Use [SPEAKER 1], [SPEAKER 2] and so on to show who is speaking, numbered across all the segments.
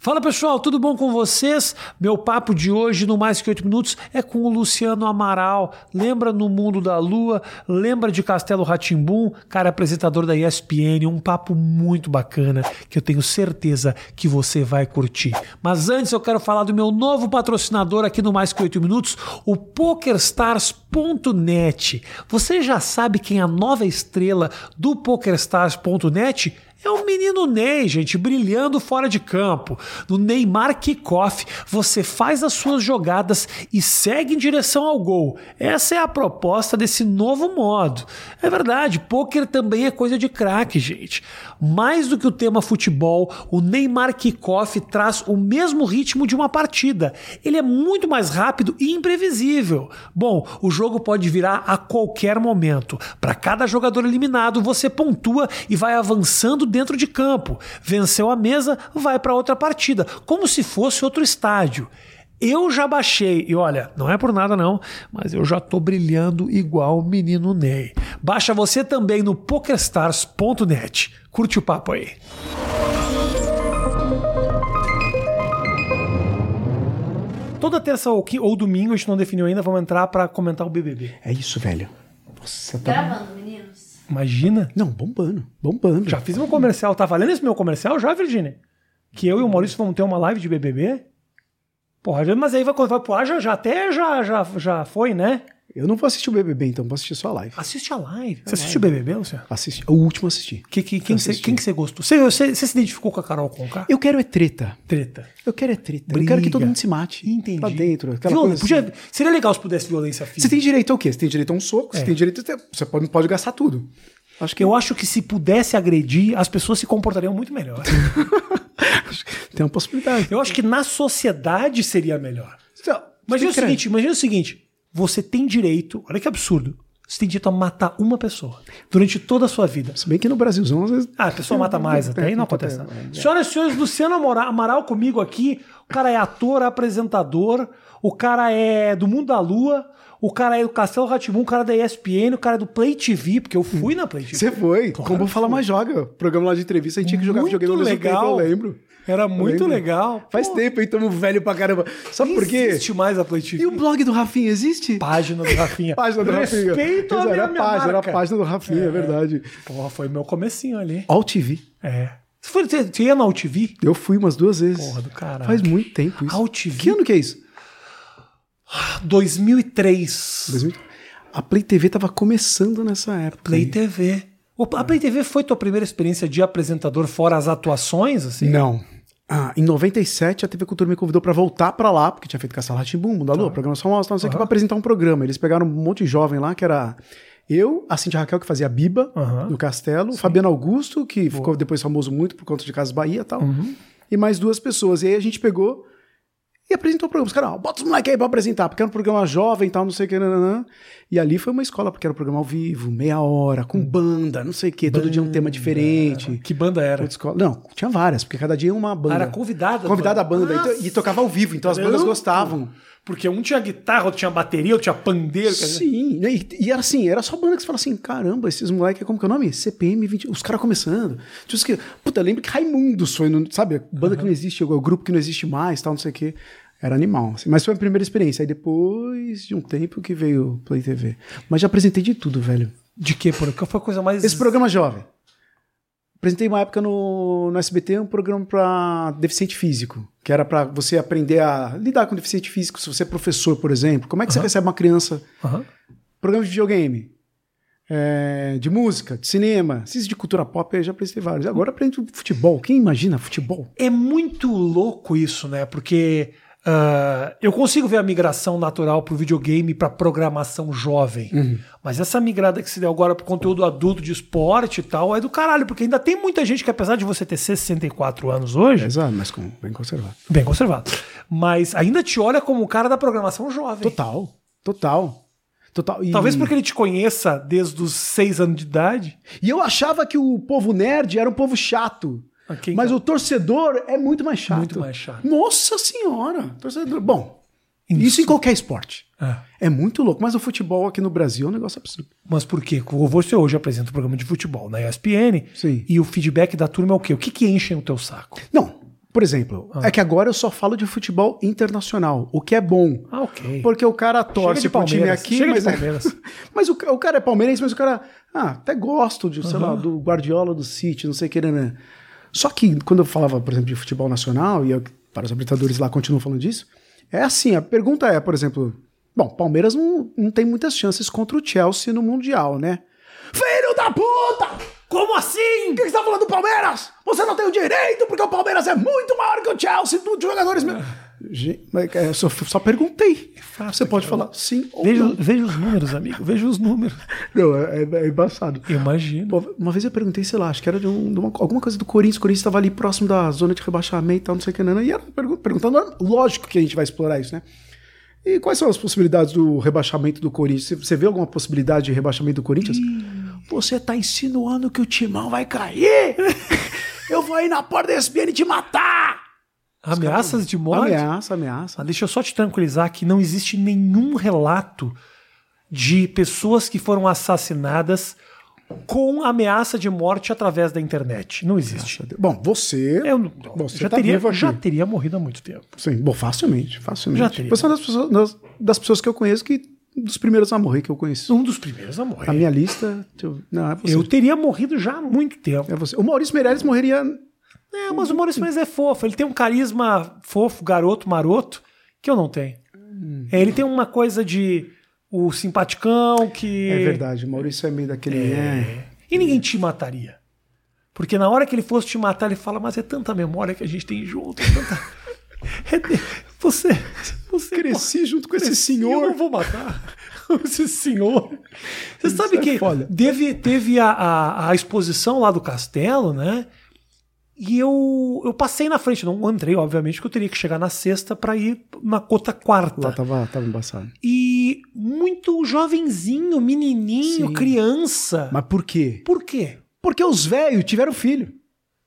[SPEAKER 1] Fala pessoal, tudo bom com vocês? Meu papo de hoje, no Mais Que Oito Minutos, é com o Luciano Amaral. Lembra No Mundo da Lua? Lembra de Castelo Ratimbum? Cara, apresentador da ESPN, um papo muito bacana que eu tenho certeza que você vai curtir. Mas antes eu quero falar do meu novo patrocinador aqui no Mais Que Oito Minutos, o PokerStars.net. Você já sabe quem é a nova estrela do PokerStars.net? É um menino Ney, gente, brilhando fora de campo. No Neymar Kickoff, você faz as suas jogadas e segue em direção ao gol. Essa é a proposta desse novo modo. É verdade, pôquer também é coisa de craque, gente. Mais do que o tema futebol, o Neymar Kickoff traz o mesmo ritmo de uma partida. Ele é muito mais rápido e imprevisível. Bom, o jogo pode virar a qualquer momento. Para cada jogador eliminado, você pontua e vai avançando dentro de campo. Venceu a mesa, vai para outra partida, como se fosse outro estádio. Eu já baixei, e olha, não é por nada não, mas eu já tô brilhando igual o menino Ney. Baixa você também no pokerstars.net. Curte o papo aí.
[SPEAKER 2] Toda terça ou, qui- ou domingo, a gente não definiu ainda, vamos entrar pra comentar o BBB.
[SPEAKER 3] É isso, velho. Você tá.
[SPEAKER 4] Gravando, meninos.
[SPEAKER 2] Imagina.
[SPEAKER 3] Não, bombando. Bombando.
[SPEAKER 2] Já fiz meu comercial. Tá valendo esse meu comercial já, Virginia? Que eu e o Maurício vamos ter uma live de BBB? Porra, mas aí vai, quando vai pro ar, já, já até já, já, já foi, né?
[SPEAKER 3] Eu não vou assistir o BBB, então vou assistir só a live.
[SPEAKER 2] Assiste a live. Você assiste o BBB, Luciano?
[SPEAKER 3] Assisti. O último eu assisti.
[SPEAKER 2] Que, que, quem você
[SPEAKER 3] Assisti.
[SPEAKER 2] que cê gostou? Você você- você se identificou com a Carol Conká?
[SPEAKER 3] Eu quero é treta.
[SPEAKER 2] Treta.
[SPEAKER 3] Eu quero é treta. Eu
[SPEAKER 2] Briga.
[SPEAKER 3] quero que todo mundo se mate.
[SPEAKER 2] Entendi.
[SPEAKER 3] Lá Tá dentro. Aquela
[SPEAKER 2] Viol-
[SPEAKER 3] coisa assim.
[SPEAKER 2] podia- Seria legal se pudesse violência
[SPEAKER 3] Você
[SPEAKER 2] física.
[SPEAKER 3] tem direito ao quê? Você tem direito a um soco,
[SPEAKER 2] É.
[SPEAKER 3] você tem direito. a- Você pode, não pode gastar tudo. Acho que
[SPEAKER 2] Eu acho que se pudesse agredir, as pessoas se comportariam muito melhor.
[SPEAKER 3] tem uma possibilidade.
[SPEAKER 2] Eu acho que na sociedade seria melhor. Imagina é o
[SPEAKER 3] Você tem
[SPEAKER 2] seguinte, imagina o seguinte. Você tem direito, olha que absurdo. Você tem direito a matar uma pessoa durante toda a sua vida.
[SPEAKER 3] Se bem que no Brasilzão, às vezes.
[SPEAKER 2] Ah, a pessoa mata mais até, aí não acontece nada.
[SPEAKER 3] É.
[SPEAKER 2] Senhoras e senhores, Luciano Amora- Amaral comigo aqui. O cara é ator, apresentador, o cara é do Mundo da Lua, o cara é do Castelo Ratimum, o cara é da ESPN, o cara é do Play TV, porque eu fui na Play TV.
[SPEAKER 3] Hum. Você foi.
[SPEAKER 2] Claro
[SPEAKER 3] Como
[SPEAKER 2] que
[SPEAKER 3] eu falar mais joga. Programa lá de entrevista, a gente tinha que jogar
[SPEAKER 2] Muito
[SPEAKER 3] videogame ao mesmo tempo,
[SPEAKER 2] legal.
[SPEAKER 3] eu lembro.
[SPEAKER 2] Era
[SPEAKER 3] Eu
[SPEAKER 2] muito
[SPEAKER 3] lembro.
[SPEAKER 2] legal.
[SPEAKER 3] Faz
[SPEAKER 2] Pô,
[SPEAKER 3] tempo, hein? Tamo velho pra caramba. Sabe
[SPEAKER 2] nem
[SPEAKER 3] por quê?
[SPEAKER 2] existe mais a Play TV.
[SPEAKER 3] E o blog do Rafinha existe?
[SPEAKER 2] Página do Rafinha.
[SPEAKER 3] Página do Rafinha.
[SPEAKER 2] Respeito a
[SPEAKER 3] Isso,
[SPEAKER 2] minha,
[SPEAKER 3] era a
[SPEAKER 2] minha
[SPEAKER 3] página,
[SPEAKER 2] marca.
[SPEAKER 3] Era a página do Rafinha, é, verdade.
[SPEAKER 2] Porra, foi meu comecinho ali.
[SPEAKER 3] All TV.
[SPEAKER 2] É. Você, foi, você, você ia na UTV?
[SPEAKER 3] Eu fui umas duas vezes.
[SPEAKER 2] Porra do caralho.
[SPEAKER 3] Faz muito tempo isso.
[SPEAKER 2] All TV?
[SPEAKER 3] Que ano que é isso?
[SPEAKER 2] 2003.
[SPEAKER 3] 2000. A Play TV tava começando nessa época.
[SPEAKER 2] Play
[SPEAKER 3] aí.
[SPEAKER 2] TV. O- A Play TV foi tua primeira experiência de apresentador fora as atuações, assim?
[SPEAKER 3] Não. Ah, em 97 a TV Cultura me convidou pra voltar pra lá, porque tinha feito Caçar Timbum, Mundo da
[SPEAKER 2] Tá.
[SPEAKER 3] Lua, programa famosos, não sei o que, pra apresentar um programa. Eles pegaram um monte de jovem lá, que era eu, a Cintia Raquel, que fazia a Biba
[SPEAKER 2] Aham.
[SPEAKER 3] no Castelo, Fabiano Augusto, que ficou depois famoso muito por conta de Casas Bahia e tal,
[SPEAKER 2] Uhum.
[SPEAKER 3] e mais duas pessoas. E aí a gente pegou e apresentou o programa. Os caras, "Ah, bota os moleques aí pra apresentar, porque era um programa jovem e tal, não sei o que, nananã. E ali foi uma escola, porque era um programa ao vivo, meia hora,
[SPEAKER 2] Hum.
[SPEAKER 3] com banda, não sei o que, todo dia um tema diferente.
[SPEAKER 2] Que banda era?
[SPEAKER 3] Outra escola. Não, tinha várias, porque cada dia uma banda.
[SPEAKER 2] Era convidada.
[SPEAKER 3] Convidada a
[SPEAKER 2] mano.
[SPEAKER 3] banda. E, to- e tocava ao vivo, então as bandas
[SPEAKER 2] Caramba.
[SPEAKER 3] gostavam.
[SPEAKER 2] Porque um tinha guitarra, outro tinha bateria, outro tinha pandeiro. quer dizer-
[SPEAKER 3] Sim, né? e, e era assim, era só banda que você fala assim, caramba, esses moleques, como que é o nome? CPM 20, os caras começando. Tinha os que, puta, lembro que Raimundos foi, no, sabe, banda que não existe, o grupo que não existe mais, tal, não sei o quê. Era animal, assim. mas foi a minha primeira experiência. Aí depois de um tempo que veio Play TV. Mas já apresentei de tudo, velho.
[SPEAKER 2] De quê? Por que foi a coisa mais.
[SPEAKER 3] Esse programa jovem. Apresentei uma época no, no SBT um programa para deficiente físico, que era para você aprender a lidar com deficiente físico, se você é professor, por exemplo. Como é que você recebe uma criança?
[SPEAKER 2] Aham.
[SPEAKER 3] Programa de videogame, é, de música, de cinema, esses de cultura pop, eu já apresentei vários. Agora aprendo futebol. Quem imagina futebol?
[SPEAKER 2] É muito louco isso, né? Porque ah, eu consigo ver a migração natural pro videogame e pra programação jovem.
[SPEAKER 3] Uhum.
[SPEAKER 2] Mas essa migrada que se deu agora pro conteúdo adulto de esporte e tal é do caralho, porque ainda tem muita gente que, apesar de você ter 64 anos hoje,
[SPEAKER 3] É, Exato, mas com, bem conservado.
[SPEAKER 2] bem conservado, mas ainda te olha como o cara da programação jovem.
[SPEAKER 3] Total, total. Total. E-
[SPEAKER 2] Talvez porque ele te conheça desde os 6 anos de idade.
[SPEAKER 3] E eu achava que o povo nerd era um povo chato.
[SPEAKER 2] Ok,
[SPEAKER 3] mas
[SPEAKER 2] então.
[SPEAKER 3] o torcedor é muito mais chato.
[SPEAKER 2] Muito mais chato.
[SPEAKER 3] Nossa senhora! Torcedor. Bom, isso em qualquer esporte.
[SPEAKER 2] Ah.
[SPEAKER 3] É. muito louco. Mas o futebol aqui no Brasil é um negócio absurdo.
[SPEAKER 2] Mas por quê? Você hoje apresenta um programa de futebol na ESPN
[SPEAKER 3] Sim.
[SPEAKER 2] e o feedback da turma é o quê? O que, que enche o teu saco?
[SPEAKER 3] Não. Por exemplo, é que agora eu só falo de futebol internacional, o que é bom.
[SPEAKER 2] Ah, ok.
[SPEAKER 3] Porque o cara torce
[SPEAKER 2] de
[SPEAKER 3] pro time
[SPEAKER 2] Palmeiras,
[SPEAKER 3] aqui,
[SPEAKER 2] chega de
[SPEAKER 3] mas, é-
[SPEAKER 2] Palmeiras.
[SPEAKER 3] mas o, ca- o cara é palmeirense, mas o cara, ah, até gosto de, sei lá, do Guardiola, do City, não sei o que, né, né. Só que quando eu falava, por exemplo, de futebol nacional, e eu- para os habilitadores lá continuam falando disso, é assim, a pergunta é, por exemplo, bom, Palmeiras não, não tem muitas chances contra o Chelsea no Mundial, né? Filho da puta!
[SPEAKER 1] Como assim?
[SPEAKER 3] Por que você tá falando do Palmeiras? Você não tem o direito, porque o Palmeiras é muito maior que o Chelsea, tudo de jogadores. mil- Gente, mas, é, eu só, só perguntei. você pode falar sim ou
[SPEAKER 2] Veja,
[SPEAKER 3] não.
[SPEAKER 2] veja os números, amigo. Veja os números.
[SPEAKER 3] Não, é, é- é embaçado.
[SPEAKER 2] Imagina.
[SPEAKER 3] Pô, Uma vez eu perguntei, sei lá, acho que era de, um- de uma- alguma coisa do Corinthians. O Corinthians estava ali próximo da zona de rebaixamento e tal, não sei o que, não, e era pergu- perguntando. era Lógico que a gente vai explorar isso, né? E quais são as possibilidades do rebaixamento do Corinthians? Você- Você vê alguma possibilidade de rebaixamento do Corinthians? Você tá insinuando que o Timão vai cair? Eu vou ir na porta da SBN te matar!
[SPEAKER 2] Ameaças de morte?
[SPEAKER 3] Ameaça, ameaça.
[SPEAKER 2] Ah, Deixa eu só te tranquilizar que não existe nenhum relato de pessoas que foram assassinadas com ameaça de morte através da internet. Não existe.
[SPEAKER 3] Bom, você.
[SPEAKER 2] Eu não-
[SPEAKER 3] Bom, você
[SPEAKER 2] já,
[SPEAKER 3] tá vivo
[SPEAKER 2] teria,
[SPEAKER 3] aqui.
[SPEAKER 2] já teria morrido há muito tempo.
[SPEAKER 3] Sim, bom, facilmente, facilmente.
[SPEAKER 2] Já teria.
[SPEAKER 3] Você é uma das pessoas, das, das pessoas que eu conheço que. Dos primeiros a morrer que eu conheci.
[SPEAKER 2] Um dos primeiros a morrer.
[SPEAKER 3] A minha lista. deixa eu- Não, é você.
[SPEAKER 2] Eu teria morrido já há muito tempo.
[SPEAKER 3] É você. O Maurício Meirelles morreria.
[SPEAKER 2] É, mas o Maurício Mendes é fofo. Ele tem um carisma fofo, garoto, maroto, que eu não tenho. É, ele tem uma coisa de o simpaticão que.
[SPEAKER 3] É verdade, o Maurício é meio daquele. É.
[SPEAKER 2] E ninguém te mataria. Porque na hora que ele fosse te matar, ele fala, mas é tanta memória que a gente tem junto. É tanta... é de- Você. Você
[SPEAKER 3] Cresci junto com esse
[SPEAKER 2] Eu
[SPEAKER 3] senhor.
[SPEAKER 2] não vou matar esse senhor. Você sabe
[SPEAKER 3] é
[SPEAKER 2] que
[SPEAKER 3] foda.
[SPEAKER 2] teve, teve a, a- a exposição lá do castelo, né? E eu, eu passei na frente, não entrei, obviamente, porque eu teria que chegar na sexta para ir na cota quarta.
[SPEAKER 3] Lá tava, tava embaçado.
[SPEAKER 2] E muito jovenzinho, menininho,
[SPEAKER 3] Sim.
[SPEAKER 2] criança.
[SPEAKER 3] Mas por quê?
[SPEAKER 2] Por quê?
[SPEAKER 3] Porque os velhos tiveram filho.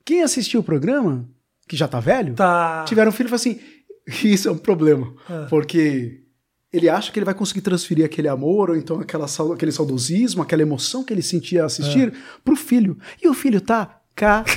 [SPEAKER 3] Quem assistiu o programa, que já tá velho,
[SPEAKER 2] Tá.
[SPEAKER 3] tiveram filho e falou assim: Isso é um problema. Porque ele acha que ele vai conseguir transferir aquele amor, ou então aquela, sau- aquele saudosismo, aquela emoção que ele sentia assistir, pro filho. E o filho tá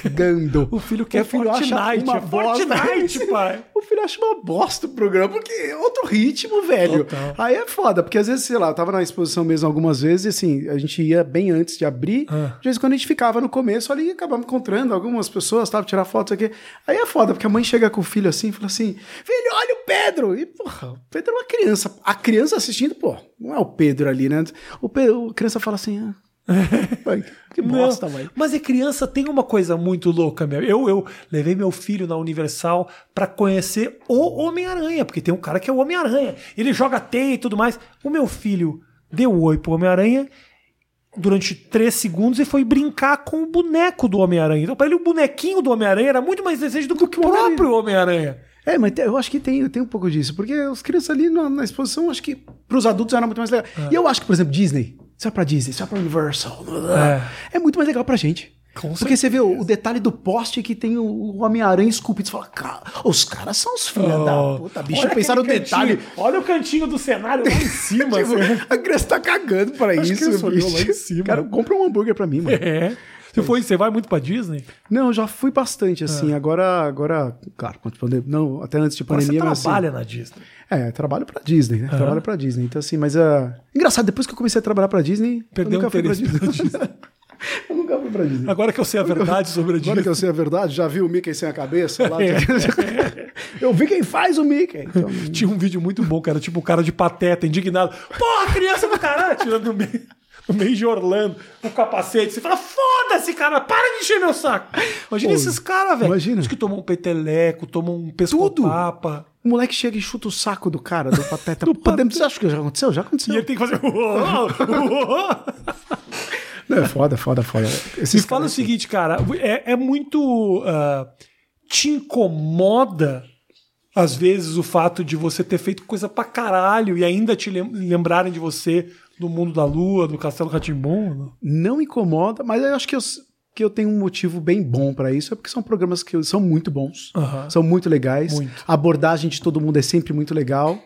[SPEAKER 3] cagando.
[SPEAKER 2] O filho quer
[SPEAKER 3] filho acha
[SPEAKER 2] Fortnite,
[SPEAKER 3] uma
[SPEAKER 2] é Fortnite,
[SPEAKER 3] bosta.
[SPEAKER 2] pai.
[SPEAKER 3] O filho acha uma bosta o programa, porque é outro ritmo, velho.
[SPEAKER 2] Total.
[SPEAKER 3] Aí é foda, porque às vezes, sei lá, eu tava na exposição mesmo algumas vezes, e assim, a gente ia bem antes de abrir,
[SPEAKER 2] Ah.
[SPEAKER 3] de vez em quando a gente ficava no começo ali, e acabava encontrando algumas pessoas, tava tirar foto, isso aqui. Aí é foda, porque a mãe chega com o filho assim e fala assim: filho, olha o Pedro! E, porra, o Pedro é uma criança. A criança assistindo, pô, não é o Pedro ali, né? O Pedro, a criança fala assim: ah, pai, que bosta,
[SPEAKER 2] Não,
[SPEAKER 3] mãe.
[SPEAKER 2] Mas a criança tem uma coisa muito louca mesmo. Eu, eu levei meu filho na Universal pra conhecer o Homem-Aranha, porque tem um cara que é o Homem-Aranha. Ele joga teia e tudo mais. O meu filho deu oi pro Homem-Aranha durante três segundos e foi brincar com o boneco do Homem-Aranha. Então, pra ele, o bonequinho do Homem-Aranha era muito mais desejo do que o próprio Homem-Aranha.
[SPEAKER 3] É, mas te- eu acho que tem, tem um pouco disso, porque os crianças ali na, na exposição, acho que pros adultos era muito mais legal.
[SPEAKER 2] É.
[SPEAKER 3] E eu acho que, por exemplo, Disney, só pra Disney, só pra Universal, é, muito mais legal pra gente.
[SPEAKER 2] Com
[SPEAKER 3] porque você vê o, o detalhe do poste que tem o, o Homem-Aranha esculpido, você fala, cara, os caras são os filhos da puta, bicho,
[SPEAKER 2] Oh. Olha
[SPEAKER 3] pensaram no
[SPEAKER 2] aquele
[SPEAKER 3] detalhe.
[SPEAKER 2] cantinho, Olha o cantinho do cenário lá em cima.
[SPEAKER 3] Tipo,
[SPEAKER 2] assim.
[SPEAKER 3] a criança tá cagando pra
[SPEAKER 2] Acho que ele
[SPEAKER 3] isso,
[SPEAKER 2] só olhou lá em cima.
[SPEAKER 3] Cara, compra um hambúrguer pra mim, mano.
[SPEAKER 2] É. Você, foi, você vai muito pra Disney?
[SPEAKER 3] Não, eu já fui bastante, assim, agora, agora, claro, quanto pandemia, não, até antes de
[SPEAKER 2] É. Você
[SPEAKER 3] pandemia, mas assim,
[SPEAKER 2] trabalha na Disney.
[SPEAKER 3] É, trabalho pra Disney, né? Trabalho pra Disney. Então, assim, mas ah, Engraçado, depois que eu comecei a trabalhar pra Disney.
[SPEAKER 2] Perdeu
[SPEAKER 3] eu nunca
[SPEAKER 2] o
[SPEAKER 3] fui pra
[SPEAKER 2] interesse
[SPEAKER 3] Disney. eu nunca fui pra Disney.
[SPEAKER 2] Agora que eu sei a verdade sobre a
[SPEAKER 3] Agora
[SPEAKER 2] Disney.
[SPEAKER 3] que eu sei a verdade, já vi o Mickey sem a cabeça lá. eu vi quem faz o Mickey. Então,
[SPEAKER 2] Tinha um vídeo muito bom, cara. Tipo, um cara de pateta, indignado. Porra, criança do caralho! Tirando no meio, no meio de Orlando, com o capacete. Você fala, foda-se, cara! Para de encher meu saco! Imagina
[SPEAKER 3] Pô,
[SPEAKER 2] esses caras, velho.
[SPEAKER 3] imagina.
[SPEAKER 2] Os que tomam um peteleco, tomam um pescopapa.
[SPEAKER 3] o moleque chega e chuta o saco do cara, do pateta. Pô, Você acha que já aconteceu? Já
[SPEAKER 2] E
[SPEAKER 3] aconteceu.
[SPEAKER 2] ele tem que fazer...
[SPEAKER 3] Não, é foda, foda, foda.
[SPEAKER 2] Me
[SPEAKER 3] Esses
[SPEAKER 2] fala o
[SPEAKER 3] caras-
[SPEAKER 2] seguinte, cara, é, é muito. ah, te incomoda, às vezes, o fato de você ter feito coisa pra caralho e ainda te lem- lembrarem de você no mundo da lua, do Castelo Ratimbum?
[SPEAKER 3] não incomoda, mas eu acho que eu, que eu tenho um motivo bem bom pra isso, é porque são programas que eu- são muito bons,
[SPEAKER 2] Aham.
[SPEAKER 3] são muito legais,
[SPEAKER 2] Muito.
[SPEAKER 3] a abordagem de todo mundo é sempre muito legal.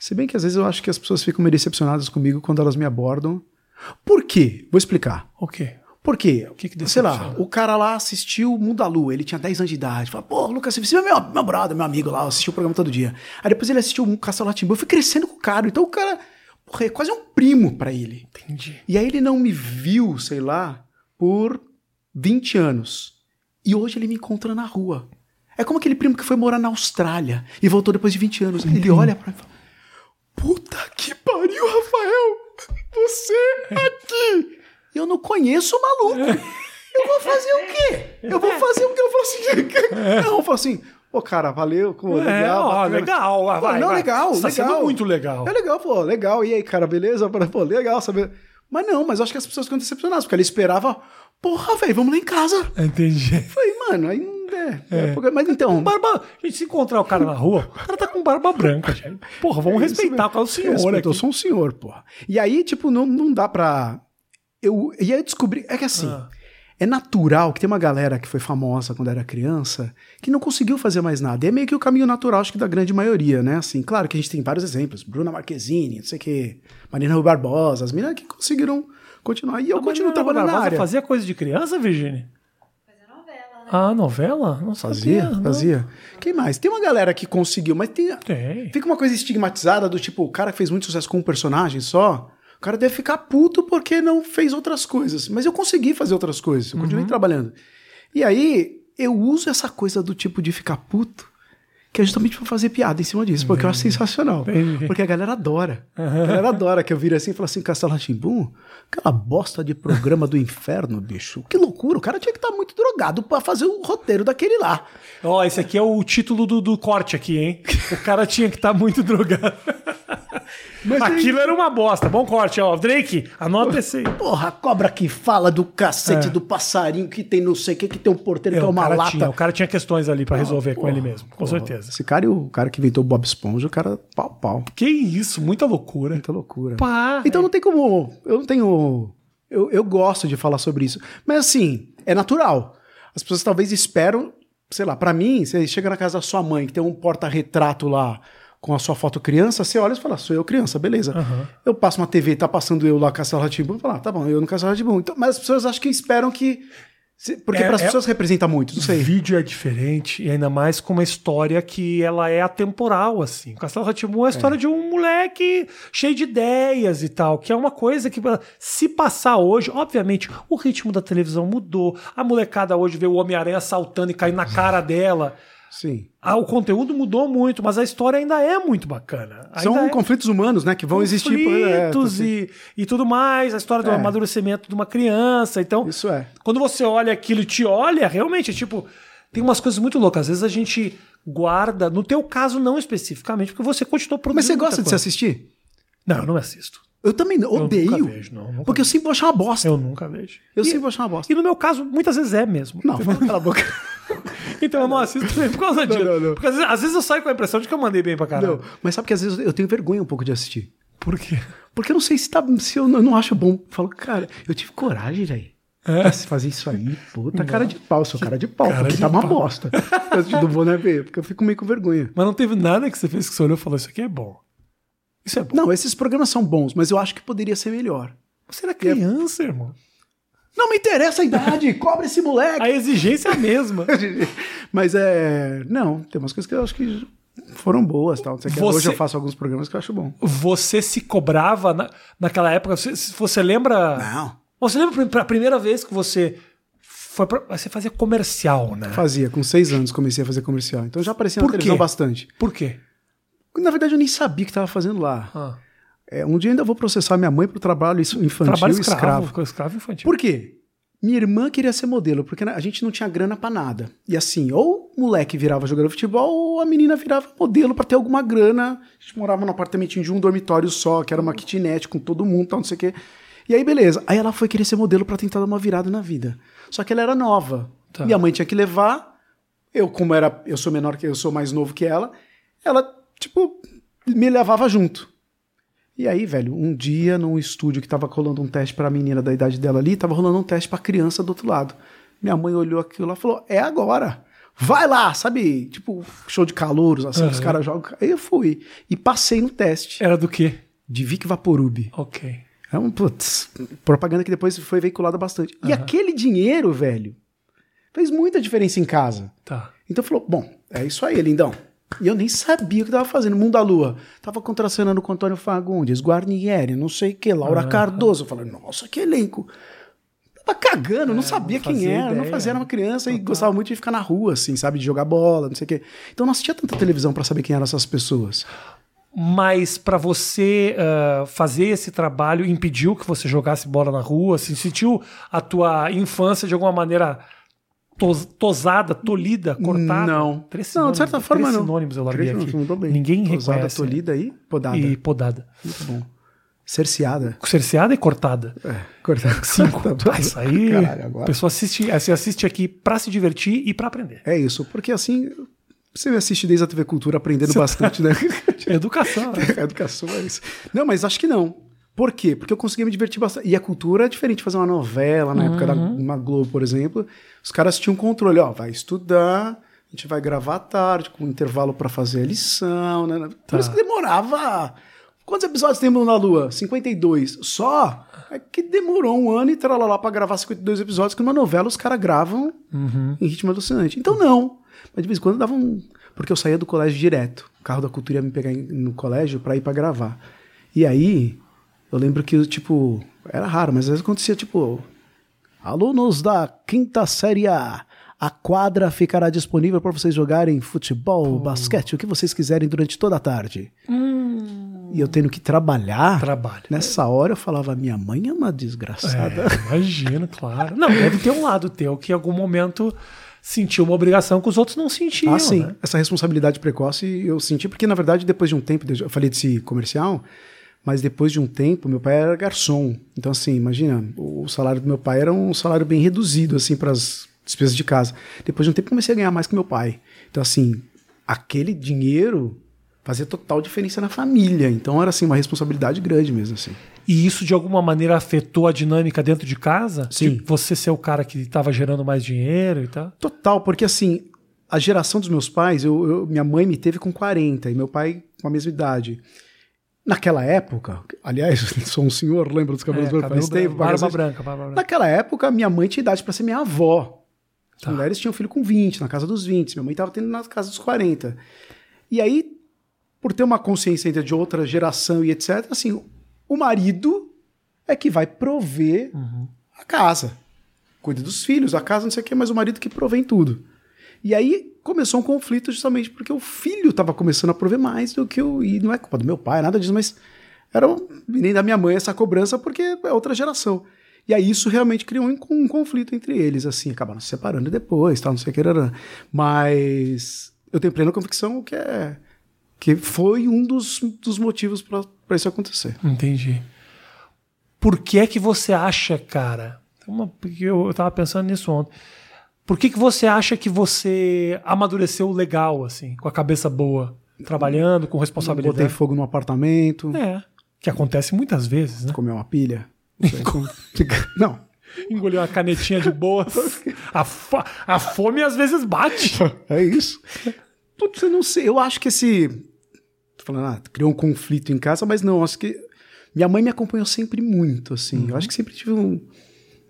[SPEAKER 3] Se bem que às vezes eu acho que as pessoas ficam meio decepcionadas comigo quando elas me abordam. Por quê? Vou explicar.
[SPEAKER 2] O quê?
[SPEAKER 3] Por quê?
[SPEAKER 2] que que
[SPEAKER 3] Sei lá,
[SPEAKER 2] decepciona?
[SPEAKER 3] o cara lá assistiu Mundo à Lua, ele tinha 10 anos de idade. Fala, pô, Lucas, você é meu, meu brother, meu amigo lá, assistiu o programa todo dia. Aí depois ele assistiu o Castelo Latimbo, eu fui crescendo com o cara. Então o cara, porra, é quase um primo pra ele.
[SPEAKER 2] Entendi.
[SPEAKER 3] E aí ele não me viu, sei lá, por 20 anos. E hoje ele me encontra na rua. É como aquele primo que foi morar na Austrália e voltou depois de 20 anos. Ele olha pra mim e fala: Puta que pariu, Rafael! Você é aqui! Eu não conheço o maluco! Eu vou fazer o quê? Eu vou fazer o quê? Eu falo assim. Não, eu falo assim. Pô, cara, valeu, pô,
[SPEAKER 2] É,
[SPEAKER 3] legal.
[SPEAKER 2] ó,
[SPEAKER 3] bacana."
[SPEAKER 2] legal. ah,
[SPEAKER 3] Pô,
[SPEAKER 2] vai,
[SPEAKER 3] não,
[SPEAKER 2] vai.
[SPEAKER 3] legal,
[SPEAKER 2] Tá sendo
[SPEAKER 3] legal.
[SPEAKER 2] muito legal.
[SPEAKER 3] É legal, pô, legal. E aí, cara, beleza? Pô, legal saber. Mas não, mas eu acho que as pessoas ficam decepcionadas, porque ela esperava, porra, velho, vamos lá em casa.
[SPEAKER 2] É, Entendi.
[SPEAKER 3] Falei, mano, aí não é. é. Mas então.
[SPEAKER 2] Barba. Gente, se encontrar o cara na rua, o cara tá com barba branca, gente. Porra, vamos
[SPEAKER 3] É isso
[SPEAKER 2] respeitar
[SPEAKER 3] mesmo.
[SPEAKER 2] o cara do senhor
[SPEAKER 3] Respeito,
[SPEAKER 2] aqui.
[SPEAKER 3] eu sou um senhor, porra. E aí, tipo, não, não dá pra. Eu, e aí eu descobri. É que assim.
[SPEAKER 2] Ah.
[SPEAKER 3] É natural que tem uma galera que foi famosa quando era criança que não conseguiu fazer mais nada. E é meio que o caminho natural, acho que da grande maioria, né? Assim, claro que a gente tem vários exemplos. Bruna Marquezine, não sei o quê. Marina Rui Barbosa, as meninas que conseguiram continuar. E eu continuo
[SPEAKER 2] Mas não era
[SPEAKER 3] trabalhando na
[SPEAKER 2] Barbosa
[SPEAKER 3] área.
[SPEAKER 2] Fazia coisa de criança, Virginia?
[SPEAKER 4] Fazer novela, né?
[SPEAKER 2] Ah, novela? Não sabia.
[SPEAKER 3] Fazia,
[SPEAKER 2] não.
[SPEAKER 3] fazia. Quem mais? Tem uma galera que conseguiu, mas tem,
[SPEAKER 2] Tem.
[SPEAKER 3] Fica uma coisa estigmatizada do tipo, o cara que fez muito sucesso com um personagem só, o cara deve ficar puto porque não fez outras coisas. Mas eu consegui fazer outras coisas, eu continuei trabalhando. E aí, eu uso essa coisa do tipo de ficar puto, que é justamente pra fazer piada em cima disso, porque eu acho sensacional.
[SPEAKER 2] Entendi.
[SPEAKER 3] Porque a galera adora. A galera adora que eu vire assim e falo assim, Castelo Chimbum, aquela bosta de programa do inferno, bicho. Que loucura, o cara tinha que estar muito drogado pra fazer o roteiro daquele lá.
[SPEAKER 2] Ó, esse aqui é o título do, do corte aqui, hein? O cara tinha que estar muito drogado.
[SPEAKER 3] Mas aí-
[SPEAKER 2] Aquilo era uma bosta. Bom corte, ó. Drake, anota esse aí.
[SPEAKER 3] Porra, a cobra que fala do cacete
[SPEAKER 2] É.
[SPEAKER 3] do passarinho que tem não sei o que, que tem um porteiro
[SPEAKER 2] É,
[SPEAKER 3] que é
[SPEAKER 2] o,
[SPEAKER 3] uma
[SPEAKER 2] cara
[SPEAKER 3] lata.
[SPEAKER 2] tinha, o cara tinha questões ali pra resolver com
[SPEAKER 3] porra,
[SPEAKER 2] ele mesmo, com certeza.
[SPEAKER 3] Esse cara e o cara que inventou o Bob Esponja, o cara pau pau.
[SPEAKER 2] Que isso, muita loucura.
[SPEAKER 3] Muita loucura.
[SPEAKER 2] Pá,
[SPEAKER 3] Então não tem como. Eu não tenho. Eu, eu gosto de falar sobre isso. Mas assim, é natural. As pessoas talvez esperam, sei lá, pra mim, você chega na casa da sua mãe, que tem um porta-retrato lá com a sua foto criança, você olha e fala, sou eu criança, beleza. Eu passo uma TV, tá passando eu lá Castelo Ratibum, fala, ah, tá bom, eu no Castelo Ratibum. Então, mas as pessoas acham que esperam que. se- Porque
[SPEAKER 2] É,
[SPEAKER 3] para as
[SPEAKER 2] é-
[SPEAKER 3] pessoas representa muito, não
[SPEAKER 2] O
[SPEAKER 3] sei.
[SPEAKER 2] vídeo é diferente, e ainda mais com uma história que ela é atemporal, assim. O Castelo Ratimun é a história de um moleque cheio de ideias e tal, que é uma coisa que se passar hoje, obviamente, o ritmo da televisão mudou. A molecada hoje vê o Homem-Aranha saltando e caindo na cara dela.
[SPEAKER 3] Sim.
[SPEAKER 2] Ah, o conteúdo mudou muito, mas a história ainda é muito bacana. Ainda
[SPEAKER 3] São
[SPEAKER 2] é
[SPEAKER 3] conflitos humanos, né? Que vão existir. por- é, tá-
[SPEAKER 2] conflitos e, e tudo mais, a história do
[SPEAKER 3] É.
[SPEAKER 2] amadurecimento de uma criança. Então,
[SPEAKER 3] Isso é.
[SPEAKER 2] quando você olha aquilo e te olha, realmente, é tipo, tem umas coisas muito loucas. Às vezes a gente guarda, no teu caso não especificamente, porque você continuou produzindo.
[SPEAKER 3] Mas você
[SPEAKER 2] muita
[SPEAKER 3] gosta de se
[SPEAKER 2] coisa.
[SPEAKER 3] assistir?
[SPEAKER 2] Não, eu não assisto.
[SPEAKER 3] Eu também odeio.
[SPEAKER 2] nunca vejo, não, nunca
[SPEAKER 3] porque eu sempre vou achar uma bosta.
[SPEAKER 2] Eu nunca vejo.
[SPEAKER 3] Eu
[SPEAKER 2] e,
[SPEAKER 3] sempre vou achar uma bosta.
[SPEAKER 2] e no meu caso, muitas vezes é mesmo.
[SPEAKER 3] Não, fala pela boca.
[SPEAKER 2] Então eu não assisto também por causa disso.
[SPEAKER 3] não, não.
[SPEAKER 2] Porque às vezes, às vezes eu saio com a impressão de que eu mandei bem pra caralho.
[SPEAKER 3] Não, Mas sabe que às vezes eu tenho vergonha um pouco de assistir.
[SPEAKER 2] Por quê?
[SPEAKER 3] Porque eu não sei se, tá, se eu, não- eu não acho bom. Eu falo, cara, eu tive coragem, velho.
[SPEAKER 2] É.
[SPEAKER 3] pra se fazer isso aí, puta, cara de pau, sou cara de pau,
[SPEAKER 2] cara
[SPEAKER 3] porque
[SPEAKER 2] de
[SPEAKER 3] tá uma
[SPEAKER 2] pau.
[SPEAKER 3] bosta. Eu não vou né, ver, porque eu fico meio com vergonha.
[SPEAKER 2] Mas não teve nada que você fez que você olhou e falou: Isso aqui é bom. Isso é bom.
[SPEAKER 3] Não, esses programas são bons, mas eu acho que poderia ser melhor.
[SPEAKER 2] Você
[SPEAKER 3] É.
[SPEAKER 2] era criança, irmão.
[SPEAKER 3] Não me interessa a idade, cobra esse moleque.
[SPEAKER 2] A exigência é a mesma.
[SPEAKER 3] Mas é. Não, tem umas coisas que eu acho que foram boas tal. Não sei o que.
[SPEAKER 2] Você-
[SPEAKER 3] Hoje eu faço alguns programas que eu acho bom.
[SPEAKER 2] Você se cobrava na- naquela época. Você, você lembra.
[SPEAKER 3] Não.
[SPEAKER 2] Você lembra pra primeira vez que você foi pra, você fazia comercial, né?
[SPEAKER 3] Fazia, com seis anos comecei a fazer comercial. Então já aparecia na
[SPEAKER 2] Por quê?
[SPEAKER 3] televisão bastante.
[SPEAKER 2] Por quê?
[SPEAKER 3] Na verdade, eu nem sabia o que estava fazendo lá.
[SPEAKER 2] Ah,
[SPEAKER 3] É, um dia eu ainda vou processar minha mãe pro trabalho isso- infantil
[SPEAKER 2] trabalho
[SPEAKER 3] escravo.
[SPEAKER 2] escravo, ficou escravo infantil.
[SPEAKER 3] Por quê? Minha irmã queria ser modelo, porque a gente não tinha grana pra nada. E assim, ou o moleque virava jogador de futebol, ou a menina virava modelo pra ter alguma grana. A gente morava num apartamentinho de um dormitório só, que era uma kitnet com todo mundo, tal, não sei o quê. E aí, beleza. Aí ela foi querer ser modelo pra tentar dar uma virada na vida. Só que ela era nova.
[SPEAKER 2] Tá.
[SPEAKER 3] Minha mãe tinha que levar. Eu, como era, eu sou menor que eu sou mais novo que ela, ela, tipo, me levava junto. E aí, velho, um dia num estúdio que tava colando um teste pra menina da idade dela ali, tava rolando um teste pra criança do outro lado. Minha mãe olhou aquilo lá e falou: "É agora. Vai lá", sabe? Tipo, show de calouros, assim, que os caras jogam. Aí eu fui e passei no teste
[SPEAKER 2] Era do quê?
[SPEAKER 3] de Vic Vaporub.
[SPEAKER 2] Ok.
[SPEAKER 3] É um, putz, propaganda que depois foi veiculada bastante. E aquele dinheiro, velho, fez muita diferença em casa.
[SPEAKER 2] Tá.
[SPEAKER 3] Então falou, bom, é isso aí, lindão. E eu nem sabia o que tava fazendo. Mundo da Lua. Tava contracenando com Antônio Fagundes, Guarnieri, não sei o que, Laura
[SPEAKER 2] Ah.
[SPEAKER 3] Cardoso. Eu falei, nossa, que elenco. Tava cagando, não
[SPEAKER 2] É,
[SPEAKER 3] sabia
[SPEAKER 2] não
[SPEAKER 3] quem
[SPEAKER 2] fazia
[SPEAKER 3] era, não
[SPEAKER 2] ideia.
[SPEAKER 3] fazia, era uma criança e gostava muito de ficar na rua, assim, sabe? De jogar bola, não sei o quê. Então não assistia tanta televisão pra saber quem eram essas pessoas.
[SPEAKER 2] Mas pra você ah, fazer esse trabalho, impediu que você jogasse bola na rua? Assim, sentiu a tua infância de alguma maneira tos- tosada, tolida, cortada?
[SPEAKER 3] Não.
[SPEAKER 2] Três
[SPEAKER 3] Não, de
[SPEAKER 2] sinônimos-
[SPEAKER 3] certa forma
[SPEAKER 2] três
[SPEAKER 3] não.
[SPEAKER 2] sinônimos eu larguei
[SPEAKER 3] Três
[SPEAKER 2] aqui.
[SPEAKER 3] sinônimos, mandou bem.
[SPEAKER 2] Ninguém
[SPEAKER 3] Tosada,
[SPEAKER 2] reconhece.
[SPEAKER 3] tolida aí, podada.
[SPEAKER 2] E podada.
[SPEAKER 3] Muito bom. Cerceada.
[SPEAKER 2] Cerceada e cortada.
[SPEAKER 3] Cortar
[SPEAKER 2] Cinco. Ah, isso aí.
[SPEAKER 3] Tá Caralho,
[SPEAKER 2] A
[SPEAKER 3] agora.
[SPEAKER 2] pessoa assiste, você assiste aqui pra se divertir e pra aprender.
[SPEAKER 3] É isso, porque assim você me assiste desde a TV Cultura aprendendo bastante, né?
[SPEAKER 2] Educação. né?
[SPEAKER 3] A educação é isso. Não, mas acho que não. Por quê? Porque eu consegui me divertir bastante. E a cultura é diferente. Fazer uma novela, na época da uma Globo, por exemplo, os caras tinham um controle. Ó, vai estudar, a gente vai gravar à tarde, com um intervalo pra fazer a lição, né? Por isso que demorava. Quantos episódios tem Mundo na Lua? 52. Só? É que demorou um ano e tralalá pra gravar 52 episódios, que numa novela os caras gravam em ritmo alucinante. Então não. Mas de vez em quando dava um. Porque eu saía do colégio direto. O carro da cultura ia me pegar em- no colégio pra ir pra gravar. E aí, eu lembro que, tipo, era raro, mas às vezes acontecia, tipo, Alunos da quinta série A, a quadra ficará disponível para vocês jogarem futebol, basquete, o que vocês quiserem durante toda a tarde. E eu tendo que trabalhar.
[SPEAKER 2] Trabalho.
[SPEAKER 3] Nessa hora eu falava, minha mãe é uma desgraçada.
[SPEAKER 2] É, imagino, claro. Não, deve ter um lado teu que em algum momento sentiu uma obrigação que os outros não sentiam.
[SPEAKER 3] Ah, sim.
[SPEAKER 2] né?
[SPEAKER 3] Essa responsabilidade precoce eu senti, porque na verdade, depois de um tempo, eu falei desse comercial, mas depois de um tempo, meu pai era garçom. Então, assim, imagina, o salário do meu pai era um salário bem reduzido, assim, para as despesas de casa. Depois de um tempo, comecei a ganhar mais que meu pai. Então, assim, aquele dinheiro fazia total diferença na família. Então, era, assim, uma responsabilidade grande mesmo, assim.
[SPEAKER 2] E isso de alguma maneira afetou a dinâmica dentro de casa?
[SPEAKER 3] Sim.
[SPEAKER 2] De você ser o cara que estava gerando mais dinheiro e tal?
[SPEAKER 3] Total, porque assim, a geração dos meus pais, eu, eu- minha mãe me teve com 40 e meu pai com a mesma idade. Naquela época, aliás, sou um senhor, lembra dos cabelos brancos?
[SPEAKER 2] cabelo
[SPEAKER 3] Faz
[SPEAKER 2] branco,
[SPEAKER 3] tempo,
[SPEAKER 2] É, barba
[SPEAKER 3] bagaço-
[SPEAKER 2] branca, barba branca.
[SPEAKER 3] Naquela época, minha mãe tinha idade para ser minha avó. As
[SPEAKER 2] Tá.
[SPEAKER 3] mulheres tinham filho com 20, na casa dos 20. Minha mãe estava tendo na casa dos 40. E aí, por ter uma consciência ainda de outra geração e etc., assim, o marido é que vai prover a casa. Cuida dos filhos, a casa, não sei o quê, mas o marido que provém tudo. E aí começou um conflito justamente porque o filho estava começando a prover mais do que o. E não é culpa do meu pai, nada disso, mas era um- nem da minha mãe essa cobrança porque é outra geração. E aí isso realmente criou um, um conflito entre eles, assim, acabaram se separando depois, tal, não sei o que. rará. Mas eu tenho plena convicção que é. Que foi um dos, dos motivos para isso acontecer.
[SPEAKER 2] Entendi. Por que é que você acha, cara? Uma, porque eu, eu tava pensando nisso ontem. Por que, que você acha que você amadureceu legal, assim, com a cabeça boa, trabalhando, com
[SPEAKER 3] Botei
[SPEAKER 2] responsabilidade?
[SPEAKER 3] fogo no apartamento,
[SPEAKER 2] É. Que acontece muitas vezes, né?
[SPEAKER 3] comer uma pilha. não sei como- Não,
[SPEAKER 2] Engoliu uma canetinha de boas. A, fa- a fome às vezes bate.
[SPEAKER 3] É isso. Putz, eu não sei. Eu acho que esse. Tô falando, ah, criou um conflito em casa, mas não, acho que. Minha mãe me acompanhou sempre muito, assim. Eu acho que sempre tive um-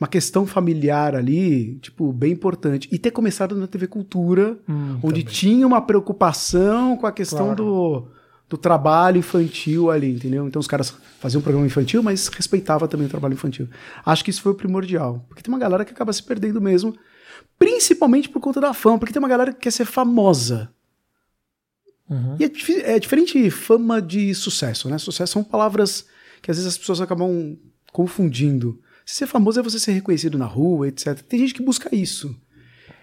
[SPEAKER 3] uma questão familiar ali, tipo, bem importante. E ter começado na TV Cultura,
[SPEAKER 2] Hum,
[SPEAKER 3] onde tinha uma preocupação com a questão do, do trabalho infantil ali, entendeu? Então os caras faziam um programa infantil, mas respeitava também o trabalho infantil. Acho que isso foi o primordial. Porque tem uma galera que acaba se perdendo mesmo, principalmente por conta da fama, porque tem uma galera que quer ser famosa.
[SPEAKER 2] Uhum.
[SPEAKER 3] E é, difi- é diferente de fama de sucesso, né? Sucesso são palavras que às vezes as pessoas acabam confundindo. Ser famoso é você ser reconhecido na rua, etc. Tem gente que busca isso.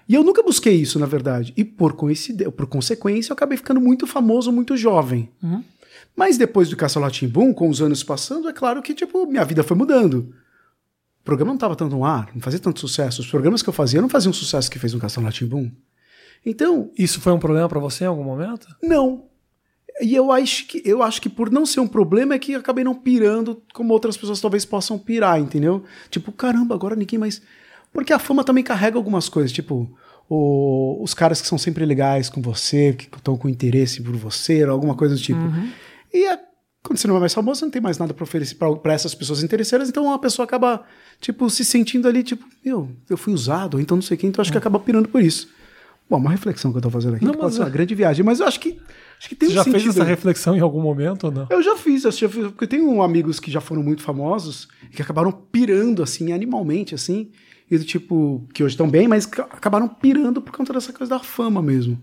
[SPEAKER 3] E eu nunca busquei isso, na verdade. E por, coincide- por consequência, eu acabei ficando muito famoso, muito jovem.
[SPEAKER 2] Uhum.
[SPEAKER 3] Mas depois do Castelo com os anos passando, é claro que, tipo, minha vida foi mudando. O programa não estava tanto no ar, não fazia tanto sucesso. Os programas que eu fazia não faziam o sucesso que fez no Castelo Boom. Então,
[SPEAKER 2] Isso foi um problema pra você em algum momento?
[SPEAKER 3] não. E eu acho que eu acho que por não ser um problema é que eu acabei não pirando como outras pessoas talvez possam pirar, entendeu? Tipo, caramba, agora ninguém mais. Porque a fama também carrega algumas coisas, tipo, o- os caras que são
[SPEAKER 2] Uhum.
[SPEAKER 3] sempre legais com você, que estão com interesse por você, ou alguma coisa do tipo. E é- Quando você não é mais famoso, você não tem mais nada para oferecer para essas pessoas interesseiras, então a pessoa acaba, tipo, se sentindo ali, tipo, meu, eu fui usado, ou então não sei quem, então acho que acaba pirando por isso. Bom, uma reflexão que eu tô fazendo aqui,
[SPEAKER 2] É. Não,
[SPEAKER 3] que
[SPEAKER 2] mas
[SPEAKER 3] pode ser
[SPEAKER 2] é-
[SPEAKER 3] uma grande viagem, mas eu acho que, acho que tem
[SPEAKER 2] Você
[SPEAKER 3] um
[SPEAKER 2] já fez
[SPEAKER 3] sentido
[SPEAKER 2] essa
[SPEAKER 3] aí.
[SPEAKER 2] reflexão em algum momento ou não?
[SPEAKER 3] Eu já fiz, eu já fiz, porque eu tenho amigos que já foram muito famosos que acabaram pirando, assim, animalmente, assim, e do tipo, que hoje estão bem, mas ca- acabaram pirando por conta dessa coisa da fama mesmo.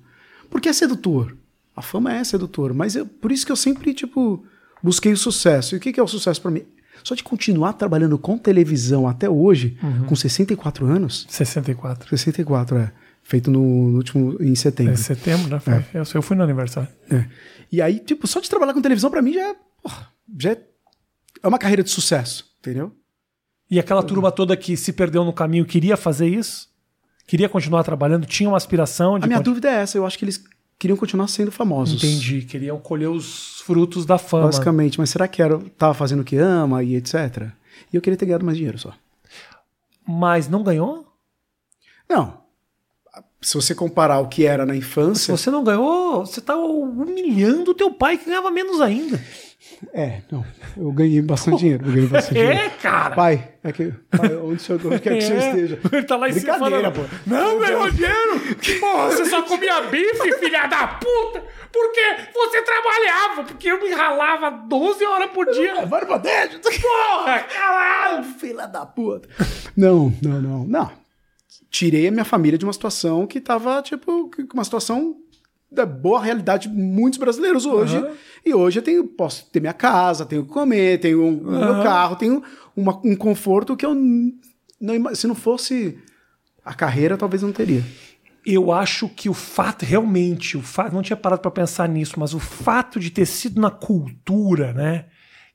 [SPEAKER 3] Porque é sedutor. A fama é sedutor, mas eu- por isso que eu sempre, tipo, busquei o sucesso. E o que, que é o sucesso pra mim? Só de continuar trabalhando com televisão até hoje,
[SPEAKER 2] Uhum.
[SPEAKER 3] com 64 anos,
[SPEAKER 2] 64.
[SPEAKER 3] 64 é, feito no, no último, em setembro.
[SPEAKER 2] É setembro, né? Foi. Eu, eu fui no aniversário.
[SPEAKER 3] É. E aí, tipo, só de trabalhar com televisão, pra mim, já é, porra, já é, é uma carreira de sucesso, entendeu?
[SPEAKER 2] E aquela turma toda que se perdeu no caminho queria fazer isso? Queria continuar trabalhando? Tinha uma aspiração de.
[SPEAKER 3] A minha
[SPEAKER 2] continuar-
[SPEAKER 3] dúvida é essa, eu acho que eles queriam continuar sendo famosos.
[SPEAKER 2] Entendi. Queriam colher os frutos da fama.
[SPEAKER 3] Basicamente, mas será que era, tava fazendo o que ama e etc? E eu queria ter ganhado mais dinheiro só.
[SPEAKER 2] Mas não ganhou?
[SPEAKER 3] Não. Se você comparar o que era na
[SPEAKER 2] Se
[SPEAKER 3] infância.
[SPEAKER 2] você não ganhou, você tá humilhando o teu pai que ganhava menos ainda.
[SPEAKER 3] É, não. Eu ganhei bastante dinheiro. Eu ganhei bastante
[SPEAKER 2] É, cara.
[SPEAKER 3] Pai, é que, pai, onde o senhor quer que o senhor
[SPEAKER 2] É.
[SPEAKER 3] esteja?
[SPEAKER 2] Ele tá lá em cima
[SPEAKER 3] Brincadeira,
[SPEAKER 2] falando,
[SPEAKER 3] pô.
[SPEAKER 2] Não ganhou dinheiro! Porra, você só comia bife, filha da puta! Porque você trabalhava, porque eu me ralava 12 horas por dia.
[SPEAKER 3] Vai no bandejo!
[SPEAKER 2] Porra, caralho!
[SPEAKER 3] Filha da puta. Não, não, não. Não. Tirei a minha família de uma situação que tava, tipo, que- uma situação da boa realidade de muitos brasileiros hoje. E hoje eu tenho, posso ter minha casa, tenho que comer, tenho um, o meu carro, tenho uma- um conforto que eu n- não, ima- se não fosse a carreira, talvez eu não teria.
[SPEAKER 2] Eu acho que o fato, realmente, o fato, não tinha parado pra pensar nisso, mas o fato de ter sido na cultura, né?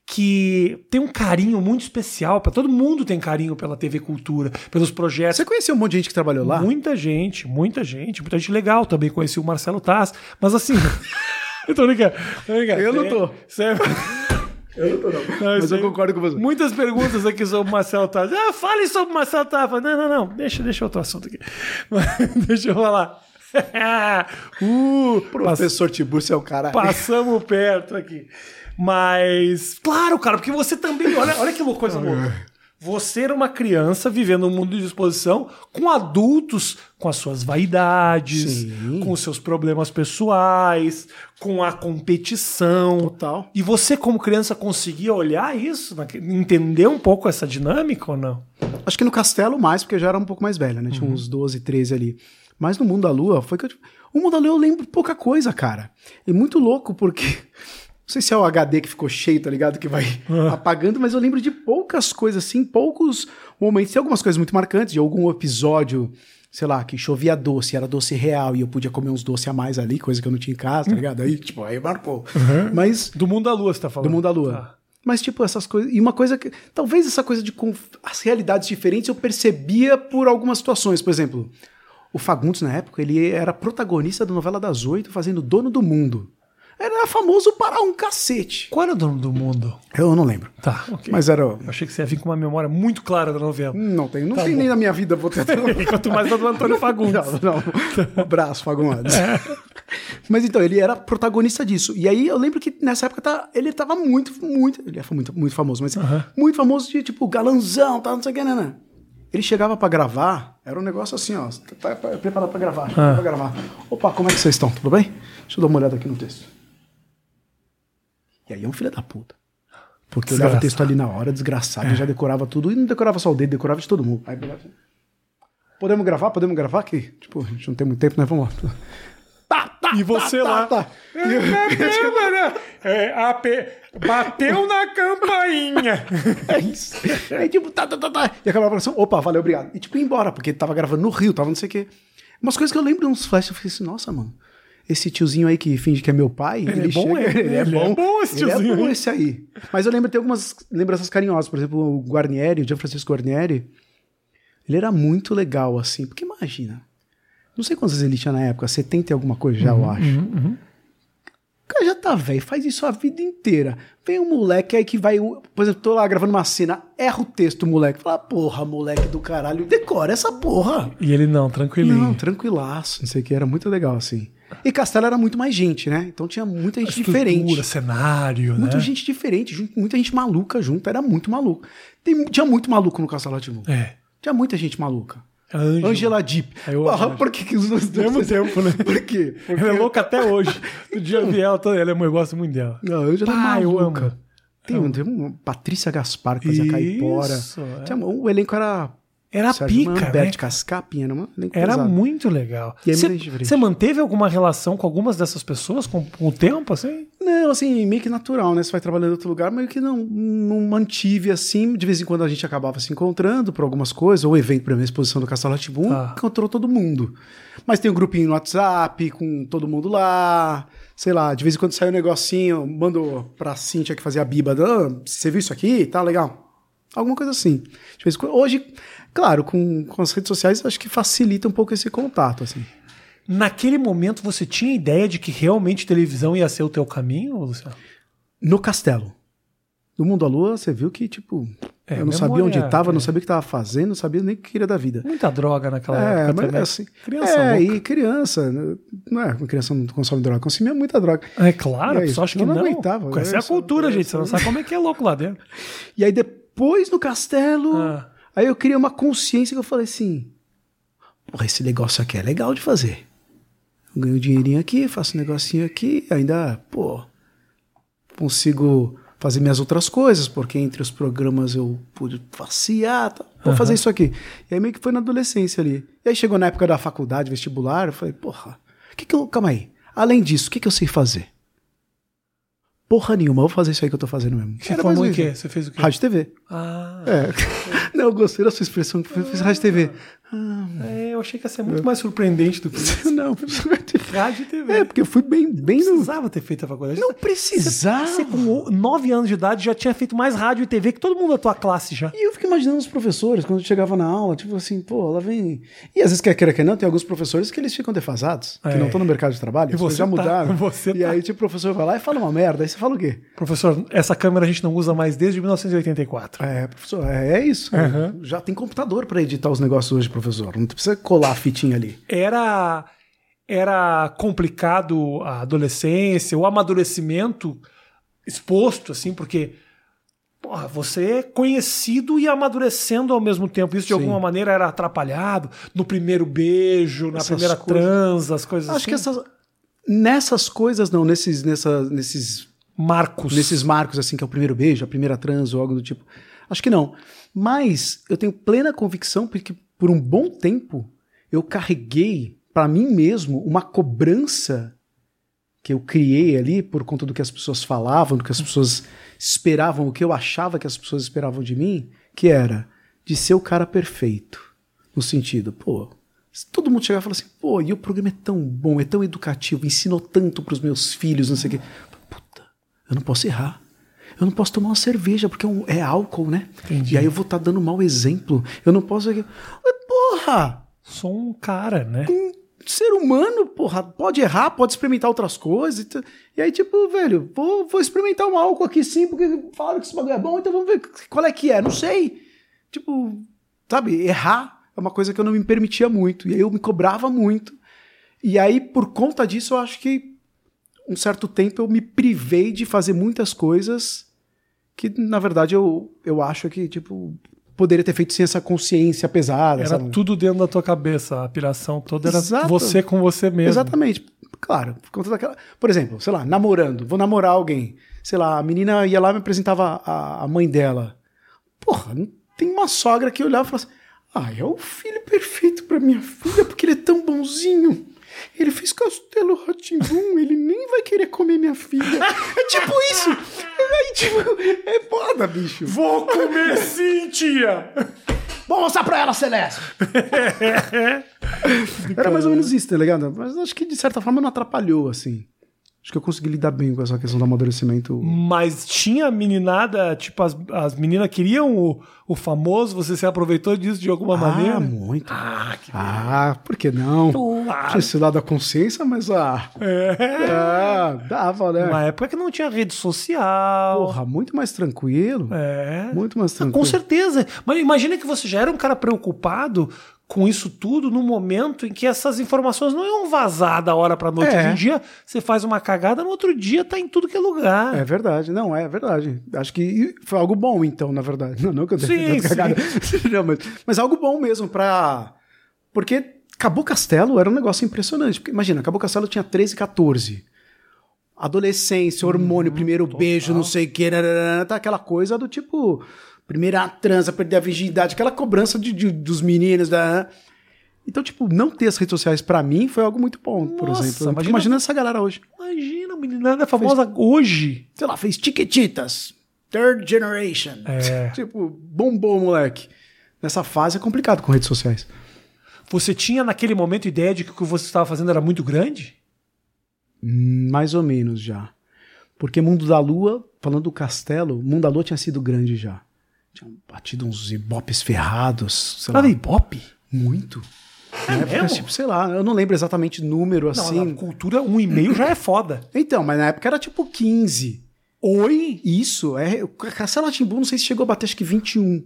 [SPEAKER 2] Que tem um carinho muito especial, pra todo mundo tem carinho pela TV Cultura, pelos projetos.
[SPEAKER 3] Você conheceu um monte de gente que trabalhou lá?
[SPEAKER 2] Muita gente, muita gente, muita gente legal também. Conheci o Marcelo Taz, mas assim. eu tô brincando. tô brincando.
[SPEAKER 3] Eu não tô.
[SPEAKER 2] Você-
[SPEAKER 3] mas
[SPEAKER 2] isso
[SPEAKER 3] eu
[SPEAKER 2] aí-
[SPEAKER 3] concordo com você.
[SPEAKER 2] Muitas perguntas aqui sobre o Marcelo Taz. Ah, fale sobre o Marcelo Taz. Fala, Não, não, não. Deixa, deixa outro assunto aqui. deixa eu falar. uh,
[SPEAKER 3] Professor Tiburcio é o cara.
[SPEAKER 2] Passamos perto aqui. Mas, claro, cara, porque você também. Olha, olha que louca coisa
[SPEAKER 3] É.
[SPEAKER 2] louca. Você era uma criança vivendo um mundo de exposição com adultos, com as suas vaidades,
[SPEAKER 3] Sim.
[SPEAKER 2] com os seus problemas pessoais, com a competição.
[SPEAKER 3] Total.
[SPEAKER 2] E você, como criança, conseguia olhar isso? naque- Entender um pouco essa dinâmica ou não?
[SPEAKER 3] Acho que no Castelo mais, porque eu já era um pouco mais velha, né? Tinha uns 12, 13 ali. Mas no Mundo da Lua, foi que eu... O Mundo da Lua eu lembro pouca coisa, cara. E muito louco, porque... Não sei se é o HD que ficou cheio, tá ligado? Que vai apagando, mas eu lembro de poucas coisas, assim, poucos momentos. Tem algumas coisas muito marcantes, de algum episódio, sei lá, que chovia doce, era doce real, e eu podia comer uns doces a mais ali, coisa que eu não tinha em casa, tá ligado? Aí, tipo, aí marcou. Mas
[SPEAKER 2] Do mundo da lua, você tá falando.
[SPEAKER 3] do mundo da lua.
[SPEAKER 2] Tá.
[SPEAKER 3] Mas, tipo, essas coisas. E uma coisa que. Talvez essa coisa de conf- as realidades diferentes eu percebia por algumas situações. Por exemplo, o Fagundes, na época, ele era protagonista da novela das oito, fazendo Dono do Mundo. Era famoso para um cacete.
[SPEAKER 2] Qual era o dono do mundo?
[SPEAKER 3] Eu não lembro.
[SPEAKER 2] Tá, ok.
[SPEAKER 3] Mas era. hum,
[SPEAKER 2] Eu achei que você ia vir com uma memória muito clara da novela.
[SPEAKER 3] Não tem,
[SPEAKER 2] Tá
[SPEAKER 3] não tem nem na minha vida, vou tentar.
[SPEAKER 2] Quanto mais a do Antônio Fagundes.
[SPEAKER 3] Não, não. Um abraço, Fagundes. Mas então, ele era protagonista disso. E aí eu lembro que nessa época tá- ele tava muito, muito. Ele é muito, muito famoso, mas muito famoso de tipo galanzão, tá, não sei o que, né, né? Ele chegava pra gravar, era um negócio assim, ó. Tá, tá preparado pra gravar, pra gravar. Opa, como é que vocês estão? Tudo bem? Deixa eu dar uma olhada aqui no texto. E aí é um filho da puta. Porque eu olhava o texto ali na hora, desgraçado, eu já decorava tudo. E não decorava só o dele, decorava de todo mundo. Aí pegava assim, Podemos gravar? Podemos gravar aqui? Tipo, a gente não tem muito tempo, né? Vamos lá. Tá, tá,
[SPEAKER 2] E você
[SPEAKER 3] tá,
[SPEAKER 2] lá.
[SPEAKER 3] Tá, tá. E eu-
[SPEAKER 2] É, AP, bateu na campainha.
[SPEAKER 3] É isso. Aí, tipo, tá, tá, tá, tá. E acabava falando assim, opa, valeu, obrigado. E, tipo, ia embora, porque tava gravando no Rio, tava não sei o quê. Umas coisas que eu lembro uns flashes, eu fiquei assim, nossa, mano. Esse tiozinho aí que finge que é meu pai,
[SPEAKER 2] é
[SPEAKER 3] ele,
[SPEAKER 2] bom,
[SPEAKER 3] chega,
[SPEAKER 2] é?
[SPEAKER 3] ele é
[SPEAKER 2] Ele
[SPEAKER 3] bom.
[SPEAKER 2] é bom, esse
[SPEAKER 3] Ele é
[SPEAKER 2] tiozinho
[SPEAKER 3] bom
[SPEAKER 2] aí.
[SPEAKER 3] esse aí. Mas eu lembro, tem algumas lembranças carinhosas. Por exemplo, o Guarnieri, o Gianfrancesco Guarnieri, ele era muito legal, assim. Porque imagina, não sei quantas ele tinha na época, 70 e alguma coisa já,
[SPEAKER 2] Uhum,
[SPEAKER 3] eu acho. O cara já tá velho, faz isso a vida inteira. Vem um moleque aí que vai. Por exemplo, tô lá gravando uma cena, erra o texto, moleque. Fala, porra, moleque do caralho, decora essa porra.
[SPEAKER 2] E ele não, tranquilinho.
[SPEAKER 3] Não, tranquilaço, não sei o que, era muito legal assim. E Castelo era muito mais gente, né? Então tinha muita gente diferente.
[SPEAKER 2] cenário, assim,
[SPEAKER 3] Muita
[SPEAKER 2] né?
[SPEAKER 3] gente diferente, junto- muita gente maluca junto, era muito maluco. Tem- tinha muito maluco no Castelo Atimbu.
[SPEAKER 2] É.
[SPEAKER 3] Tinha muita gente maluca.
[SPEAKER 2] Ângela.
[SPEAKER 3] Angela Deep.
[SPEAKER 2] Eu, Angela
[SPEAKER 3] por que, que os dois
[SPEAKER 2] Ao mesmo
[SPEAKER 3] dois-
[SPEAKER 2] tempo, né?
[SPEAKER 3] Por quê?
[SPEAKER 2] Ela é louca até hoje. No dia eu vi ela, toda- ela é eu gosto muito dela.
[SPEAKER 3] Não, Angela
[SPEAKER 2] Pá,
[SPEAKER 3] é
[SPEAKER 2] eu
[SPEAKER 3] maluca.
[SPEAKER 2] amo.
[SPEAKER 3] Tem, um, tem um Patrícia Gaspar que fazia
[SPEAKER 2] É Isso,
[SPEAKER 3] caipora.
[SPEAKER 2] é.
[SPEAKER 3] Tinha- um, o elenco era.
[SPEAKER 2] Era
[SPEAKER 3] Sérgio
[SPEAKER 2] pica,
[SPEAKER 3] Manberti,
[SPEAKER 2] né?
[SPEAKER 3] Cascapinha, era um elenco
[SPEAKER 2] Era
[SPEAKER 3] pesado.
[SPEAKER 2] muito legal.
[SPEAKER 3] E é muito diferente.
[SPEAKER 2] Você manteve alguma relação com algumas dessas pessoas com, com o tempo, assim?
[SPEAKER 3] Não, assim, meio que natural, né? Você vai trabalhando em outro lugar, meio que não, não mantive assim. De vez em quando a gente acabava se encontrando por algumas coisas, ou evento, por exemplo, exposição do Castelo Ratibum,
[SPEAKER 2] Tá.
[SPEAKER 3] encontrou todo mundo. Mas tem um grupinho no WhatsApp, com todo mundo lá. Sei lá, de vez em quando sai um negocinho, mando pra Cintia que fazia a biba. "Ah, você viu isso aqui? Tá legal. Alguma coisa assim. De vez em quando, hoje, claro, com, com as redes sociais, acho que facilita um pouco esse contato, assim.
[SPEAKER 2] Naquele momento você tinha ideia de que realmente televisão ia ser o teu caminho, Luciano?
[SPEAKER 3] no castelo. Do mundo à lua, você viu que, tipo,
[SPEAKER 2] É,
[SPEAKER 3] eu não
[SPEAKER 2] memória,
[SPEAKER 3] sabia onde estava,
[SPEAKER 2] é.
[SPEAKER 3] não sabia o que estava fazendo, não sabia nem o que queria da vida.
[SPEAKER 2] Muita droga naquela
[SPEAKER 3] É,
[SPEAKER 2] época
[SPEAKER 3] mas
[SPEAKER 2] também.
[SPEAKER 3] assim.
[SPEAKER 2] Criança
[SPEAKER 3] é,
[SPEAKER 2] louca.
[SPEAKER 3] e criança. né? Não é, criança não consome droga, consumia muita droga.
[SPEAKER 2] É claro,
[SPEAKER 3] E
[SPEAKER 2] a
[SPEAKER 3] aí,
[SPEAKER 2] pessoa acha que
[SPEAKER 3] eu
[SPEAKER 2] não.
[SPEAKER 3] não aguentava,
[SPEAKER 2] Essa
[SPEAKER 3] eu
[SPEAKER 2] é a
[SPEAKER 3] só-
[SPEAKER 2] cultura,
[SPEAKER 3] eu
[SPEAKER 2] gente. Você não sabe como é que é louco lá dentro.
[SPEAKER 3] E aí, depois no castelo,
[SPEAKER 2] Ah.
[SPEAKER 3] aí eu criei uma consciência que eu falei assim: porra, esse negócio aqui é legal de fazer. Eu ganho um dinheirinho aqui, faço um negocinho aqui, ainda, pô, consigo fazer minhas outras coisas, porque entre os programas eu pude passear, tá? vou fazer isso aqui. E aí meio que foi na adolescência ali. E aí chegou na época da faculdade, vestibular, eu falei, porra, o que que eu, calma aí, além disso, o que que eu sei fazer? Porra nenhuma, eu vou fazer isso aí que eu tô fazendo mesmo.
[SPEAKER 2] Você
[SPEAKER 3] Era mais
[SPEAKER 2] formou
[SPEAKER 3] ou
[SPEAKER 2] em
[SPEAKER 3] menos
[SPEAKER 2] quê?
[SPEAKER 3] isso.
[SPEAKER 2] Você fez o quê?
[SPEAKER 3] Rádio e TV.
[SPEAKER 2] Ah,
[SPEAKER 3] É. Não, eu gostei da sua expressão que fez Rádio TV. Ah,
[SPEAKER 2] é, eu achei que ia ser muito mais surpreendente do que isso.
[SPEAKER 3] não,
[SPEAKER 2] rádio e TV.
[SPEAKER 3] é, porque eu fui bem, bem
[SPEAKER 2] Não
[SPEAKER 3] no...
[SPEAKER 2] precisava ter feito a faculdade.
[SPEAKER 3] Não
[SPEAKER 2] Você
[SPEAKER 3] precisava.
[SPEAKER 2] com o- nove anos de idade já tinha feito mais rádio e TV que todo mundo da tua classe já.
[SPEAKER 3] E eu fico imaginando os professores, quando eu chegava na aula, tipo assim, pô, lá vem... E às vezes, quer queira, quer não, tem alguns professores que eles ficam defasados,
[SPEAKER 2] É.
[SPEAKER 3] que não estão no mercado de trabalho,
[SPEAKER 2] E
[SPEAKER 3] as coisas
[SPEAKER 2] você
[SPEAKER 3] já
[SPEAKER 2] tá,
[SPEAKER 3] mudaram.
[SPEAKER 2] você
[SPEAKER 3] e
[SPEAKER 2] tá.
[SPEAKER 3] aí, tipo, o professor vai lá e fala uma merda, aí você fala o quê?
[SPEAKER 2] Professor, essa câmera a gente não usa mais desde 1984.
[SPEAKER 3] É, professor, é, é isso. Já tem computador pra editar os negócios hoje, professor. Não precisa colar a fitinha ali.
[SPEAKER 2] Era era complicado a adolescência, o amadurecimento exposto assim, porque porra, você é conhecido e amadurecendo ao mesmo tempo. Isso de
[SPEAKER 3] Sim.
[SPEAKER 2] alguma maneira era atrapalhado no primeiro beijo, na
[SPEAKER 3] Essas
[SPEAKER 2] primeira
[SPEAKER 3] coisas.
[SPEAKER 2] transa, as coisas
[SPEAKER 3] Acho que
[SPEAKER 2] assim.
[SPEAKER 3] essas... Nessas coisas, não, nesses, nessa, nesses
[SPEAKER 2] Marcos.
[SPEAKER 3] nesses marcos, assim, que é o primeiro beijo, a primeira trans ou algo do tipo. Acho que não. Mas eu tenho plena convicção porque por um bom tempo eu carreguei pra mim mesmo uma cobrança que eu criei ali por conta do que as pessoas falavam, do que as pessoas esperavam, o que eu achava que as pessoas esperavam de mim, que era de ser o cara perfeito. No sentido, pô, se todo mundo chegar e falar assim, pô, e o programa é tão bom, é tão educativo, ensinou tanto pros meus filhos, não sei o quê. Puta, eu não posso errar. Eu não posso tomar uma cerveja, porque é, um- é álcool, né? E aí eu vou estar dando mau exemplo. Eu não posso. Mas, porra!
[SPEAKER 2] Sou um cara, né?
[SPEAKER 3] Ser humano, porra, pode errar, pode experimentar outras coisas. E, tu- e aí, tipo, velho, vou, vou experimentar um álcool aqui sim, porque falaram que esse bagulho é bom, então vamos ver qual é que é. Não sei. Tipo, sabe, errar é uma coisa que eu não me permitia muito. E aí eu me cobrava muito. E aí, por conta disso, eu acho que um certo tempo eu me privei de fazer muitas coisas que, na verdade, eu, eu acho que, tipo, poderia ter feito sem essa consciência pesada.
[SPEAKER 2] Era
[SPEAKER 3] sabe?
[SPEAKER 2] tudo dentro da tua cabeça, a piração toda era
[SPEAKER 3] Exato.
[SPEAKER 2] você com você mesmo.
[SPEAKER 3] Exatamente. Claro, por conta daquela. Por exemplo, sei lá, namorando, vou namorar alguém. Sei lá, a menina ia lá e me apresentava a, a mãe dela. Porra, não tem uma sogra que olhava e falava assim: ah, é o filho perfeito pra minha filha, porque ele é tão bonzinho. Ele fez castelo rotimbum, ele nem vai querer comer minha filha. É tipo isso. É, tipo, é foda, bicho.
[SPEAKER 2] Vou comer sim, tia!
[SPEAKER 3] Vou mostrar pra ela, Celeste! Era mais ou menos isso, tá ligado? Mas acho que de certa forma não atrapalhou, assim. Acho que eu consegui lidar bem com essa questão do amadurecimento.
[SPEAKER 2] Mas tinha meninada, tipo, as, as meninas queriam o, o famoso, você se aproveitou disso de
[SPEAKER 3] Ah,
[SPEAKER 2] alguma maneira?
[SPEAKER 3] muito.
[SPEAKER 2] Ah, que
[SPEAKER 3] Ah, por que não? Tinha esse lado da consciência, mas ah.
[SPEAKER 2] é.
[SPEAKER 3] ah, dava, né?
[SPEAKER 2] Uma época que não tinha rede social.
[SPEAKER 3] Porra, muito mais tranquilo.
[SPEAKER 2] É.
[SPEAKER 3] Muito mais
[SPEAKER 2] Ah,
[SPEAKER 3] tranquilo.
[SPEAKER 2] Com certeza. Mas imagina que você já era um cara preocupado com isso tudo no momento em que essas informações não iam vazar da hora para noite.
[SPEAKER 3] É.
[SPEAKER 2] Hoje em dia, você faz uma cagada, no outro dia tá em tudo que é lugar.
[SPEAKER 3] É verdade, não, é verdade. Acho que foi algo bom, então, na verdade. Não, não que eu
[SPEAKER 2] Sim,
[SPEAKER 3] tenha feito cagada. Não, mas, mas algo bom mesmo pra. Porque Cabo Castelo era um negócio impressionante. Porque, imagina, Cabo Castelo tinha 13, 14. Adolescência, hormônio,
[SPEAKER 2] Uhum,
[SPEAKER 3] primeiro beijo, não sei o que, rararara, tá aquela coisa do tipo. Primeira transa, perder a virgindade, aquela cobrança de, de- dos meninos. Da... Então, tipo, não ter as redes sociais pra mim foi algo muito bom, por
[SPEAKER 2] Nossa,
[SPEAKER 3] exemplo. Imagina,
[SPEAKER 2] imagina-
[SPEAKER 3] imagina essa galera hoje.
[SPEAKER 2] Imagina, meninada famosa hoje.
[SPEAKER 3] sei lá, fez Tiquetitas, Third Generation.
[SPEAKER 2] É.
[SPEAKER 3] tipo, bombou, moleque. Nessa fase é complicado com redes sociais.
[SPEAKER 2] Você tinha naquele momento ideia de que o que você estava fazendo era muito grande?
[SPEAKER 3] Hum, Mais ou menos já. Porque Mundo da Lua, falando do castelo, Mundo da Lua tinha sido grande já. Tinha batido uns ibopes ferrados, sei lá,
[SPEAKER 2] Era Ibope?
[SPEAKER 3] muito. Na época,
[SPEAKER 2] É mesmo?
[SPEAKER 3] tipo, sei lá, eu não lembro exatamente número
[SPEAKER 2] Não,
[SPEAKER 3] assim.
[SPEAKER 2] na cultura, um e-mail já é foda.
[SPEAKER 3] Então, mas na época era tipo 15. Oi? Isso. É, o Castelo Timbu, não sei se chegou a bater, acho que 21.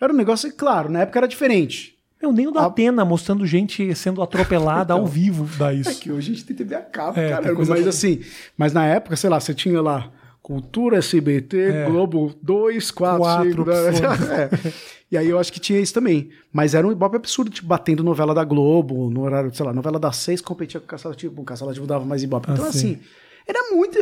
[SPEAKER 3] Era um negócio, claro, na época era diferente.
[SPEAKER 2] Meu, nem o da
[SPEAKER 3] A-
[SPEAKER 2] Atena mostrando gente sendo atropelada ao vivo dá
[SPEAKER 3] É
[SPEAKER 2] isso.
[SPEAKER 3] que hoje a gente tem TV a cabo,
[SPEAKER 2] É, tem
[SPEAKER 3] caramba.
[SPEAKER 2] coisa
[SPEAKER 3] Mas
[SPEAKER 2] boa.
[SPEAKER 3] assim, mas na época, sei lá, você tinha lá Cultura SBT, Globo 2, 4,
[SPEAKER 2] É. Quatro
[SPEAKER 3] 5. é. E aí eu acho que tinha isso também. Mas era um ibope absurdo, tipo, batendo novela da Globo, no horário, sei lá, novela das seis competia com o Castelo Tipo, o Castelo Tipo dava mais ibope. Então,
[SPEAKER 2] Ah, sim.
[SPEAKER 3] assim, era muito.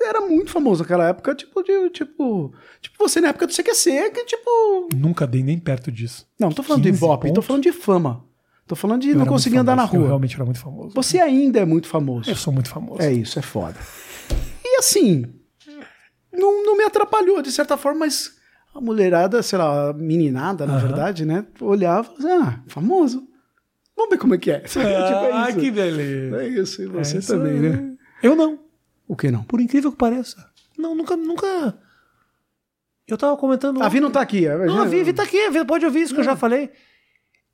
[SPEAKER 3] Era muito famoso naquela época, tipo, de, tipo. Tipo, você na época do CQC, que, tipo.
[SPEAKER 2] Nunca dei nem perto disso.
[SPEAKER 3] Não, tô falando de
[SPEAKER 2] 15
[SPEAKER 3] Ibope, tô
[SPEAKER 2] pontos?
[SPEAKER 3] falando de fama. Tô falando de
[SPEAKER 2] Eu
[SPEAKER 3] não
[SPEAKER 2] era muito
[SPEAKER 3] conseguir andar na
[SPEAKER 2] famoso, eu
[SPEAKER 3] rua.
[SPEAKER 2] realmente era muito famoso.
[SPEAKER 3] Você ainda é muito famoso.
[SPEAKER 2] Eu sou muito famoso.
[SPEAKER 3] É isso, é foda. E assim, não, não me atrapalhou de certa forma, mas a mulherada, sei lá, a meninada, na verdade, né? Olhava, e falava, ah, famoso. Vamos ver como é que é. Tipo,
[SPEAKER 2] Ah,
[SPEAKER 3] é isso.
[SPEAKER 2] que beleza.
[SPEAKER 3] É isso, e você
[SPEAKER 2] É isso
[SPEAKER 3] também,
[SPEAKER 2] aí.
[SPEAKER 3] né?
[SPEAKER 2] Eu não.
[SPEAKER 3] O que não?
[SPEAKER 2] Por incrível que pareça. Não, nunca, nunca. Eu tava comentando.
[SPEAKER 3] A Vi não tá aqui. é,
[SPEAKER 2] Não,
[SPEAKER 3] já-
[SPEAKER 2] a Vivi tá aqui, a Vivi pode ouvir isso que eu já falei.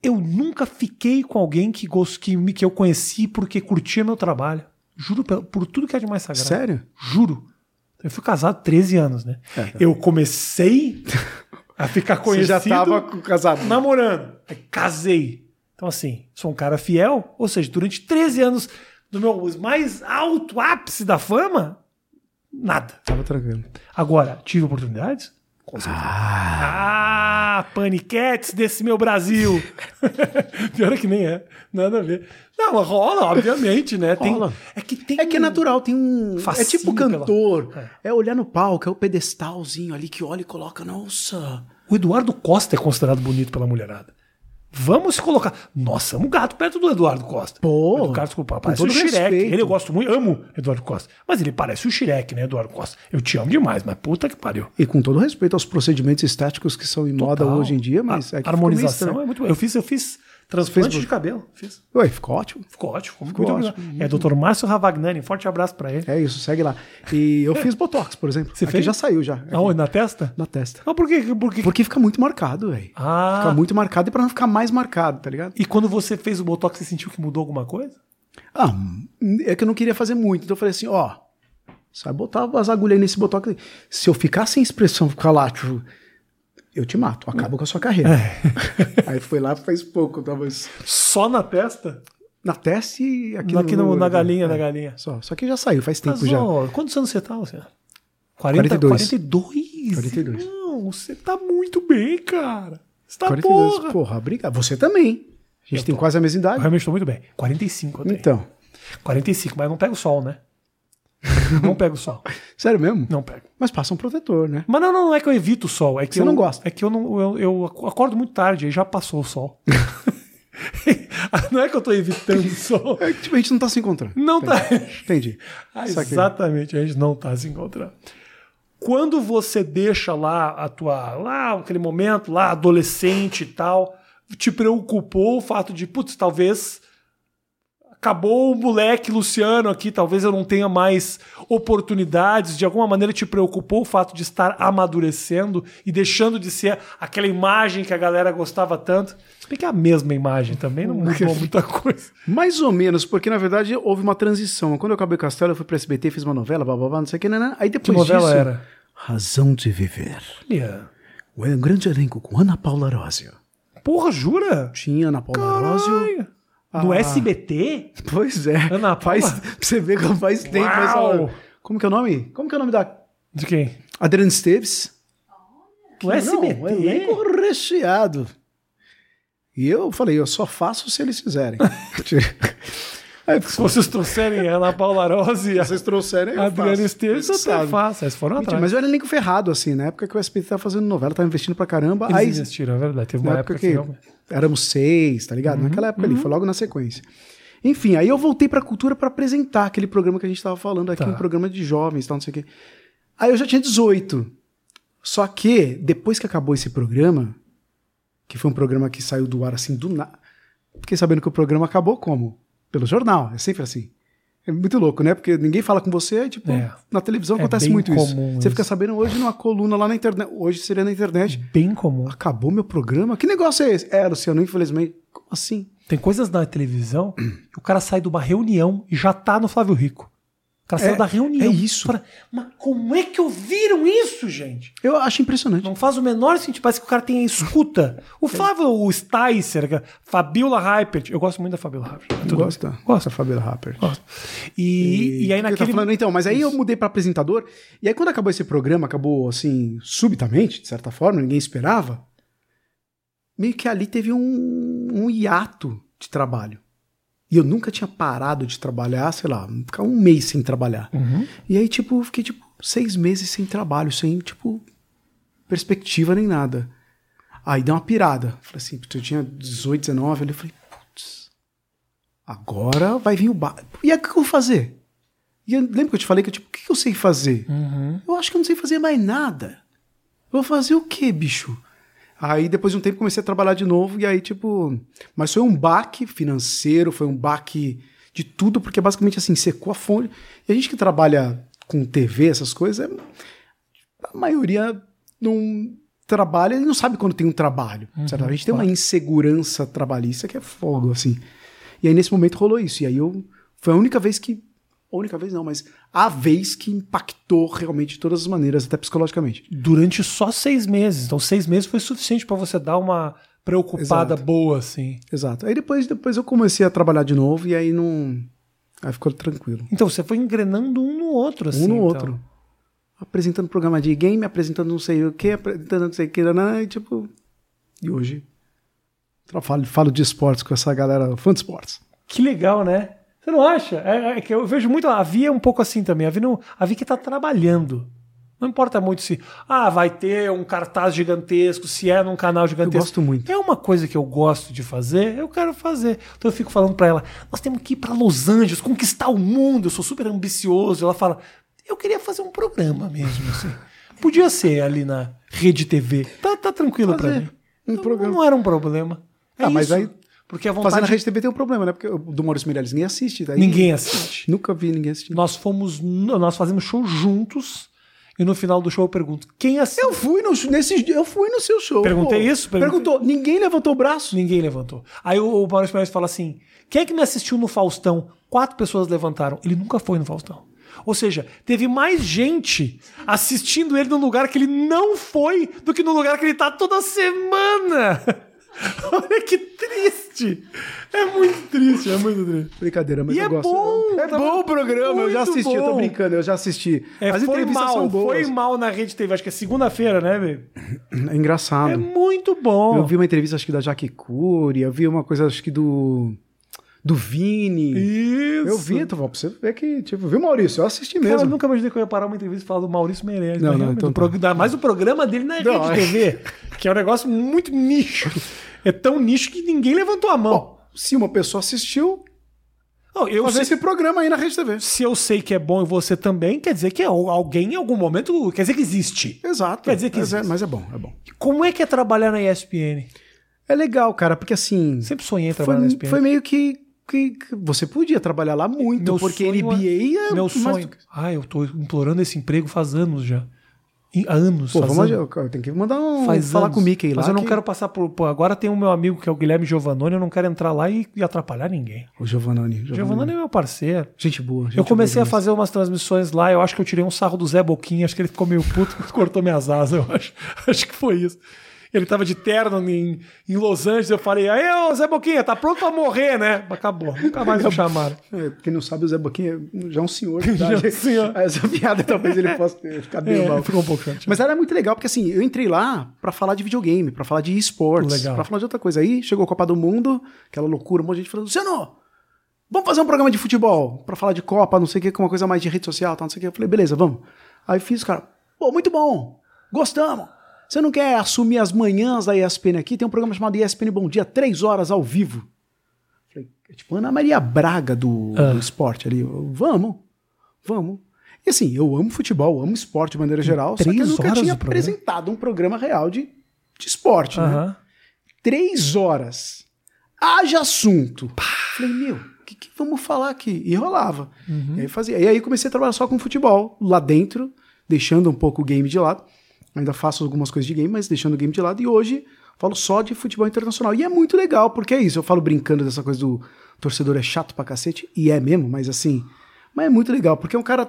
[SPEAKER 2] Eu nunca fiquei com alguém que, gos- que, me- que eu conheci porque curtia meu trabalho. Juro pelo- por, tudo que é de mais sagrado.
[SPEAKER 3] Sério?
[SPEAKER 2] Juro. Eu fui casado 13 anos, né? Eu comecei a ficar
[SPEAKER 3] É. Você
[SPEAKER 2] conhecido
[SPEAKER 3] já tava com- casado.
[SPEAKER 2] namorando. Aí casei. Então, assim, sou um cara fiel, ou seja, durante 13 anos, no meu mais alto ápice da fama, nada.
[SPEAKER 3] Tava tranquilo.
[SPEAKER 2] Agora, tive oportunidades? Com certeza. Ah, paniquetes desse meu Brasil. Pior é que nem é. Nada a ver. Não, rola, obviamente, né? Tem-
[SPEAKER 3] Rola.
[SPEAKER 2] É que tem.
[SPEAKER 3] É que é natural, tem um. é
[SPEAKER 2] Fascínio
[SPEAKER 3] tipo
[SPEAKER 2] pela-
[SPEAKER 3] cantor. É. olhar no palco, é o pedestalzinho ali que olha e coloca, nossa.
[SPEAKER 2] O Eduardo Costa é considerado bonito pela mulherada. Vamos se colocar. Nós somos gato perto do Eduardo Costa.
[SPEAKER 3] Pô,
[SPEAKER 2] O Eduardo Carlos Copa parece
[SPEAKER 3] todo
[SPEAKER 2] o Shrek.
[SPEAKER 3] respeito.
[SPEAKER 2] Ele eu gosto muito, amo Eduardo Costa. Mas ele parece o Shrek, né, Eduardo Costa? Eu te amo demais, mas puta que pariu.
[SPEAKER 3] E com todo respeito aos procedimentos estéticos que são em moda
[SPEAKER 2] Total.
[SPEAKER 3] hoje em dia, mas
[SPEAKER 2] A
[SPEAKER 3] é que ficou meio
[SPEAKER 2] harmonização
[SPEAKER 3] estranho.
[SPEAKER 2] é muito boa. Eu fiz, eu fiz transplante
[SPEAKER 3] Fez-
[SPEAKER 2] de cabelo. Fiz.
[SPEAKER 3] Ué, ficou ótimo.
[SPEAKER 2] Ficou ótimo. Ficou
[SPEAKER 3] Ficou
[SPEAKER 2] muito
[SPEAKER 3] ótimo.
[SPEAKER 2] obrigado. É Dr. Márcio Ravagnani. Forte abraço pra ele.
[SPEAKER 3] É isso, segue lá. E eu fiz Botox, por exemplo.
[SPEAKER 2] Você
[SPEAKER 3] Aqui
[SPEAKER 2] fez?
[SPEAKER 3] já saiu já. Aqui,
[SPEAKER 2] Aonde? Tá Na testa?
[SPEAKER 3] Na testa.
[SPEAKER 2] Mas por quê? Por quê?
[SPEAKER 3] Porque fica muito marcado, velho.
[SPEAKER 2] Ah.
[SPEAKER 3] Fica muito marcado e pra não ficar mais marcado, tá ligado?
[SPEAKER 2] E quando você fez o Botox, você sentiu que mudou alguma coisa?
[SPEAKER 3] Ah, é que eu não queria fazer muito. Então eu falei assim, ó, sai botar as agulhas aí nesse Botox. aí. Se eu ficar sem expressão, ficar lá, tipo, eu te mato, acabo com a sua carreira.
[SPEAKER 2] É.
[SPEAKER 3] aí foi lá, fez pouco, talvez.
[SPEAKER 2] Só na testa?
[SPEAKER 3] Na testa e aqui,
[SPEAKER 2] Aqui no-
[SPEAKER 3] olho,
[SPEAKER 2] na
[SPEAKER 3] né?
[SPEAKER 2] galinha,
[SPEAKER 3] É.
[SPEAKER 2] na galinha.
[SPEAKER 3] Só, só que já saiu, faz tempo
[SPEAKER 2] Mas,
[SPEAKER 3] já.
[SPEAKER 2] ó, quantos anos você tá, Luciano? 40,
[SPEAKER 3] 42.
[SPEAKER 2] 42?
[SPEAKER 3] 42.
[SPEAKER 2] Não, você tá muito bem, cara. Você tá
[SPEAKER 3] 42,
[SPEAKER 2] porra.
[SPEAKER 3] porra, obrigado. Você também. A gente tem quase a mesma
[SPEAKER 2] Eu
[SPEAKER 3] idade.
[SPEAKER 2] realmente tô muito bem. 45 eu tenho.
[SPEAKER 3] Então,
[SPEAKER 2] 45, mas não pega o sol, né? não pega o sol.
[SPEAKER 3] sério mesmo?
[SPEAKER 2] Não pega.
[SPEAKER 3] Mas passa um protetor, né?
[SPEAKER 2] Mas não, não, não é que eu evito o sol. É que
[SPEAKER 3] Você
[SPEAKER 2] eu
[SPEAKER 3] não gosta.
[SPEAKER 2] É que eu não. Eu, eu acordo muito tarde, aí já passou o sol. não é que eu tô evitando o sol.
[SPEAKER 3] É que tipo, a gente não tá se encontrando.
[SPEAKER 2] Não tá.
[SPEAKER 3] Entendi.
[SPEAKER 2] Ah,
[SPEAKER 3] Saquei.
[SPEAKER 2] exatamente, a gente não tá se encontrando. Quando você deixa lá a tua. lá aquele momento, lá, adolescente e tal, te preocupou o fato de, putz, talvez. Acabou o moleque Luciano aqui, talvez eu não tenha mais oportunidades. De alguma maneira te preocupou o fato de estar amadurecendo e deixando de ser aquela imagem que a galera gostava tanto. Se bem que é a mesma imagem também, não mudou muita coisa.
[SPEAKER 3] Mais ou menos, porque na verdade houve uma transição. Quando eu acabei o Castelo, eu fui pra SBT, fiz uma novela, blá blá blá, não sei o que, né, né? Aí
[SPEAKER 2] Que
[SPEAKER 3] depois
[SPEAKER 2] novela
[SPEAKER 3] disso,
[SPEAKER 2] era?
[SPEAKER 3] Razão de Viver. é um
[SPEAKER 2] Olha.
[SPEAKER 3] O grande elenco com Ana Paula Arósio.
[SPEAKER 2] Porra, jura?
[SPEAKER 3] Tinha Ana Paula Arósio.
[SPEAKER 2] Caralho. No
[SPEAKER 3] Ah.
[SPEAKER 2] SBT?
[SPEAKER 3] Pois é.
[SPEAKER 2] Ana Paula?
[SPEAKER 3] Faz, pra você ver como faz tempo essa hora. Como que é o nome? Como que é o nome da
[SPEAKER 2] De quem?
[SPEAKER 3] Adriana Esteves?
[SPEAKER 2] No SBT?
[SPEAKER 3] Não, um elenco recheado. E eu falei, eu só faço se eles fizerem. Aí,
[SPEAKER 2] Se vocês trouxerem Ana Paula Rose e a
[SPEAKER 3] vocês trouxerem, eu
[SPEAKER 2] Adriana
[SPEAKER 3] faço.
[SPEAKER 2] Esteves,
[SPEAKER 3] Vocês
[SPEAKER 2] até
[SPEAKER 3] sabem.
[SPEAKER 2] faço. Eles foram
[SPEAKER 3] Mentira,
[SPEAKER 2] atrás.
[SPEAKER 3] mas eu era elenco ferrado, assim, na época que o SBT tava fazendo novela, tava investindo pra caramba.
[SPEAKER 2] Eles
[SPEAKER 3] aí
[SPEAKER 2] existiram, é verdade. Teve
[SPEAKER 3] na
[SPEAKER 2] uma
[SPEAKER 3] época
[SPEAKER 2] época
[SPEAKER 3] que
[SPEAKER 2] que...
[SPEAKER 3] éramos seis, tá
[SPEAKER 2] Uhum,
[SPEAKER 3] ligado? Naquela época ali, foi logo na sequência. Enfim, aí eu voltei pra cultura pra apresentar aquele programa que a gente tava falando aqui,
[SPEAKER 2] Tá.
[SPEAKER 3] um programa de jovens, tal, não sei o quê. Aí eu já tinha 18. Só que, depois que acabou esse programa, que foi um programa que saiu do ar assim do nada. Fiquei sabendo que o programa acabou como? Pelo jornal, é sempre assim. É muito louco, né? Porque ninguém fala com você, aí, tipo,
[SPEAKER 2] É.
[SPEAKER 3] na televisão
[SPEAKER 2] É
[SPEAKER 3] acontece
[SPEAKER 2] bem
[SPEAKER 3] muito isso.
[SPEAKER 2] comum
[SPEAKER 3] Você fica
[SPEAKER 2] isso.
[SPEAKER 3] sabendo hoje numa coluna lá na internet. Hoje seria na internet.
[SPEAKER 2] Bem comum.
[SPEAKER 3] Acabou meu programa? Que negócio é esse? É, Luciano, infelizmente. Como assim?
[SPEAKER 2] Tem coisas na televisão que o cara sai de uma reunião e já tá no Flávio Rico. O cara saiu da reunião.
[SPEAKER 3] é isso.
[SPEAKER 2] Fala, Mas como é que ouviram isso, gente?
[SPEAKER 3] Eu acho impressionante.
[SPEAKER 2] Não faz o menor sentido. Parece que o cara tem a escuta.
[SPEAKER 3] É.
[SPEAKER 2] O Flávio, o Sticer, que é Fabiola Heipert. Eu gosto muito da Fabiola Heipert. É tudo
[SPEAKER 3] Gosta? Gosta, Fabiola Rapper.
[SPEAKER 2] bem. Gosto. E, e aí
[SPEAKER 3] O que eu tava
[SPEAKER 2] naquele...
[SPEAKER 3] falando, então, mas aí eu mudei pra apresentador. E aí quando acabou esse programa, acabou assim, subitamente, de certa forma, ninguém esperava. Meio que ali teve um, um hiato de trabalho. E eu nunca tinha parado de trabalhar, sei lá, ficar um mês sem trabalhar. E aí, tipo, eu fiquei, tipo, seis meses sem trabalho, sem, tipo, perspectiva nem nada. Aí deu uma pirada. Falei assim, eu tinha 18, 19, ali eu falei, putz, agora vai vir o bar. E aí, o que eu vou fazer? E eu lembro que eu te falei que, eu, tipo, o que que eu sei fazer? Eu acho que eu não sei fazer mais nada. Eu vou fazer o quê, bicho? Aí, depois de um tempo, comecei a trabalhar de novo, e aí, tipo... Mas foi um baque financeiro, foi um baque de tudo, porque basicamente, assim, secou a fonte. E a gente que trabalha com TV, essas coisas, é a maioria não trabalha e não sabe quando tem um trabalho. certo? A gente tem uma insegurança trabalhista que é fogo, assim. E aí, nesse momento, rolou isso. E aí eu. Foi a única vez que. A única vez não, mas a vez que impactou realmente de todas as maneiras, até psicologicamente.
[SPEAKER 2] Durante só seis meses. Então, seis meses foi suficiente pra você dar uma preocupada
[SPEAKER 3] Exato.
[SPEAKER 2] boa, assim.
[SPEAKER 3] Exato. Aí depois, depois eu comecei a trabalhar de novo e aí não. Aí ficou tranquilo.
[SPEAKER 2] Então, você foi engrenando um no outro, assim.
[SPEAKER 3] um no
[SPEAKER 2] então.
[SPEAKER 3] outro. Apresentando programa de game, apresentando não sei o que, apresentando não sei o que, e tipo. E hoje. eu Falo, falo de esportes com essa galera, fã de esportes.
[SPEAKER 2] Que legal, né? Você não acha? É, é que eu vejo muito. A Vi é um pouco assim também. A Vi, não, a Vi que tá trabalhando. Não importa muito se. Ah, vai ter um cartaz gigantesco, se é num canal gigantesco.
[SPEAKER 3] Eu gosto muito.
[SPEAKER 2] É uma coisa que eu gosto de fazer, eu quero fazer. Então eu fico falando pra ela: nós temos que ir pra Los Angeles, conquistar o mundo. Eu sou super ambicioso. Ela fala: eu queria fazer um programa mesmo. Assim. Podia ser ali na Rede TV. Tá, tá tranquilo pra
[SPEAKER 3] Fazer
[SPEAKER 2] mim.
[SPEAKER 3] um
[SPEAKER 2] Não-
[SPEAKER 3] programa.
[SPEAKER 2] Não era um problema. É
[SPEAKER 3] Ah, mas
[SPEAKER 2] isso.
[SPEAKER 3] aí-
[SPEAKER 2] Porque a
[SPEAKER 3] Fazer na
[SPEAKER 2] vontade.
[SPEAKER 3] Rede TV tem um problema, né? Porque o do Maurício Meirelles ninguém assiste. Daí
[SPEAKER 2] Ninguém assiste.
[SPEAKER 3] Nunca vi ninguém assistindo.
[SPEAKER 2] Nós fomos. Nós fazemos show juntos. E no final do show eu pergunto: quem assistiu?
[SPEAKER 3] Eu fui no, nesse, eu fui no seu show.
[SPEAKER 2] Perguntei isso, perguntei.
[SPEAKER 3] Perguntou. Ninguém levantou o braço?
[SPEAKER 2] Ninguém levantou. Aí o o Maurício Meirelles fala assim: quem é que me assistiu no Faustão? Quatro pessoas levantaram. Ele nunca foi no Faustão. Ou seja, teve mais gente assistindo ele num lugar que ele não foi do que no lugar que ele tá toda semana. Olha que triste. É muito triste, é muito triste.
[SPEAKER 3] Brincadeira, mas
[SPEAKER 2] E
[SPEAKER 3] eu
[SPEAKER 2] é
[SPEAKER 3] gosto.
[SPEAKER 2] bom,
[SPEAKER 3] é bom o programa, eu já
[SPEAKER 2] muito
[SPEAKER 3] assisti, eu tô
[SPEAKER 2] bom.
[SPEAKER 3] brincando, eu já assisti.
[SPEAKER 2] É,
[SPEAKER 3] As
[SPEAKER 2] foi
[SPEAKER 3] entrevistas são
[SPEAKER 2] mal, foi
[SPEAKER 3] boas.
[SPEAKER 2] mal na rede TV. Acho que é segunda-feira, né, baby?
[SPEAKER 3] É engraçado.
[SPEAKER 2] É muito bom.
[SPEAKER 3] Eu vi uma entrevista, acho que da Jaque Cury, eu vi uma coisa, acho que do. Do Vini.
[SPEAKER 2] Isso.
[SPEAKER 3] Eu vi, Tuval, pra você ver que, tipo, viu, Maurício? Eu assisti
[SPEAKER 2] Cara, eu
[SPEAKER 3] mesmo.
[SPEAKER 2] nunca imaginei que eu ia parar uma entrevista e falar do Maurício Meirelles. né?
[SPEAKER 3] Não, não,
[SPEAKER 2] Realmente,
[SPEAKER 3] então
[SPEAKER 2] o prog- ainda mais o programa dele na
[SPEAKER 3] Não,
[SPEAKER 2] Rede TV, que é um negócio muito nicho. É tão nicho que ninguém levantou a mão.
[SPEAKER 3] Bom, se uma pessoa assistiu,
[SPEAKER 2] Não, eu
[SPEAKER 3] fazer
[SPEAKER 2] sei,
[SPEAKER 3] esse programa aí na Rede TV.
[SPEAKER 2] Se eu sei que é bom e você também, quer dizer que é al- alguém em algum momento. Quer dizer que existe.
[SPEAKER 3] Exato.
[SPEAKER 2] Quer dizer que
[SPEAKER 3] mas é,
[SPEAKER 2] existe.
[SPEAKER 3] mas é bom, é bom.
[SPEAKER 2] Como é que é trabalhar na ESPN?
[SPEAKER 3] É legal, cara, porque assim.
[SPEAKER 2] Sempre sonhei em trabalhar na
[SPEAKER 3] Foi,
[SPEAKER 2] ESPN.
[SPEAKER 3] foi meio que, que- que Você podia trabalhar lá muito,
[SPEAKER 2] Meu
[SPEAKER 3] porque
[SPEAKER 2] sonho
[SPEAKER 3] NBA é.
[SPEAKER 2] Meu
[SPEAKER 3] mais-
[SPEAKER 2] sonho. Ah, eu tô implorando esse emprego faz anos já. Em- Há anos.
[SPEAKER 3] Pô,
[SPEAKER 2] faz
[SPEAKER 3] vamos,
[SPEAKER 2] anos.
[SPEAKER 3] eu, eu tenho que mandar um.
[SPEAKER 2] Faz
[SPEAKER 3] falar
[SPEAKER 2] anos.
[SPEAKER 3] com o Mickey lá.
[SPEAKER 2] Mas eu não
[SPEAKER 3] que-
[SPEAKER 2] quero passar por, por- Agora tem o meu amigo que é o Guilherme Giovannone, eu não quero entrar lá e, e atrapalhar ninguém.
[SPEAKER 3] O Giovannone.
[SPEAKER 2] O Giovannone é meu parceiro.
[SPEAKER 3] Gente boa. gente
[SPEAKER 2] eu comecei
[SPEAKER 3] boa
[SPEAKER 2] a fazer umas transmissões lá, eu acho que eu tirei um sarro do Zé Boquinha, acho que ele ficou meio puto, cortou minhas asas, eu acho. Acho que foi isso.
[SPEAKER 5] Ele tava de terno em, em Los Angeles. Eu falei, aí, ô Zé Boquinha, tá pronto pra morrer, né? Acabou. Nunca mais me chamaram.
[SPEAKER 3] É, quem não sabe, o Zé Boquinha já é um senhor. de idade.
[SPEAKER 5] é um senhor.
[SPEAKER 3] Essa piada talvez ele possa ter ficado meio mal.
[SPEAKER 5] É, ficou um pouco chateado.
[SPEAKER 3] Mas era muito legal, porque assim, eu entrei lá pra falar de videogame, pra falar de esportes,
[SPEAKER 5] Legal.
[SPEAKER 3] pra falar de outra coisa. Aí chegou a Copa do Mundo, aquela loucura, um monte de gente falando, Luciano, vamos fazer um programa de futebol pra falar de Copa, não sei o que, com uma coisa mais de rede social, tal, não sei o que. Eu falei, beleza, vamos. Aí fiz, cara, pô, muito bom, gostamos. Você não quer assumir as manhãs da ESPN aqui? Tem um programa chamado ESPN Bom Dia, três horas ao vivo. Falei, é tipo Ana Maria Braga do,
[SPEAKER 5] Ah.
[SPEAKER 3] do esporte ali. Eu, Vamos, vamos. E assim, eu amo futebol, amo esporte de maneira geral, só que eu
[SPEAKER 5] três
[SPEAKER 3] nunca
[SPEAKER 5] horas
[SPEAKER 3] tinha
[SPEAKER 5] o programa?
[SPEAKER 3] apresentado um programa real de, de esporte, né?
[SPEAKER 5] Aham.
[SPEAKER 3] Três horas. Haja assunto. Falei, meu, o que, que vamos falar aqui? E rolava. E aí fazia. E aí comecei a trabalhar só com futebol lá dentro, deixando um pouco o game de lado. Ainda faço algumas coisas de game, mas deixando o game de lado. E hoje falo só de futebol internacional. E é muito legal, porque é isso. Eu falo brincando dessa coisa do torcedor é chato pra cacete, e é mesmo, mas assim. Mas é muito legal, porque é um cara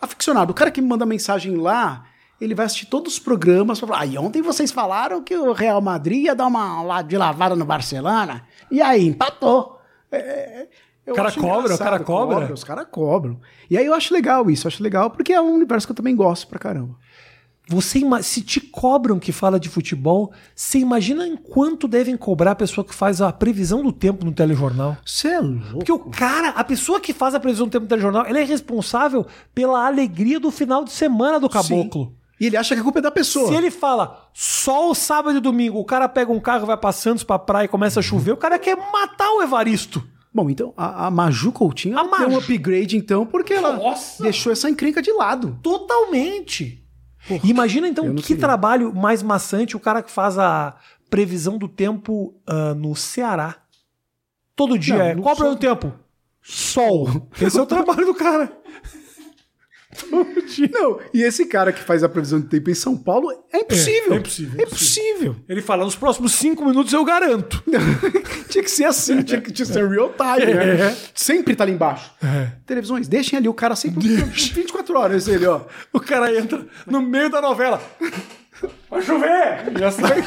[SPEAKER 3] aficionado. O cara que me manda mensagem lá, ele vai assistir todos os programas pra falar. Aí ontem vocês falaram que o Real Madrid ia dar uma la- de lavada no Barcelona. E aí, empatou. É, é, eu
[SPEAKER 5] O cara
[SPEAKER 3] acho
[SPEAKER 5] cobra, o
[SPEAKER 3] engraçado,
[SPEAKER 5] cara cobra.
[SPEAKER 3] Os caras cobram. E aí eu acho legal isso, eu acho legal, porque é um universo que eu também gosto pra caramba.
[SPEAKER 2] Você ima- se te cobram que fala de futebol, você imagina em quanto devem cobrar a pessoa que faz a previsão do tempo no telejornal?
[SPEAKER 3] Você é louco.
[SPEAKER 2] Porque o cara, a pessoa que faz a previsão do tempo no telejornal, ela é responsável pela alegria do final de semana do caboclo.
[SPEAKER 3] E ele acha que a culpa é da pessoa.
[SPEAKER 2] Se ele fala só o sábado e domingo, o cara pega um carro, vai pra Santos, pra praia e começa a chover, o cara quer matar o Evaristo.
[SPEAKER 3] Bom, então a, a Maju Coutinho
[SPEAKER 2] A
[SPEAKER 3] ela deu um
[SPEAKER 2] Maju.
[SPEAKER 3] upgrade, então, porque ela
[SPEAKER 2] Nossa!
[SPEAKER 3] deixou essa encrenca de lado.
[SPEAKER 2] Totalmente. Imagina
[SPEAKER 3] eu
[SPEAKER 2] então
[SPEAKER 3] não
[SPEAKER 2] que
[SPEAKER 3] queria.
[SPEAKER 2] trabalho mais maçante o cara que faz a previsão do tempo ah, no Ceará. Todo dia
[SPEAKER 3] Não,
[SPEAKER 2] é.
[SPEAKER 3] não
[SPEAKER 2] Qual
[SPEAKER 3] sou-
[SPEAKER 2] é o tempo? Sol. Esse é o trabalho do cara.
[SPEAKER 3] Não, e esse cara que faz a previsão de tempo em São Paulo é impossível.
[SPEAKER 5] É, é impossível,
[SPEAKER 3] É
[SPEAKER 5] é
[SPEAKER 3] impossível.
[SPEAKER 2] Ele fala, nos próximos cinco minutos eu garanto.
[SPEAKER 3] tinha que ser assim, tinha que tinha que ser real time,
[SPEAKER 2] É.
[SPEAKER 3] né? Sempre tá ali embaixo. Televisões, deixem ali o cara sempre 24 horas ele, ó.
[SPEAKER 2] O cara entra no meio da novela. Vai chover! assim Já sai.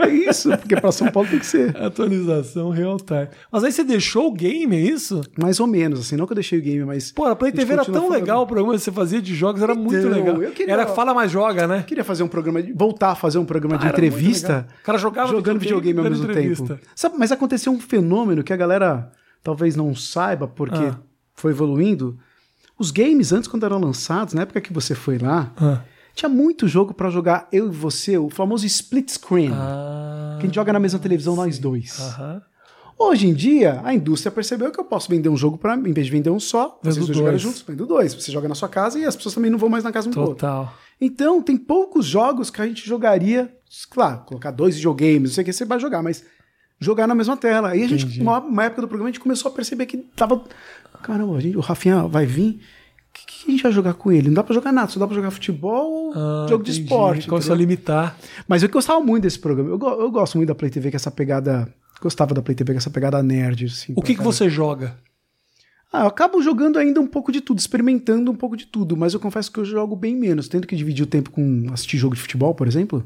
[SPEAKER 3] É isso, porque pra São Paulo tem que ser.
[SPEAKER 2] Atualização real time. Mas aí você deixou o game, é isso?
[SPEAKER 3] Mais ou menos, assim, não que eu deixei o game, mas.
[SPEAKER 2] Pô, a Play
[SPEAKER 3] gente
[SPEAKER 2] TV era
[SPEAKER 3] continua
[SPEAKER 2] tão
[SPEAKER 3] falando.
[SPEAKER 2] legal o programa que você fazia de jogos, era muito
[SPEAKER 3] Então,
[SPEAKER 2] legal.
[SPEAKER 3] eu queria-
[SPEAKER 2] Era fala mais joga, né?
[SPEAKER 3] Eu queria fazer um programa, de- voltar a fazer um programa de
[SPEAKER 2] Ah, era muito
[SPEAKER 3] entrevista.
[SPEAKER 2] legal. O cara jogava
[SPEAKER 3] jogando videogame,
[SPEAKER 2] videogame
[SPEAKER 3] ao mesmo
[SPEAKER 2] dando
[SPEAKER 3] tempo.
[SPEAKER 2] entrevista.
[SPEAKER 3] Sabe, mas aconteceu um fenômeno que a galera talvez não saiba, porque
[SPEAKER 2] Ah.
[SPEAKER 3] foi evoluindo. Os games, antes, quando eram lançados, na época que você foi lá, tinha muito jogo pra jogar eu e você, o famoso split screen.
[SPEAKER 2] Ah.
[SPEAKER 3] que a gente joga na mesma televisão, nós dois.
[SPEAKER 2] Aham.
[SPEAKER 3] Hoje em dia, a indústria percebeu que eu posso vender um jogo para em vez de vender um só, vocês
[SPEAKER 2] Vendo
[SPEAKER 3] dois jogarem
[SPEAKER 2] dois.
[SPEAKER 3] juntos, vendo dois. Você joga na sua casa e as pessoas também não vão mais na casa um do outro.
[SPEAKER 2] Total.
[SPEAKER 3] Então, tem poucos jogos que a gente jogaria, claro, colocar dois videogames, não sei o que você vai jogar, mas jogar na mesma tela. Aí a gente, uma, uma época do programa, a gente começou a perceber que tava. Caramba, a gente, o Rafinha vai vir. O que, que a gente vai jogar com ele? Não dá pra jogar nada, só dá pra jogar futebol ou
[SPEAKER 2] Ah,
[SPEAKER 3] jogo de
[SPEAKER 2] entendi.
[SPEAKER 3] esporte.
[SPEAKER 2] Começou a
[SPEAKER 3] entendeu?
[SPEAKER 2] limitar.
[SPEAKER 3] Mas eu gostava muito desse programa. Eu, go- eu gosto muito da Play TV, que é essa pegada. Gostava da Play TV, que é essa pegada nerd. Assim,
[SPEAKER 2] O que, que
[SPEAKER 3] pra caramba.
[SPEAKER 2] você joga?
[SPEAKER 3] Ah, eu acabo jogando ainda um pouco de tudo, experimentando um pouco de tudo, mas eu confesso que eu jogo bem menos. Tendo que dividir o tempo com assistir jogo de futebol, por exemplo,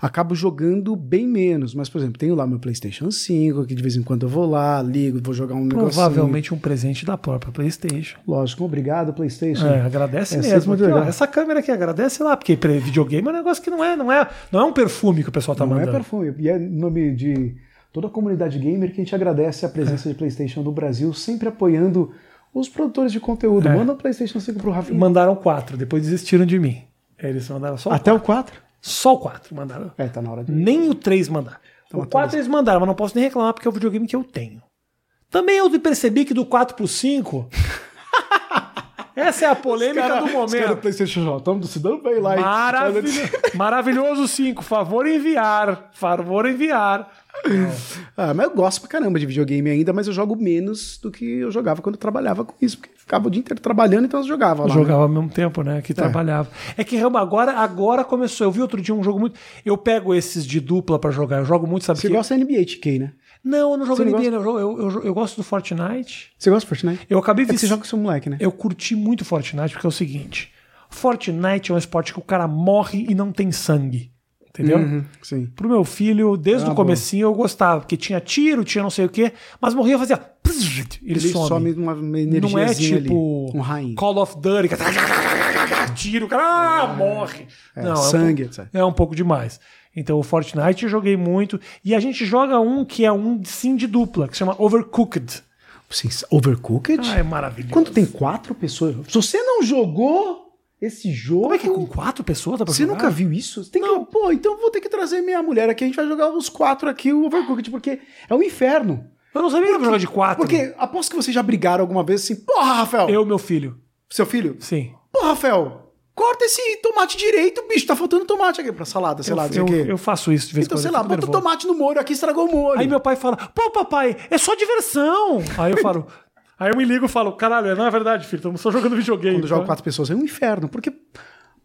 [SPEAKER 3] acabo jogando bem menos. Mas, por exemplo, tenho lá meu PlayStation 5, que de vez em quando eu vou lá, ligo, vou jogar um negócio.
[SPEAKER 2] Provavelmente um presente da própria PlayStation.
[SPEAKER 3] Lógico, obrigado, PlayStation.
[SPEAKER 2] É, agradece
[SPEAKER 3] É sempre
[SPEAKER 2] mesmo.
[SPEAKER 3] muito
[SPEAKER 2] Aqui, ó,
[SPEAKER 3] legal.
[SPEAKER 2] essa câmera aqui agradece lá, porque pre- videogame é um negócio que não é, não é, não é um perfume que o pessoal tá
[SPEAKER 3] Não é
[SPEAKER 2] mandando.
[SPEAKER 3] perfume. E é nome de toda a comunidade gamer que a gente agradece a presença de PlayStation no Brasil, sempre apoiando os produtores de
[SPEAKER 2] É.
[SPEAKER 3] conteúdo. Manda o PlayStation 5 pro Rafinha.
[SPEAKER 2] Mandaram quatro, depois desistiram de mim. Eles mandaram só um o
[SPEAKER 3] Até o 4?
[SPEAKER 2] Só o 4 mandaram.
[SPEAKER 3] É, tá na hora de.
[SPEAKER 2] Nem o 3 mandaram.
[SPEAKER 3] Então,
[SPEAKER 2] o 4 eles mandaram, mas não posso nem reclamar porque é o videogame que eu tenho. Também eu percebi que do 4 pro 5. essa é a polêmica do momento.
[SPEAKER 3] PlayStation já estamos se dando bem lá. hein?
[SPEAKER 2] Maravilho...
[SPEAKER 3] né?
[SPEAKER 2] Maravilhoso 5. Favor enviar. Favor enviar.
[SPEAKER 3] Ah, mas eu gosto pra caramba de videogame ainda, mas eu jogo menos do que eu jogava quando eu trabalhava com isso, porque ficava o dia inteiro trabalhando, então eu jogava lá. né?
[SPEAKER 2] Jogava ao mesmo tempo, né? Que trabalhava. É que Rambo, agora, agora começou. Eu vi outro dia um jogo muito. Eu pego esses de dupla pra jogar. Eu jogo muito, sabe o
[SPEAKER 3] Você
[SPEAKER 2] que?
[SPEAKER 3] gosta de NBA 2K, né?
[SPEAKER 2] Não, eu não jogo
[SPEAKER 3] Você não
[SPEAKER 2] NBA. não. Eu, jogo- eu, eu, eu gosto do Fortnite.
[SPEAKER 3] Você gosta de Fortnite?
[SPEAKER 2] Eu acabei
[SPEAKER 3] É que
[SPEAKER 2] vici-
[SPEAKER 3] você joga com seu moleque, né?
[SPEAKER 2] Eu curti muito Fortnite porque é o seguinte: Fortnite é um esporte que o cara morre e não tem sangue. entendeu?
[SPEAKER 3] Sim.
[SPEAKER 2] Pro meu filho, desde
[SPEAKER 3] Uhum. Ah,
[SPEAKER 2] o comecinho, eu gostava, porque tinha tiro, tinha não sei o quê, mas morria fazia. pss, Ele,
[SPEAKER 3] Ele
[SPEAKER 2] some.
[SPEAKER 3] some uma uma energiazinha
[SPEAKER 2] não é
[SPEAKER 3] ali,
[SPEAKER 2] tipo
[SPEAKER 3] um rainho.
[SPEAKER 2] Call of Duty, que tiro, o cara ah, morre. não, é um
[SPEAKER 3] sangue, etc.
[SPEAKER 2] é um pouco demais. Então, o Fortnite eu joguei muito. E a gente joga um que é um sim de dupla, que chama Overcooked.
[SPEAKER 3] Sim, overcooked?
[SPEAKER 2] Ah, é maravilhoso.
[SPEAKER 3] Quando tem quatro pessoas. Se você não jogou esse jogo.
[SPEAKER 2] Como é que é com quatro pessoas? Dá pra
[SPEAKER 3] Você
[SPEAKER 2] jogar?
[SPEAKER 3] nunca viu isso? Você tem que- Pô, então vou ter que trazer minha mulher aqui. A gente vai jogar os quatro aqui, o Overcooked, porque é um inferno.
[SPEAKER 2] Eu não sabia que jogar de quatro.
[SPEAKER 3] Porque aposto que vocês já brigaram alguma vez assim. Porra, Rafael!
[SPEAKER 2] Ah, tá Eu e meu filho.
[SPEAKER 3] Seu filho?
[SPEAKER 2] Sim.
[SPEAKER 3] Porra, Rafael! Corta esse tomate direito, bicho. Tá faltando tomate aqui pra salada, sei
[SPEAKER 2] eu,
[SPEAKER 3] lá, não sei
[SPEAKER 2] eu,
[SPEAKER 3] o quê.
[SPEAKER 2] eu faço isso de vez em
[SPEAKER 3] então,
[SPEAKER 2] quando.
[SPEAKER 3] sei
[SPEAKER 2] eu
[SPEAKER 3] lá,
[SPEAKER 2] fico
[SPEAKER 3] bota o
[SPEAKER 2] nervoso.
[SPEAKER 3] tomate no molho aqui, estragou o molho.
[SPEAKER 2] Aí meu pai fala, pô, papai, é só diversão. Aí eu falo... Aí eu me ligo e falo, caralho, não é verdade, filho, estamos só jogando videogame.
[SPEAKER 3] Quando joga
[SPEAKER 2] tá?
[SPEAKER 3] quatro pessoas, é um inferno. Porque,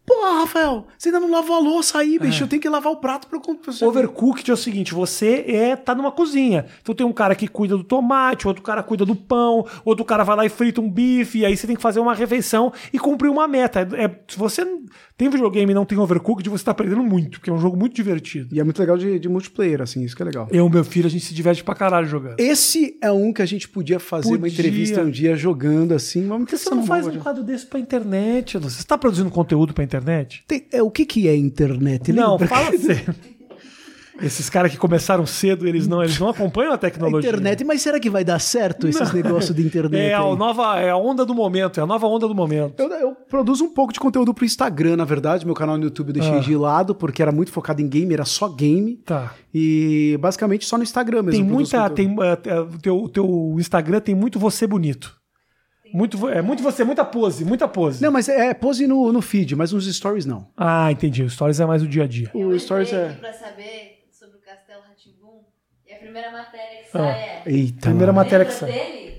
[SPEAKER 3] porra, Rafael, você ainda não lavou a louça aí, bicho. Eu tenho que lavar o prato pra eu comprar.
[SPEAKER 2] É. Overcooked é o seguinte, você é tá numa cozinha. Então tem um cara que cuida do tomate, outro cara cuida do pão, outro cara vai lá e frita um bife, e aí você tem que fazer uma refeição e cumprir uma meta. É, é- se você n- tem videogame e não tem Overcooked, você tá perdendo muito, porque é um jogo muito divertido.
[SPEAKER 3] E é muito legal de, de multiplayer, assim, isso que é legal.
[SPEAKER 2] Eu e meu filho, a gente se diverte pra caralho jogando.
[SPEAKER 3] Esse é um que a gente podia fazer uma
[SPEAKER 2] Podia.
[SPEAKER 3] entrevista um dia jogando assim. Vamos
[SPEAKER 2] Por que você não faz um quadro desse pra internet? Edu? Você está produzindo conteúdo pra internet?
[SPEAKER 3] Tem- é, o que, que é internet?
[SPEAKER 2] Não,
[SPEAKER 3] Lembra? é
[SPEAKER 2] fala sério. Esses caras que começaram cedo, eles não, eles não acompanham a tecnologia.
[SPEAKER 3] Internet, mas será que vai dar certo esses negócios de internet?
[SPEAKER 2] É a,
[SPEAKER 3] aí?
[SPEAKER 2] nova, é a onda do momento, é a nova onda do momento.
[SPEAKER 3] Eu, eu produzo um pouco de conteúdo pro Instagram, na verdade. Meu canal no YouTube eu
[SPEAKER 2] Ah.
[SPEAKER 3] deixei de lado, porque era muito focado em game, era só game.
[SPEAKER 2] Tá.
[SPEAKER 3] E basicamente só no Instagram mesmo.
[SPEAKER 2] Tem
[SPEAKER 3] eu produzo
[SPEAKER 2] muita.
[SPEAKER 3] conteúdo.
[SPEAKER 2] Tem, eh, eh, o teu, o teu Instagram tem muito você bonito. Muito, vo- é muito você, muita pose, muita pose.
[SPEAKER 3] Não, mas é, é pose no, no feed, mas nos stories não.
[SPEAKER 2] Ah, entendi. O Stories é mais o dia a dia.
[SPEAKER 3] O stories
[SPEAKER 4] Entrei aqui
[SPEAKER 3] é.
[SPEAKER 4] pra saber sobre o Castelo Ratimbum e a primeira matéria que sai é.
[SPEAKER 3] Eita.
[SPEAKER 2] Primeira
[SPEAKER 3] mano.
[SPEAKER 2] matéria que
[SPEAKER 4] Lembra
[SPEAKER 2] sai.
[SPEAKER 4] dele?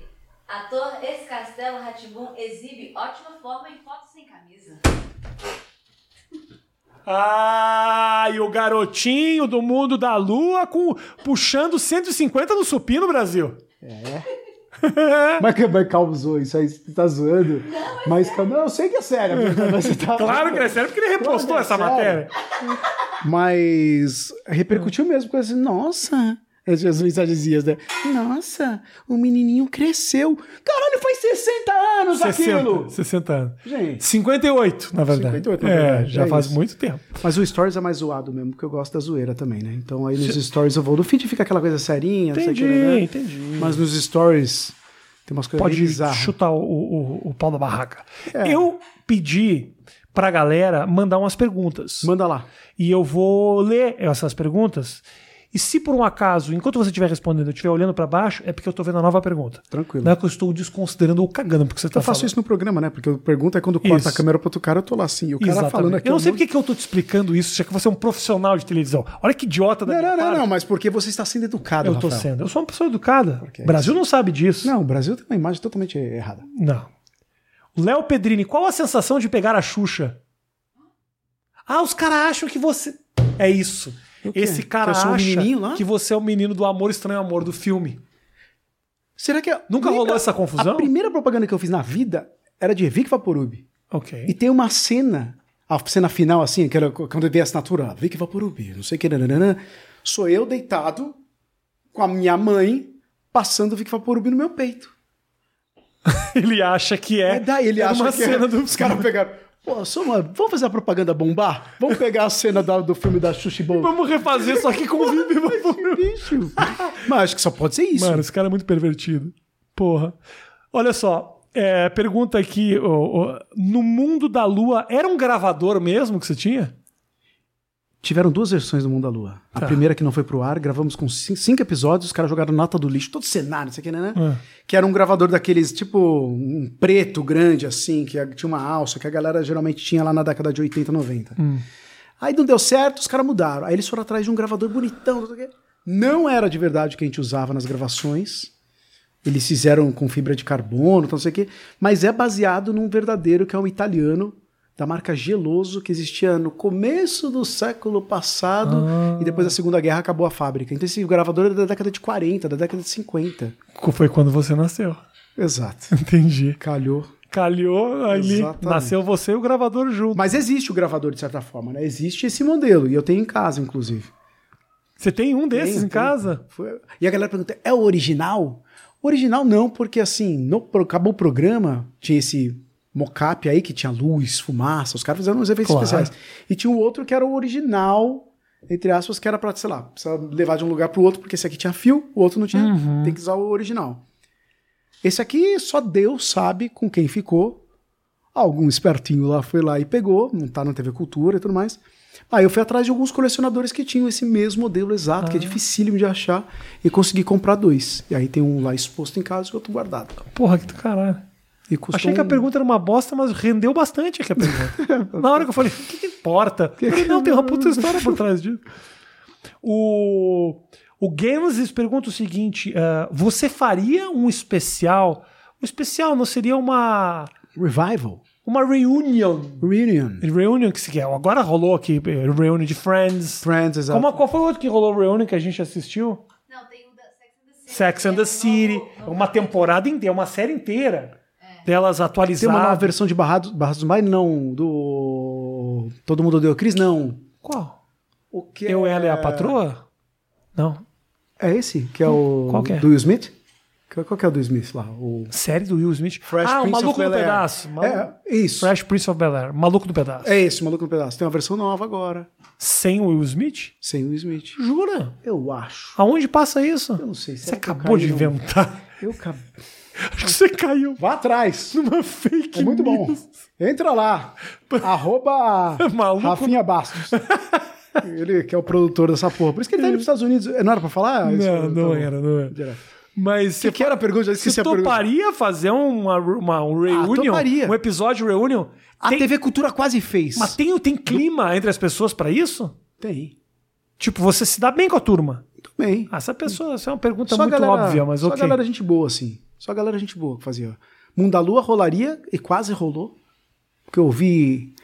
[SPEAKER 4] Ator ex-Castelo Ratimbum exibe ótima forma em fotos sem camisa.
[SPEAKER 2] Ah, e o garotinho do mundo da lua com, puxando 150 no supino, Brasil.
[SPEAKER 3] Mas, mas causou isso aí, você tá zoando. mas calma, não, eu sei que é sério, mas você tá.
[SPEAKER 2] Claro que é sério, porque ele repostou
[SPEAKER 3] Claro, é
[SPEAKER 2] essa
[SPEAKER 3] sério.
[SPEAKER 2] matéria.
[SPEAKER 3] Mas repercutiu mesmo, porque assim, nossa, as, as mensagenzinhas, né? Nossa, o menininho cresceu. Caralho, faz 60 anos
[SPEAKER 2] 60,
[SPEAKER 3] aquilo!
[SPEAKER 2] 60 anos.
[SPEAKER 3] Gente.
[SPEAKER 2] 58, na verdade.
[SPEAKER 3] 58, na
[SPEAKER 2] é,
[SPEAKER 3] verdade,
[SPEAKER 2] já
[SPEAKER 3] é
[SPEAKER 2] faz
[SPEAKER 3] isso.
[SPEAKER 2] muito tempo.
[SPEAKER 3] Mas o Stories é mais zoado mesmo, porque eu gosto da zoeira também, né? Então aí nos Stories eu vou. No feed fica aquela coisa serinha, não sei o que,
[SPEAKER 2] Entendi,
[SPEAKER 3] né?
[SPEAKER 2] entendi.
[SPEAKER 3] Mas nos Stories tem umas coisas
[SPEAKER 2] pode
[SPEAKER 3] bem bizarras.
[SPEAKER 2] chutar o, o, o pau da barraca.
[SPEAKER 3] É.
[SPEAKER 2] Eu pedi pra galera mandar umas perguntas.
[SPEAKER 3] Manda lá.
[SPEAKER 2] E eu vou ler essas perguntas. E se por um acaso, enquanto você estiver respondendo, eu estiver olhando pra baixo, é porque eu tô vendo a nova pergunta.
[SPEAKER 3] Tranquilo.
[SPEAKER 2] Não é que eu estou desconsiderando ou cagando porque você tá
[SPEAKER 3] Eu faço
[SPEAKER 2] falando.
[SPEAKER 3] isso no programa, né? Porque eu pergunto é quando corta
[SPEAKER 2] Isso.
[SPEAKER 3] a câmera pro outro cara, eu tô lá assim. E o cara
[SPEAKER 2] Exatamente.
[SPEAKER 3] falando aqui.
[SPEAKER 2] eu não sei
[SPEAKER 3] um
[SPEAKER 2] porque que eu tô te explicando isso, já que você é um profissional de televisão. Olha que idiota da
[SPEAKER 3] monte-
[SPEAKER 2] minha
[SPEAKER 3] Não, não, não,
[SPEAKER 2] parte.
[SPEAKER 3] não, mas porque você está sendo educado,
[SPEAKER 2] Eu tô
[SPEAKER 3] Rafael.
[SPEAKER 2] sendo. Eu sou uma pessoa educada.
[SPEAKER 3] Porque é
[SPEAKER 2] O Brasil não sabe disso.
[SPEAKER 3] Não, o Brasil tem uma imagem totalmente errada.
[SPEAKER 2] Não. Léo Pedrini, qual a sensação de pegar a Xuxa? Ah, os caras acham que você. É isso.
[SPEAKER 3] quê?
[SPEAKER 2] Esse cara
[SPEAKER 3] Que eu sou um
[SPEAKER 2] acha
[SPEAKER 3] menininho lá?
[SPEAKER 2] que você é o menino do amor estranho amor do filme.
[SPEAKER 3] Será que.
[SPEAKER 2] é- Nunca rolou essa confusão?
[SPEAKER 3] A primeira propaganda que eu fiz na vida era de Vic Vaporub. E
[SPEAKER 2] Ok.
[SPEAKER 3] tem uma cena, a cena final, assim, que era quando eu dei a assinatura, Vic Vaporub, não sei o que, nananana, sou eu deitado com a minha mãe passando Vic Vaporub no meu peito.
[SPEAKER 2] Ele acha que é.
[SPEAKER 3] É daí ele
[SPEAKER 2] era
[SPEAKER 3] acha
[SPEAKER 2] uma
[SPEAKER 3] que
[SPEAKER 2] cena
[SPEAKER 3] é-
[SPEAKER 2] do.
[SPEAKER 3] os caras pegaram. Pô, só uma- vamos fazer a propaganda bombar? Vamos pegar a cena da- do filme da Xuxi Bomba.
[SPEAKER 2] Vamos refazer, só que com o Vivi Vaporub.
[SPEAKER 3] Bicho. Mas acho que só pode ser isso.
[SPEAKER 2] Mano, esse cara é muito pervertido. Porra. Olha só. é, pergunta aqui: ô, ô, no mundo da lua, era um gravador mesmo que você tinha?
[SPEAKER 3] Tiveram duas versões do Mundo da Lua. A
[SPEAKER 2] Tá.
[SPEAKER 3] primeira que não foi pro ar, gravamos com cin- cinco episódios, os caras jogaram nota do lixo, todo cenário, isso aqui, né? né?
[SPEAKER 2] É.
[SPEAKER 3] Que era um gravador daqueles, tipo, um preto grande, assim, que tinha uma alça, que a galera geralmente tinha lá na década de 80, 90. Aí não deu certo, os caras mudaram. Aí eles foram atrás de um gravador bonitão, não sei o quê. Não era de verdade o que a gente usava nas gravações. Eles fizeram com fibra de carbono, não sei o quê. Mas é baseado num verdadeiro que é um italiano da marca Geloso que existia no começo do século passado e depois da Segunda Guerra acabou a fábrica. Então esse gravador era da década de 40, da década de 50.
[SPEAKER 2] Foi quando você nasceu.
[SPEAKER 3] Exato.
[SPEAKER 2] Entendi.
[SPEAKER 3] Calhou.
[SPEAKER 2] Calhou, ali
[SPEAKER 3] Exatamente.
[SPEAKER 2] nasceu você e o gravador junto.
[SPEAKER 3] Mas existe o gravador, de certa forma, né? Existe esse modelo, e eu tenho em casa, inclusive.
[SPEAKER 2] Você tem um desses
[SPEAKER 3] Tem,
[SPEAKER 2] em
[SPEAKER 3] tem.
[SPEAKER 2] casa?
[SPEAKER 3] Foi- E a galera pergunta, é o original? Original não, porque assim, no, pro- acabou o programa, tinha esse mocap aí que tinha luz, fumaça, os caras fizeram uns efeitos
[SPEAKER 2] Claro.
[SPEAKER 3] especiais. E tinha o outro que era o original, entre aspas, que era pra, sei lá, precisava levar de um lugar pro outro, porque esse aqui tinha fio, o outro não tinha, tem que usar o original. Esse aqui só Deus sabe com quem ficou. Algum espertinho lá foi lá e pegou, não tá na TV Cultura e tudo mais. Aí eu fui atrás de alguns colecionadores que tinham esse mesmo modelo exato,
[SPEAKER 2] Ah.
[SPEAKER 3] que é dificílimo de achar, e consegui comprar dois. E aí tem um lá exposto em casa e outro guardado.
[SPEAKER 2] Porra, que do caralho.
[SPEAKER 3] E custou
[SPEAKER 2] Achei que a
[SPEAKER 3] um-
[SPEAKER 2] pergunta era uma bosta, mas rendeu bastante aqui a pergunta. Na hora que eu falei, o que, que importa? Eu falei, não, tem uma puta história por trás disso. O, o Gameses pergunta o seguinte: ah, você faria um especial? Um especial não seria uma,
[SPEAKER 3] Revival.
[SPEAKER 2] uma reunion?
[SPEAKER 3] Reunion.
[SPEAKER 2] Reunion que se quer. Agora rolou aqui, eh, reunion de Friends.
[SPEAKER 3] Friends, exato.
[SPEAKER 2] Como, qual foi o outro que rolou reunion que a gente assistiu?
[SPEAKER 4] Não, tem o da Sex and the City.
[SPEAKER 2] Sex and the City. Uma temporada inteira, uma série inteira. Delas
[SPEAKER 3] Tem uma nova
[SPEAKER 2] atualizadas.
[SPEAKER 3] versão de Barrados, Barrados do Mar? Não. Do. Todo mundo deu Cris? Não.
[SPEAKER 2] Qual?
[SPEAKER 3] O que
[SPEAKER 2] Eu, ela e a patroa? Não.
[SPEAKER 3] É esse? Que é o.
[SPEAKER 2] Qual que é?
[SPEAKER 3] Do Will Smith? Qual qual que é o do Smith lá? O.
[SPEAKER 2] Série do Will Smith.
[SPEAKER 3] Fresh
[SPEAKER 2] ah, o
[SPEAKER 3] Prince of
[SPEAKER 2] Maluco no
[SPEAKER 3] Bel-Air.
[SPEAKER 2] Pedaço. Malu-
[SPEAKER 3] É, isso.
[SPEAKER 2] Fresh Prince of Bel Air. Maluco do Pedaço.
[SPEAKER 3] É esse, Maluco no Pedaço. Tem uma versão nova agora,
[SPEAKER 2] Sem o Will Smith?
[SPEAKER 3] sem o Will Smith.
[SPEAKER 2] Jura?
[SPEAKER 3] Eu acho.
[SPEAKER 2] Aonde passa isso?
[SPEAKER 3] Eu não sei.
[SPEAKER 2] Você
[SPEAKER 3] será que eu
[SPEAKER 2] acabou de um-
[SPEAKER 3] caí num-
[SPEAKER 2] inventar.
[SPEAKER 3] Eu acabei.
[SPEAKER 2] Acho que você caiu
[SPEAKER 3] Vá atrás.
[SPEAKER 2] numa fake
[SPEAKER 3] É muito bom.
[SPEAKER 2] news.
[SPEAKER 3] Entra lá. Arroba
[SPEAKER 2] Maluco.
[SPEAKER 3] Rafinha Bastos. Ele que é o produtor dessa porra. Por isso que ele tá indo pros Estados Unidos. Não era pra falar? Isso,
[SPEAKER 2] Não,
[SPEAKER 3] tá bom.
[SPEAKER 2] não era, não era.
[SPEAKER 3] Geral.
[SPEAKER 2] Mas
[SPEAKER 3] Que,
[SPEAKER 2] você
[SPEAKER 3] que era a pergunta? Já esqueci
[SPEAKER 2] Você
[SPEAKER 3] a pergunta. Ah,
[SPEAKER 2] toparia fazer uma, uma um reunion?
[SPEAKER 3] toparia. Ah,
[SPEAKER 2] um episódio reunion?
[SPEAKER 3] A
[SPEAKER 2] Tem-
[SPEAKER 3] TV Cultura quase fez.
[SPEAKER 2] Mas tem, tem clima entre as pessoas pra isso?
[SPEAKER 3] Tem.
[SPEAKER 2] Tipo, você se dá bem com a turma.
[SPEAKER 3] Também.
[SPEAKER 2] Ah, essa pessoa, essa é uma pergunta muito óbvia, mas
[SPEAKER 3] só
[SPEAKER 2] ok.
[SPEAKER 3] galera gente boa, assim. Só galera gente boa que fazia. Mundalua rolaria e quase rolou. Porque eu vi,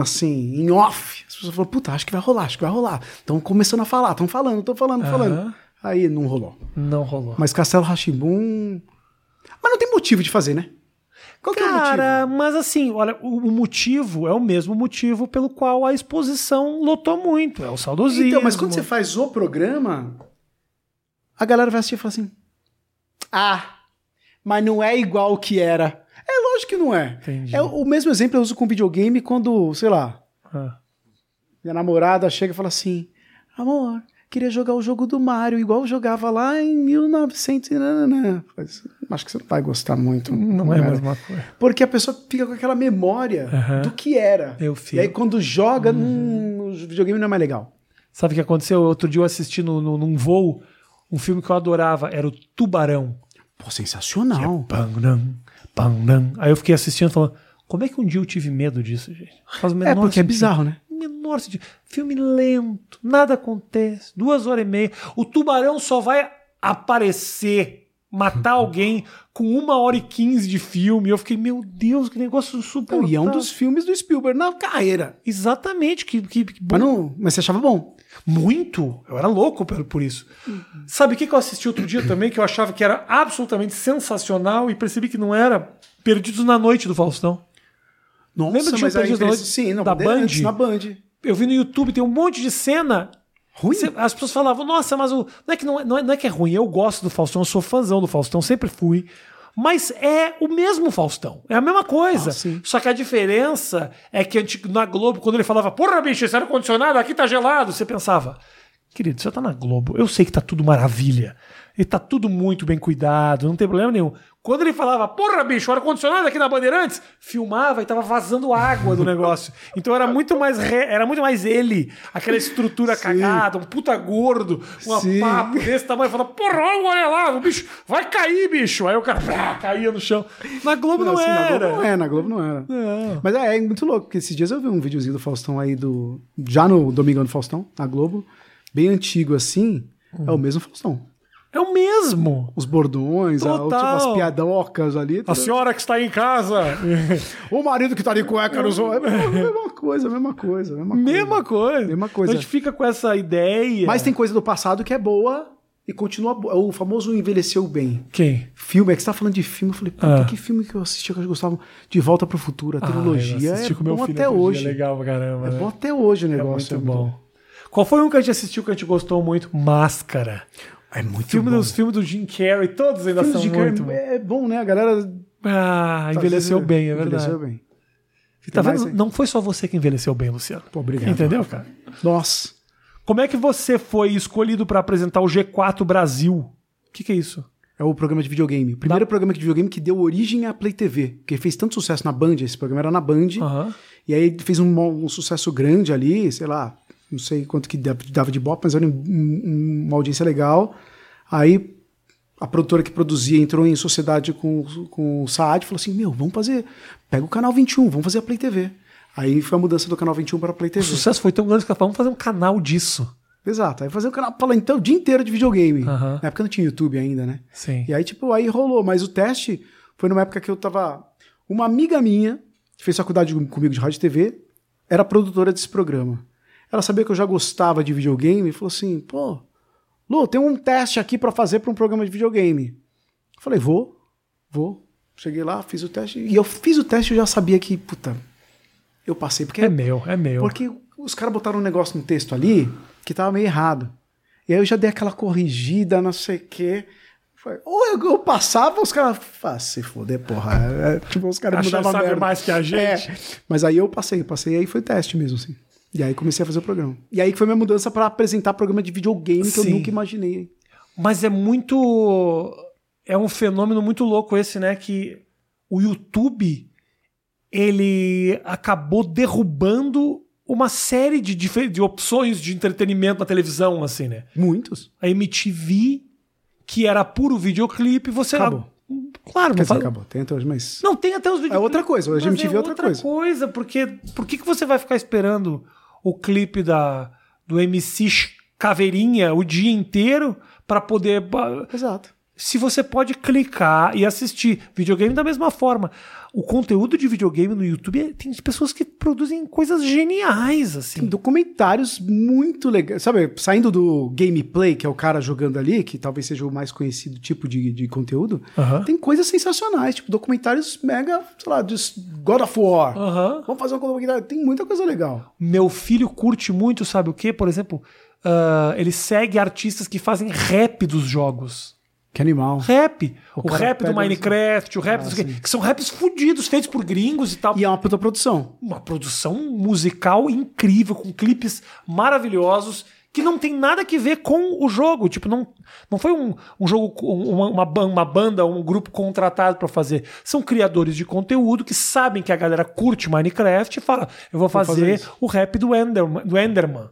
[SPEAKER 3] assim, em off. As pessoas falaram, puta, acho que vai rolar, acho que vai rolar. Estão começando a falar, estão falando, estão falando, tão falando.
[SPEAKER 2] Aham.
[SPEAKER 3] Aí não rolou.
[SPEAKER 2] Não rolou.
[SPEAKER 3] Mas Castelo Rachibum... Mas não tem motivo de fazer, né? Qual que é o motivo?
[SPEAKER 2] Cara, mas assim, olha, o, o motivo é o mesmo motivo pelo qual a exposição lotou muito. É o saudosismo.
[SPEAKER 3] Então, mas quando você faz o programa, a galera vai assistir e fala assim: Ah, mas não é igual o que era. É lógico que não é.
[SPEAKER 2] Entendi.
[SPEAKER 3] É o o mesmo exemplo eu uso com videogame quando, sei lá,
[SPEAKER 2] Ah.
[SPEAKER 3] minha namorada chega e fala assim: Amor, queria jogar o jogo do Mario, igual eu jogava lá em 1900. e nananã." Mas Acho que você não vai gostar muito.
[SPEAKER 2] Não é a
[SPEAKER 3] cara.
[SPEAKER 2] mesma coisa.
[SPEAKER 3] Porque a pessoa fica com aquela memória
[SPEAKER 2] Aham. Uhum.
[SPEAKER 3] do que era.
[SPEAKER 2] Eu
[SPEAKER 3] e
[SPEAKER 2] fico.
[SPEAKER 3] aí quando joga, hum, o videogame não é mais legal.
[SPEAKER 2] Sabe o que aconteceu? Outro dia eu assisti no, no- num voo um filme que eu adorava, era o Tubarão.
[SPEAKER 3] Pô, sensacional.
[SPEAKER 2] Pangnam, pangnam. Aí eu fiquei assistindo falando, como é que um dia eu tive medo disso, gente? Faz o
[SPEAKER 3] É,
[SPEAKER 2] menor
[SPEAKER 3] porque é
[SPEAKER 2] sentido.
[SPEAKER 3] bizarro, né?
[SPEAKER 2] Menor sentido. Filme lento, nada acontece, duas horas e meia. O tubarão só vai aparecer, matar alguém com uma hora e quinze de filme. Eu fiquei, meu Deus, que negócio super.
[SPEAKER 3] Então, e é um dos filmes do Spielberg na carreira.
[SPEAKER 2] Exatamente, que, que, que
[SPEAKER 3] Mas, não, mas você achava bom.
[SPEAKER 2] muito. Eu era louco por, por isso.
[SPEAKER 3] Uhum.
[SPEAKER 2] Sabe o que, que eu assisti outro dia também, que eu achava que era absolutamente sensacional e percebi que não era? Perdidos na Noite do Faustão.
[SPEAKER 3] Nossa,
[SPEAKER 2] Lembra de
[SPEAKER 3] mas
[SPEAKER 2] um
[SPEAKER 3] aí
[SPEAKER 2] Perdido na
[SPEAKER 3] impress-
[SPEAKER 2] Noite
[SPEAKER 3] Sim, não,
[SPEAKER 2] da
[SPEAKER 3] Bandeirantes,
[SPEAKER 2] Band?
[SPEAKER 3] na Band.
[SPEAKER 2] Eu vi no YouTube, tem um monte de cena.
[SPEAKER 3] Ruim?
[SPEAKER 2] Cê- As pessoas falavam, nossa, mas o. Não é que, não é, não é- não é que é ruim, eu gosto do Faustão, eu sou fãzão do Faustão, sempre fui. Mas é o mesmo Faustão. É a mesma coisa.
[SPEAKER 3] Ah, sim.
[SPEAKER 2] Só que a diferença é que anti- na Globo, quando ele falava, porra, bicho, esse ar-condicionado aqui tá gelado, você pensava, querido, você tá na Globo, eu sei que tá tudo maravilha. E tá tudo muito bem cuidado, não tem problema nenhum. Quando ele falava, porra, bicho, o ar-condicionado aqui na Bandeirantes, filmava e tava vazando água do negócio. Então era muito mais re- era muito mais ele, aquela estrutura cagada, um puta gordo, uma
[SPEAKER 3] Sim.
[SPEAKER 2] papo desse tamanho, falando, porra, olha lá, o bicho vai cair, bicho. Aí o cara pá, caía no chão. Na Globo não,
[SPEAKER 3] Assim, Na
[SPEAKER 2] era.
[SPEAKER 3] Globo não é, na Globo não era.
[SPEAKER 2] Não.
[SPEAKER 3] Mas é, é muito louco, porque esses dias eu vi um videozinho do Faustão aí do. Já no Domingão do Faustão, na Globo. Bem antigo assim. É o mesmo Faustão.
[SPEAKER 2] É o mesmo.
[SPEAKER 3] Os bordões, a, tipo,
[SPEAKER 2] Total. Assim,
[SPEAKER 3] as piadocas ali. tá
[SPEAKER 2] A senhora que está aí em casa.
[SPEAKER 3] O marido que tá de cueca nos olhos. É a mesma coisa, a mesma coisa, a mesma coisa.
[SPEAKER 2] Mesma coisa.
[SPEAKER 3] Mesma coisa.
[SPEAKER 2] A gente fica com essa ideia.
[SPEAKER 3] Mas tem coisa do passado que é boa E continua. bo- O famoso envelheceu bem.
[SPEAKER 2] Quem?
[SPEAKER 3] Filme, é que você tá falando de filme, eu falei, puta,
[SPEAKER 2] Ah.
[SPEAKER 3] que filme que eu assisti que eu gostava? De Volta pro Futuro, a trilogia.
[SPEAKER 2] Ah, assisti
[SPEAKER 3] é
[SPEAKER 2] com meu
[SPEAKER 3] bom
[SPEAKER 2] filho
[SPEAKER 3] até
[SPEAKER 2] outro dia,
[SPEAKER 3] hoje.
[SPEAKER 2] legal pra caramba.
[SPEAKER 3] É
[SPEAKER 2] né?
[SPEAKER 3] bom até hoje o
[SPEAKER 2] É
[SPEAKER 3] negócio.
[SPEAKER 2] muito bom. Qual foi um que a gente assistiu que a gente gostou muito? Máscara.
[SPEAKER 3] É muito
[SPEAKER 2] Filme
[SPEAKER 3] bom.
[SPEAKER 2] dos filmes do Jim Carrey, todos ainda são
[SPEAKER 3] Filmes de
[SPEAKER 2] muito.
[SPEAKER 3] Carrey é bom, né? A galera. tá
[SPEAKER 2] Ah, envelheceu bem, é verdade.
[SPEAKER 3] Envelheceu bem.
[SPEAKER 2] E tá
[SPEAKER 3] Tem mais,
[SPEAKER 2] vendo?
[SPEAKER 3] hein?
[SPEAKER 2] Não foi só você que envelheceu bem, Luciano.
[SPEAKER 3] Pô, obrigado.
[SPEAKER 2] Entendeu, cara?
[SPEAKER 3] Nossa.
[SPEAKER 2] Como é que você foi escolhido pra apresentar o G4 Brasil? O que, que é isso?
[SPEAKER 3] É o programa de videogame. O primeiro programa de videogame que deu origem à Play TV. Porque fez tanto sucesso na Band, esse programa era na Band.
[SPEAKER 2] Aham.
[SPEAKER 3] E aí fez um, mo- um sucesso grande ali, sei lá, não sei quanto que dava- dava de bop, mas era um- um- uma audiência legal. Aí a produtora que produzia entrou em sociedade com, com o Saad e falou assim: Meu, vamos fazer. Pega o canal 21, vamos fazer a Play TV. Aí foi a mudança do canal 21 para a Play
[SPEAKER 2] O
[SPEAKER 3] TV.
[SPEAKER 2] sucesso foi tão grande que ela falou, vamos fazer um canal disso.
[SPEAKER 3] Exato. Aí fazer o canal falando então o dia inteiro de videogame.
[SPEAKER 2] Aham.
[SPEAKER 3] Na época não tinha YouTube ainda, né?
[SPEAKER 2] Sim.
[SPEAKER 3] E aí, tipo, aí rolou, mas o teste foi numa época que eu tava. Uma amiga minha, que fez faculdade com- comigo de rádio e TV, era produtora desse programa. Ela sabia que eu já gostava de videogame e falou assim: pô, Lu, tem um teste aqui pra fazer pra um programa de videogame. Eu falei: vou, vou. Cheguei lá, fiz o teste. E eu fiz o teste e eu já sabia que, puta, eu passei. Porque
[SPEAKER 2] É meu, é meu.
[SPEAKER 3] porque os caras botaram um negócio no texto ali que tava meio errado. E aí eu já dei aquela corrigida, não sei o quê. Foi- Ou eu, eu passava, os caras. Ah, se foder, porra. É, tipo, os caras
[SPEAKER 2] Achando
[SPEAKER 3] mudavam
[SPEAKER 2] sabe
[SPEAKER 3] merda.
[SPEAKER 2] mais que a gente.
[SPEAKER 3] É. Mas aí eu passei, passei, aí foi teste mesmo, assim. E aí comecei a fazer o programa. E aí que foi minha mudança pra apresentar programa de videogame que
[SPEAKER 2] Sim.
[SPEAKER 3] eu nunca imaginei.
[SPEAKER 2] Mas é muito. É um fenômeno muito louco esse, né? Que o YouTube ele acabou derrubando uma série de, dife- de opções de entretenimento na televisão, assim, né?
[SPEAKER 3] Muitos.
[SPEAKER 2] A MTV, que era puro videoclipe, você.
[SPEAKER 3] Acabou.
[SPEAKER 2] Claro, não,
[SPEAKER 3] Quer dizer,
[SPEAKER 2] faz-
[SPEAKER 3] acabou. Tem até hoje, mas.
[SPEAKER 2] não tem até os videoclipes.
[SPEAKER 3] outra coisa, hoje
[SPEAKER 2] mas
[SPEAKER 3] MTV é outra coisa.
[SPEAKER 2] porque por que, que você vai ficar esperando o clipe da, do MC Ch- Caveirinha o dia inteiro pra poder. ba-
[SPEAKER 3] Exato.
[SPEAKER 2] se você pode clicar e assistir videogame da mesma forma. O conteúdo de videogame no YouTube é- tem pessoas que produzem coisas geniais,
[SPEAKER 3] Tem
[SPEAKER 2] assim.
[SPEAKER 3] documentários muito legais. Sabe, saindo do gameplay, que é o cara jogando ali, que talvez seja o mais conhecido tipo de, de conteúdo,
[SPEAKER 2] Aham.
[SPEAKER 3] tem coisas sensacionais, tipo documentários mega, sei lá, de God of War.
[SPEAKER 2] Aham.
[SPEAKER 3] Vamos fazer um documentário. Tem muita coisa legal.
[SPEAKER 2] Meu filho curte muito, sabe o quê? Por exemplo, ah, ele segue artistas que fazem rap dos jogos.
[SPEAKER 3] Que animal.
[SPEAKER 2] Rap. O,
[SPEAKER 3] cara
[SPEAKER 2] rap do
[SPEAKER 3] pega-
[SPEAKER 2] Minecraft, o rap dos... que são raps fudidos, feitos por gringos Ah, e tal.
[SPEAKER 3] E é uma puta produção.
[SPEAKER 2] uma produção musical incrível, com clipes maravilhosos, que não tem nada que ver com o jogo. Tipo, não, não foi um, um jogo, com uma, uma, ban- uma banda, um grupo contratado pra fazer. São criadores de conteúdo que sabem que a galera curte Minecraft e fala: eu vou fazer,
[SPEAKER 3] fazer isso."
[SPEAKER 2] o rap do Enderman. Do Enderman.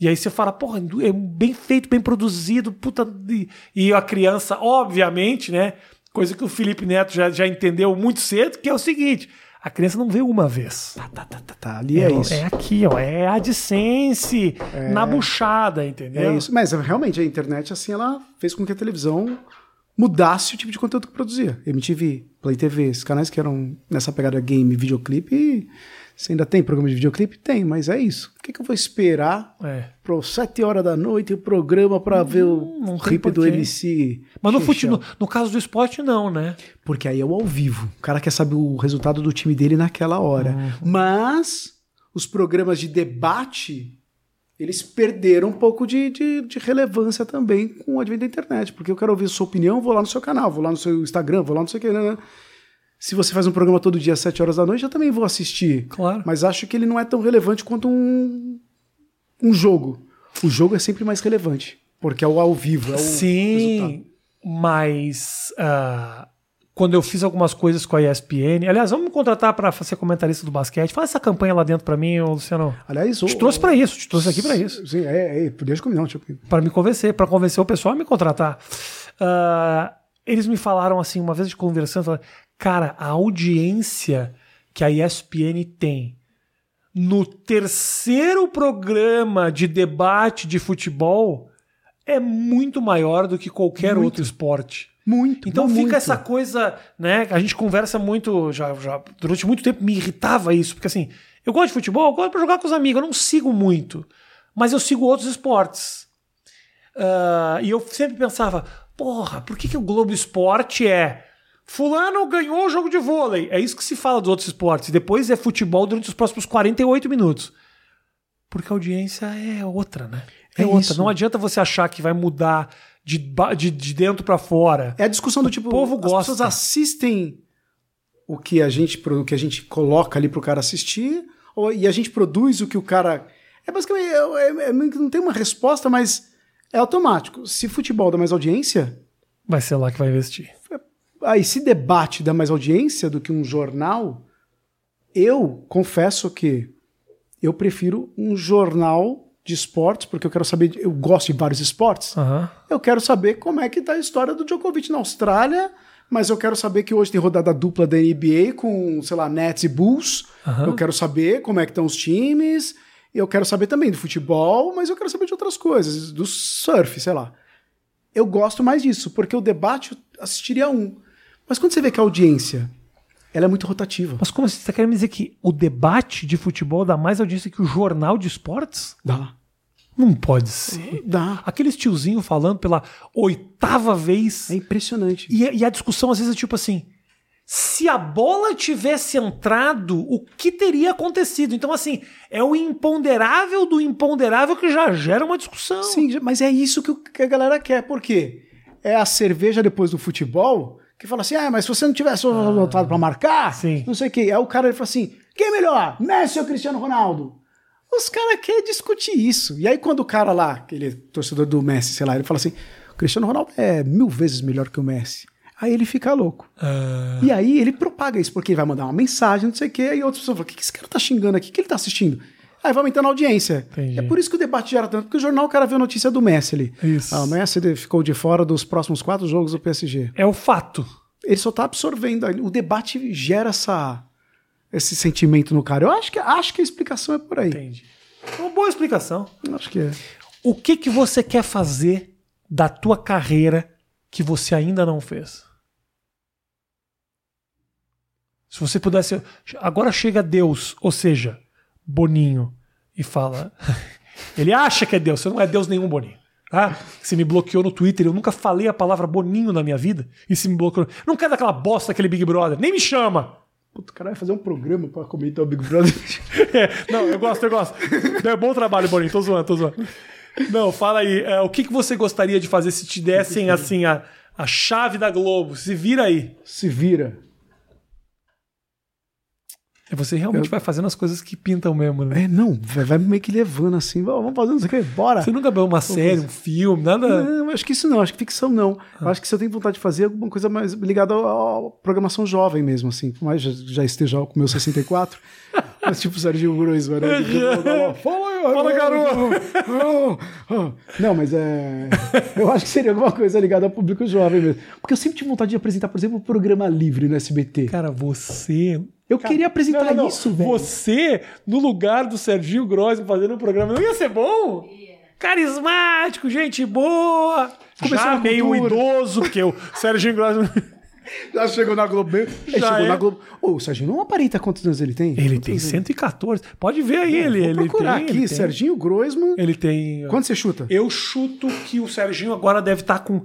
[SPEAKER 2] E aí você fala, porra, é bem feito, bem produzido, puta. E, e a criança, obviamente, né? Coisa que o Felipe Neto já, já entendeu muito cedo, que é o seguinte: a criança não vê uma vez.
[SPEAKER 3] Tá, tá, ali é, isso.
[SPEAKER 2] É aqui, ó. É AdSense na buchada,
[SPEAKER 3] É
[SPEAKER 2] entendeu?
[SPEAKER 3] isso. Mas realmente a internet, assim, ela fez com que a televisão mudasse o tipo de conteúdo que produzia. MTV, Play TV, esses canais que eram nessa pegada game, videoclipe. E você ainda tem programa de videoclipe? Tem, mas é isso. O que, que eu vou esperar
[SPEAKER 2] É.
[SPEAKER 3] para 7 horas da noite o programa pra ver
[SPEAKER 2] Hum, não
[SPEAKER 3] o
[SPEAKER 2] tem
[SPEAKER 3] clipe do
[SPEAKER 2] porquê.
[SPEAKER 3] MC?
[SPEAKER 2] Mas no, fute,
[SPEAKER 3] Chechel?
[SPEAKER 2] no, no caso do esporte, não, né?
[SPEAKER 3] Porque aí é o ao vivo. O cara quer saber o resultado do time dele naquela hora.
[SPEAKER 2] Uhum.
[SPEAKER 3] Mas os programas de debate, eles perderam um pouco de, de- de relevância também com o advento da internet. Porque eu quero ouvir a sua opinião, vou lá no seu canal, vou lá no seu Instagram, vou lá no seu... né, Se você faz um programa todo dia às 7 horas da noite, eu também vou assistir.
[SPEAKER 2] Claro.
[SPEAKER 3] Mas acho que ele não é tão relevante quanto um, um jogo. O jogo é sempre mais relevante. Porque é o ao vivo, é o resultado.
[SPEAKER 2] Sim, mas ah, quando eu fiz algumas coisas com a ESPN, aliás, vamos me contratar pra ser comentarista do basquete. Faz essa campanha lá dentro pra mim, ô Luciano.
[SPEAKER 3] Aliás,
[SPEAKER 2] Te trouxe pra isso, te trouxe aqui pra isso.
[SPEAKER 3] Sim, é, é, deixa comigo, não, tipo,
[SPEAKER 2] Pra me convencer, pra convencer o pessoal a me contratar. Ah, eles me falaram assim, uma vez de conversando, falaram, cara, a audiência que a ESPN tem no terceiro programa de debate de futebol é muito maior do que qualquer outro esporte.
[SPEAKER 3] Muito.
[SPEAKER 2] Então
[SPEAKER 3] mas
[SPEAKER 2] fica
[SPEAKER 3] muito.
[SPEAKER 2] essa coisa, né? A gente conversa muito, já, já durante muito tempo me irritava isso, porque assim, eu gosto de futebol, eu gosto pra jogar com os amigos, eu não sigo muito, mas eu sigo outros esportes. Ah, e eu sempre pensava, porra, por que, que o Globo Esporte é. Fulano ganhou o jogo de vôlei. É isso que se fala dos outros esportes. Depois é futebol durante os próximos 48 minutos. Porque a audiência é outra, né? É,
[SPEAKER 3] É
[SPEAKER 2] outra.
[SPEAKER 3] isso.
[SPEAKER 2] Não adianta você achar que vai mudar de, ba- de, de dentro pra fora.
[SPEAKER 3] É a discussão do tipo,
[SPEAKER 2] povo
[SPEAKER 3] as
[SPEAKER 2] gosta.
[SPEAKER 3] pessoas assistem o que a gente pro- o que a gente coloca ali pro cara assistir, ou, e a gente produz o que o cara. É basicamente, é- é- é meio que não tem uma resposta, mas é automático. Se futebol dá mais audiência,
[SPEAKER 2] Vai ser lá que vai investir.
[SPEAKER 3] aí se debate dá mais audiência do que um jornal, eu confesso que eu prefiro um jornal de esportes, porque eu quero saber, eu gosto de vários esportes.
[SPEAKER 2] Aham.
[SPEAKER 3] Eu quero saber como é que tá a história do Djokovic na Austrália, mas eu quero saber que hoje tem rodada dupla da NBA com, sei lá, Nets e Bulls.
[SPEAKER 2] Aham.
[SPEAKER 3] Eu quero saber como é que estão os times. Eu quero saber também do futebol, mas eu quero saber de outras coisas, do surf, sei lá. Eu gosto mais disso, porque o debate eu assistiria a um. Mas quando você vê que a audiência, ela é muito rotativa.
[SPEAKER 2] Mas como assim? Você tá querendo me dizer que o debate de futebol dá mais audiência que o jornal de esportes?
[SPEAKER 3] Dá.
[SPEAKER 2] Não pode ser.
[SPEAKER 3] Dá.
[SPEAKER 2] Aqueles tiozinho falando pela oitava vez.
[SPEAKER 3] É impressionante.
[SPEAKER 2] E, e a discussão às vezes é tipo assim: se a bola tivesse entrado, o que teria acontecido? Então, assim, é o imponderável do imponderável que já gera uma discussão.
[SPEAKER 3] Sim, mas é isso que o- que a galera quer, porque é a cerveja depois do futebol que fala assim: ah, mas se você não tivesse voltado pra marcar,
[SPEAKER 2] Sim.
[SPEAKER 3] não sei o quê. Aí o cara ele fala assim: quem é melhor, Messi ou Cristiano Ronaldo? Os caras querem discutir isso. E aí, quando o cara lá, aquele torcedor do Messi, sei lá, ele fala assim: o Cristiano Ronaldo é mil vezes melhor que o Messi. Aí ele fica louco. E aí ele propaga isso, porque ele vai mandar uma mensagem, não sei o quê, e outras pessoas falam: o que que esse cara tá xingando aqui? O que ele tá assistindo? Aí vai aumentando a audiência.
[SPEAKER 2] Entendi.
[SPEAKER 3] É por isso que o debate gera tanto, porque o jornal o cara vê a notícia do Messi ali.
[SPEAKER 2] Isso.
[SPEAKER 3] Ah, o Messi ele ficou de fora dos próximos quatro jogos do PSG.
[SPEAKER 2] É o fato.
[SPEAKER 3] Ele só tá absorvendo. O debate gera essa, esse sentimento no cara. Eu acho que, acho que a explicação é por aí.
[SPEAKER 2] Entendi. É uma boa explicação.
[SPEAKER 3] Acho que é.
[SPEAKER 2] O que, que você quer fazer da tua carreira que você ainda não fez? Se você pudesse. Agora chega Deus, ou seja, Boninho, e fala. Ele acha que é Deus, você não é Deus nenhum, Boninho. Tá? Você me bloqueou no Twitter, eu nunca falei a palavra Boninho na minha vida, e se me bloqueou. Não quero daquela bosta daquele Big Brother, nem me chama!
[SPEAKER 3] Puta, o cara vai fazer um programa pra comentar o Big Brother.
[SPEAKER 2] É, não, eu gosto, eu gosto. Não, é bom trabalho, Boninho. Tô zoando, tô zoando. Não, fala aí. é, o que, que você gostaria de fazer se te dessem, assim, a, a chave da Globo? Se vira aí.
[SPEAKER 3] Se vira.
[SPEAKER 2] É, Você realmente vai fazendo as coisas que pintam mesmo, né?
[SPEAKER 3] É, não, vai vai meio que levando assim. "Ó, Vamos fazendo isso aqui, bora.
[SPEAKER 2] Você nunca viu uma série, um filme, nada.
[SPEAKER 3] assim? Não, acho que isso não, acho que ficção não.
[SPEAKER 2] Ah.
[SPEAKER 3] Eu Acho que se eu tenho vontade de fazer alguma coisa mais ligada à programação jovem mesmo, assim. Por mais já, já esteja com o meu 64. mas tipo Sérgio Groisman, né? Fala,
[SPEAKER 2] Fala,
[SPEAKER 3] garoto! Não, mas é. Eu acho que seria alguma coisa ligada ao público jovem mesmo. Porque eu sempre tive vontade de apresentar, por exemplo, um programa livre no SBT.
[SPEAKER 2] Cara, você.
[SPEAKER 3] Eu queria apresentar
[SPEAKER 2] Não, não, não.
[SPEAKER 3] então é isso, velho.
[SPEAKER 2] Você, no lugar do Serginho Grosman fazendo um programa, não ia ser bom? Carismático, gente boa.
[SPEAKER 3] Começou
[SPEAKER 2] Já
[SPEAKER 3] na
[SPEAKER 2] meio um
[SPEAKER 3] cultura.
[SPEAKER 2] idoso, porque o Serginho Grosman...
[SPEAKER 3] Já chegou na Globo. Ele
[SPEAKER 2] Já
[SPEAKER 3] chegou
[SPEAKER 2] é.
[SPEAKER 3] na Globo. Ô, o Sérgio não aparenta quantos anos ele tem?
[SPEAKER 2] Ele tem 114. Pode ver aí ele.
[SPEAKER 3] Vou
[SPEAKER 2] ele
[SPEAKER 3] procurar
[SPEAKER 2] tem,
[SPEAKER 3] aqui,
[SPEAKER 2] ele tem-
[SPEAKER 3] Serginho Groisman.
[SPEAKER 2] Ele tem.
[SPEAKER 3] Quanto você chuta?
[SPEAKER 2] Eu chuto que o Serginho agora deve estar com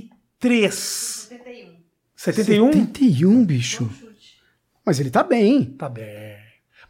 [SPEAKER 2] 73.
[SPEAKER 4] 71.
[SPEAKER 2] 71?
[SPEAKER 3] 71, bicho.
[SPEAKER 4] Chute.
[SPEAKER 3] Mas ele tá bem.
[SPEAKER 2] Tá bem.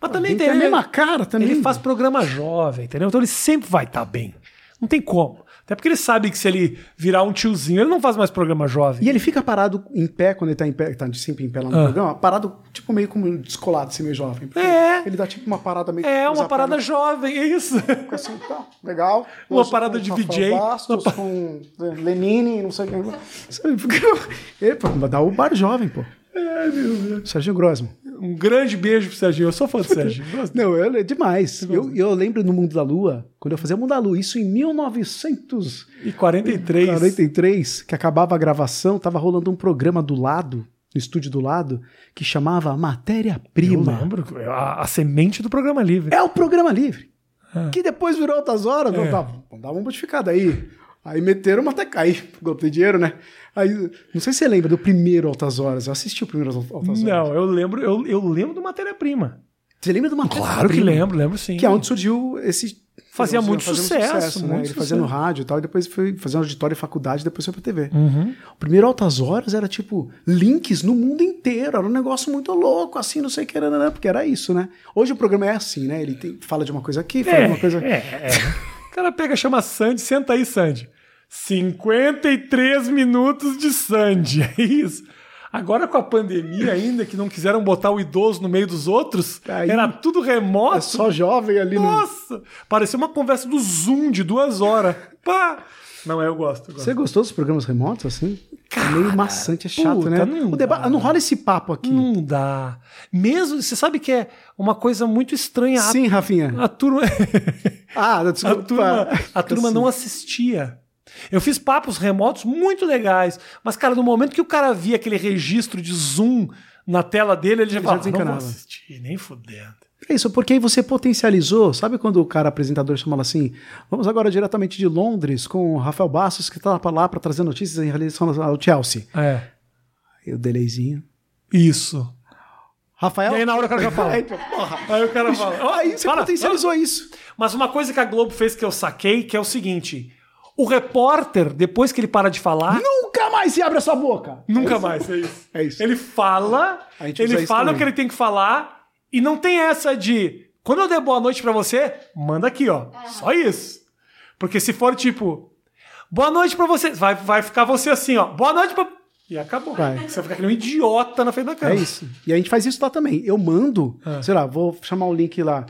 [SPEAKER 2] Mas também
[SPEAKER 3] ele
[SPEAKER 2] tem.
[SPEAKER 3] tem a é mesma cara também.
[SPEAKER 2] Ele faz programa jovem, entendeu? Então ele sempre vai estar bem. Não tem como. Até porque ele sabe que se ele virar um tiozinho, ele não faz mais programa jovem.
[SPEAKER 3] E ele fica parado em pé quando ele tá em pé, tá sempre em pé lá no
[SPEAKER 2] Ah.
[SPEAKER 3] programa, parado tipo meio como descolado, assim, meio jovem. Porque
[SPEAKER 2] É.
[SPEAKER 3] Ele dá tipo uma parada meio...
[SPEAKER 2] É
[SPEAKER 3] usa
[SPEAKER 2] uma
[SPEAKER 3] a
[SPEAKER 2] parada
[SPEAKER 3] perna,
[SPEAKER 2] jovem, é isso.
[SPEAKER 3] fica assim, tá, legal.
[SPEAKER 2] Uma
[SPEAKER 3] Hoje
[SPEAKER 2] parada
[SPEAKER 3] com
[SPEAKER 2] de
[SPEAKER 3] Rafael
[SPEAKER 2] VJ,
[SPEAKER 3] Bastos,
[SPEAKER 2] uma
[SPEAKER 3] com né, Lenine, não sei quem. Sabe, porque- Ele, pô, dá o bar jovem, pô. É,
[SPEAKER 2] Ai, meu Deus.
[SPEAKER 3] Serginho Grossman.
[SPEAKER 2] Um grande beijo pro Serginho. Eu sou fã do Serginho. Gosto
[SPEAKER 3] Não, eu, é demais. Eu, eu lembro no Mundo da Lua, quando eu fazia Mundo da Lua, isso em 1900...
[SPEAKER 2] E 43.
[SPEAKER 3] 43, que acabava a gravação, tava rolando um programa do lado, no estúdio do lado, que chamava
[SPEAKER 2] Eu
[SPEAKER 3] Matéria-Prima.
[SPEAKER 2] lembro. A, a semente do programa livre.
[SPEAKER 3] É o programa livre.
[SPEAKER 2] Ah.
[SPEAKER 3] Que depois virou outras horas, não,
[SPEAKER 2] É.
[SPEAKER 3] tá, vamos dar uma modificada aí. Aí meteram uma teca. Aí, golpe de dinheiro, né? Aí, não sei se você lembra do primeiro Altas Horas. Eu assisti o primeiro Altas Horas.
[SPEAKER 2] Não, eu lembro, eu, eu lembro do matéria-prima.
[SPEAKER 3] Você lembra do Matéria
[SPEAKER 2] Claro que lembro, lembro sim.
[SPEAKER 3] Que é onde surgiu esse
[SPEAKER 2] Fazia
[SPEAKER 3] é Ele
[SPEAKER 2] muito
[SPEAKER 3] fazendo
[SPEAKER 2] sucesso,
[SPEAKER 3] né?
[SPEAKER 2] muito
[SPEAKER 3] Ele fazia no
[SPEAKER 2] sucesso.
[SPEAKER 3] rádio e tal, e depois foi fazer um auditório em faculdade, depois foi pra TV.
[SPEAKER 2] Uhum.
[SPEAKER 3] O primeiro Altas Horas era tipo links no mundo inteiro, era um negócio muito louco, assim, não sei o que, nananã, porque era isso, né? Hoje o programa é assim, né? Ele tem- fala de uma coisa aqui, fala de uma coisa.
[SPEAKER 2] É, é. O cara pega, chama Sandy, senta aí, Sandy. 53 minutos de Sandy, é isso. Agora com a pandemia ainda, que não quiseram botar o idoso no meio dos outros,
[SPEAKER 3] Tá Aí-
[SPEAKER 2] era tudo remoto.
[SPEAKER 3] É só um. jovem ali no.
[SPEAKER 2] Nossa! Parecia uma conversa do Zoom de duas horas. Pá! Não, é, eu gosto. eu gosto.
[SPEAKER 3] Você gostou dos programas remotos, assim? Meio maçante, é chato,
[SPEAKER 2] puta,
[SPEAKER 3] né?
[SPEAKER 2] não
[SPEAKER 3] o deba-
[SPEAKER 2] dá.
[SPEAKER 3] não rola esse papo aqui.
[SPEAKER 2] Não dá. Mesmo, você sabe que é uma coisa muito estranha. A-
[SPEAKER 3] Sim, Rafinha.
[SPEAKER 2] A turma.
[SPEAKER 3] Ah,
[SPEAKER 2] A
[SPEAKER 3] desculpa.
[SPEAKER 2] turma, a turma não assistia. Eu fiz papos remotos muito legais, mas, cara, no momento que o cara via aquele registro de zoom na tela dele, ele já
[SPEAKER 3] Ele já
[SPEAKER 2] falava, não vou
[SPEAKER 3] desencanava."
[SPEAKER 2] assistir, nem fudendo.
[SPEAKER 3] É isso, porque aí você potencializou. Sabe quando o cara apresentador chamava assim? Vamos agora diretamente de Londres com o Rafael Bastos, que tá lá para trazer notícias em relação ao Chelsea.
[SPEAKER 2] É,
[SPEAKER 3] Aí o delayzinho.
[SPEAKER 2] isso.
[SPEAKER 3] Rafael.
[SPEAKER 2] E aí na hora o cara já fala.
[SPEAKER 3] Aí, porra.
[SPEAKER 2] Aí o cara fala, "Ó,
[SPEAKER 3] Aí você
[SPEAKER 2] para,
[SPEAKER 3] potencializou isso.
[SPEAKER 2] Mas uma coisa que a Globo fez que eu saquei, que é o seguinte: o repórter, depois que ele para de falar,
[SPEAKER 3] Nunca mais se abre a sua boca.
[SPEAKER 2] nunca mais, é isso.
[SPEAKER 3] É isso.
[SPEAKER 2] Ele fala,
[SPEAKER 3] A gente usa
[SPEAKER 2] ele
[SPEAKER 3] isso
[SPEAKER 2] fala o
[SPEAKER 3] também.
[SPEAKER 2] que ele tem que falar e não tem essa de quando eu der boa noite pra você, manda aqui, ó. Só isso. Porque se for tipo boa noite pra você, vai, vai ficar você assim, ó. Boa noite pra e acabou.
[SPEAKER 3] Vai.
[SPEAKER 2] Você vai ficar que nem um idiota na frente da
[SPEAKER 3] É
[SPEAKER 2] câmera.
[SPEAKER 3] isso. E a gente faz isso lá também. Eu mando,
[SPEAKER 2] É.
[SPEAKER 3] sei lá, vou chamar o link lá.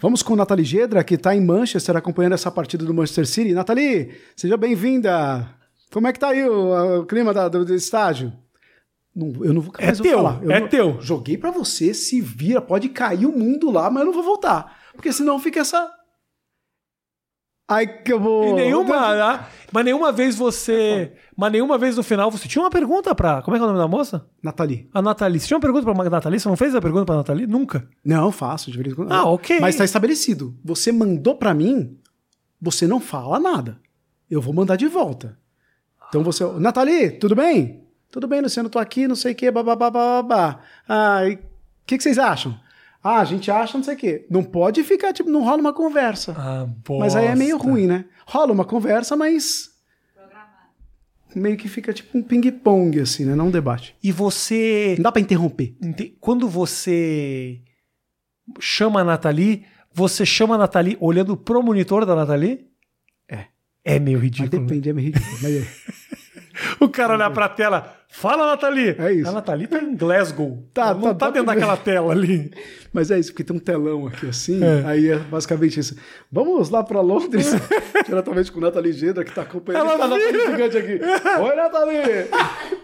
[SPEAKER 3] Vamos com Nathalie Gedra, que tá em Manchester acompanhando essa partida do Manchester City. Nathalie, seja bem-vinda. Como é que tá aí o, o clima da- do, do estádio? Não, eu não vou
[SPEAKER 2] É
[SPEAKER 3] mais vou
[SPEAKER 2] teu,
[SPEAKER 3] falar. Eu
[SPEAKER 2] é
[SPEAKER 3] não-
[SPEAKER 2] teu.
[SPEAKER 3] Joguei pra você, se vira, pode cair o mundo lá, mas eu não vou voltar. Porque senão fica essa. Ai, que eu vou.
[SPEAKER 2] E nenhuma, né? mas nenhuma vez
[SPEAKER 3] É
[SPEAKER 2] você, mas nenhuma vez no final você tinha uma pergunta pra, como é que é o nome da moça?
[SPEAKER 3] Nathalie.
[SPEAKER 2] A Nathalie. Você tinha uma pergunta pra Nathalie? Você não fez a pergunta pra Nathalie? Nunca.
[SPEAKER 3] Não, faço de vez em quando.
[SPEAKER 2] Ah, ok.
[SPEAKER 3] Mas tá estabelecido. Você mandou pra mim, você não fala nada. Eu vou mandar de volta. Então você. Nathalie, tudo bem? Tudo bem, Luciano, tô aqui, não sei o quê, babá, babá. Ah, e o que, que vocês acham? Ah, a gente acha não sei o quê. Não pode ficar, tipo, não rola uma conversa.
[SPEAKER 2] Ah,
[SPEAKER 3] mas aí é meio
[SPEAKER 2] bosta.
[SPEAKER 3] ruim, né? Rola uma conversa, mas. Meio que fica tipo um ping-pong, assim, né? Não um debate.
[SPEAKER 2] E você
[SPEAKER 3] Não dá pra interromper.
[SPEAKER 2] Ente- Quando você chama a Nathalie, você chama a Nathalie olhando pro monitor da Nathalie? É. É meio
[SPEAKER 3] Mas
[SPEAKER 2] ridículo.
[SPEAKER 3] depende, é meio ridículo. Mas é.
[SPEAKER 2] O cara olhar pra tela, fala Nathalie!
[SPEAKER 3] É isso.
[SPEAKER 2] A Nathalie tá em Glasgow.
[SPEAKER 3] Tá,
[SPEAKER 2] Ela não tá, dentro
[SPEAKER 3] tá, tá tudo bem.
[SPEAKER 2] daquela tela ali.
[SPEAKER 3] Mas é isso, porque tem um telão aqui assim, aí é basicamente isso. Vamos lá pra Londres, diretamente com Nathalie Gedra, que tá acompanhando.
[SPEAKER 2] Ela
[SPEAKER 3] tá a Nathalie
[SPEAKER 2] vira.
[SPEAKER 3] gigante aqui. Oi, Nathalie!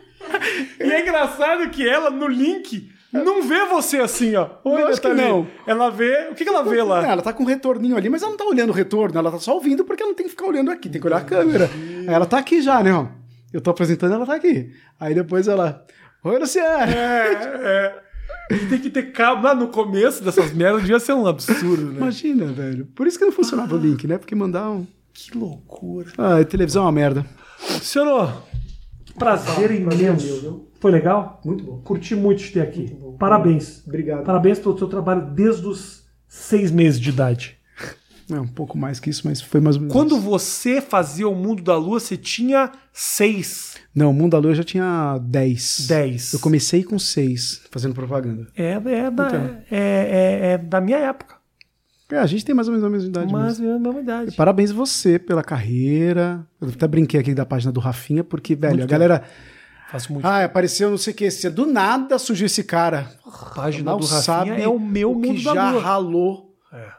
[SPEAKER 2] E é engraçado que ela, no link, não vê você assim, ó. Oi,
[SPEAKER 3] Não, acho que
[SPEAKER 2] Nathalie.
[SPEAKER 3] não.
[SPEAKER 2] Ela vê. O que, que ela vê lá?
[SPEAKER 3] Ela tá com um retorninho ali, mas ela não tá olhando o retorno, ela tá só ouvindo porque ela não tem que ficar olhando aqui, tem que olhar a câmera. Aí ela tá aqui já, né? ó. Eu tô apresentando, ela tá aqui. Aí depois ela. Oi, Luciano!
[SPEAKER 2] né? É, é. Tem que ter calma no começo dessas merdas, devia ser um absurdo, né?
[SPEAKER 3] Imagina, velho. Por isso que não funcionava o link, né? Porque mandar um.
[SPEAKER 2] que loucura.
[SPEAKER 3] Ah, televisão é uma merda.
[SPEAKER 2] Senhor, prazer imenso. Foi legal?
[SPEAKER 3] Muito bom.
[SPEAKER 2] Curti muito te ter aqui. Parabéns.
[SPEAKER 3] Obrigado.
[SPEAKER 2] Parabéns pelo seu trabalho desde os seis meses de idade.
[SPEAKER 3] É um pouco mais que isso, mas foi mais ou menos.
[SPEAKER 2] Quando você fazia o Mundo da Lua, você tinha seis.
[SPEAKER 3] Não, o Mundo da Lua eu já tinha 10.
[SPEAKER 2] Dez.
[SPEAKER 3] Eu comecei com 6 fazendo propaganda.
[SPEAKER 2] É, é, da,
[SPEAKER 3] Então.
[SPEAKER 2] é, é- é da minha época.
[SPEAKER 3] É, a gente tem mais ou menos a mesma idade
[SPEAKER 2] Mas
[SPEAKER 3] mesmo.
[SPEAKER 2] é da mesma idade.
[SPEAKER 3] Parabéns você pela carreira. Eu até brinquei aqui da página do Rafinha, porque, velho, a galera.
[SPEAKER 2] Faço muito.
[SPEAKER 3] Ah, apareceu não sei o que. Do nada surgiu esse cara.
[SPEAKER 2] A página
[SPEAKER 3] Mal
[SPEAKER 2] do Rafinha
[SPEAKER 3] sabe
[SPEAKER 2] é o meu
[SPEAKER 3] que
[SPEAKER 2] Mundo da
[SPEAKER 3] já
[SPEAKER 2] Lua.
[SPEAKER 3] ralou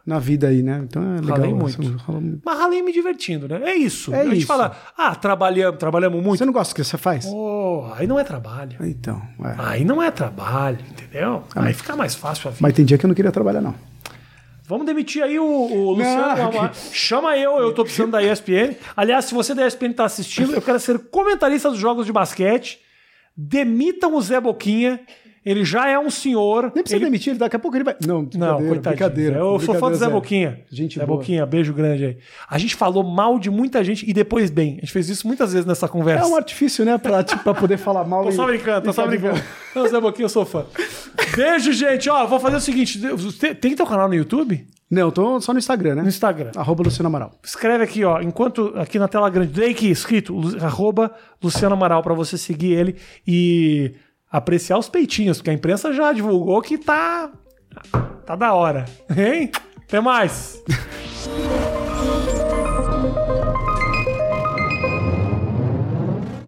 [SPEAKER 3] na vida aí, né? Então é legal.
[SPEAKER 2] Ralei
[SPEAKER 3] isso,
[SPEAKER 2] muito.
[SPEAKER 3] ralou muito.
[SPEAKER 2] Mas ralei me divertindo, né? É isso.
[SPEAKER 3] É
[SPEAKER 2] a gente
[SPEAKER 3] isso.
[SPEAKER 2] fala, ah, trabalhamos, trabalhamos muito.
[SPEAKER 3] Você não gosta do que você faz?
[SPEAKER 2] Pô, aí não é trabalho.
[SPEAKER 3] Então, é.
[SPEAKER 2] Aí não é trabalho, entendeu?
[SPEAKER 3] Ah,
[SPEAKER 2] Aí fica mais fácil a vida.
[SPEAKER 3] Mas tem dia que eu não queria trabalhar, não.
[SPEAKER 2] Vamos demitir aí o, o Luciano.
[SPEAKER 3] Não,
[SPEAKER 2] Amar. Chama eu, eu tô precisando da ESPN. Aliás, se você da ESPN tá assistindo, eu quero ser comentarista dos jogos de basquete. Demitam o Zé Boquinha. Ele já é um senhor.
[SPEAKER 3] Nem precisa
[SPEAKER 2] Ele-
[SPEAKER 3] demitir, daqui a pouco ele vai. Não,
[SPEAKER 2] Não,
[SPEAKER 3] brincadeira,
[SPEAKER 2] coitadinho.
[SPEAKER 3] brincadeira.
[SPEAKER 2] Eu sou fã do Zé
[SPEAKER 3] Brincadeira,
[SPEAKER 2] Boquinha.
[SPEAKER 3] Gente
[SPEAKER 2] Zé
[SPEAKER 3] boa.
[SPEAKER 2] Boquinha, beijo grande aí. A gente falou mal de muita gente e depois bem. A gente fez isso muitas vezes nessa conversa.
[SPEAKER 3] É um artifício, né? Pra, tipo, pra poder falar mal.
[SPEAKER 2] Tô
[SPEAKER 3] e-
[SPEAKER 2] só brincando, tô
[SPEAKER 3] e
[SPEAKER 2] só
[SPEAKER 3] ficar de
[SPEAKER 2] brincando. Não, Zé Boquinha, eu sou fã. Beijo, gente. Ó, vou fazer o seguinte. Tem tem teu canal no YouTube?
[SPEAKER 3] boa. Não, eu tô só no Instagram, né?
[SPEAKER 2] No Instagram.
[SPEAKER 3] Arroba Luciano Amaral.
[SPEAKER 2] Escreve aqui, ó. Enquanto aqui na tela grande, Drake, escrito, lu- arroba Luciano Amaral, pra você seguir ele e apreciar os peitinhos, porque a imprensa já divulgou que tá. tá da hora. Hein? Até mais!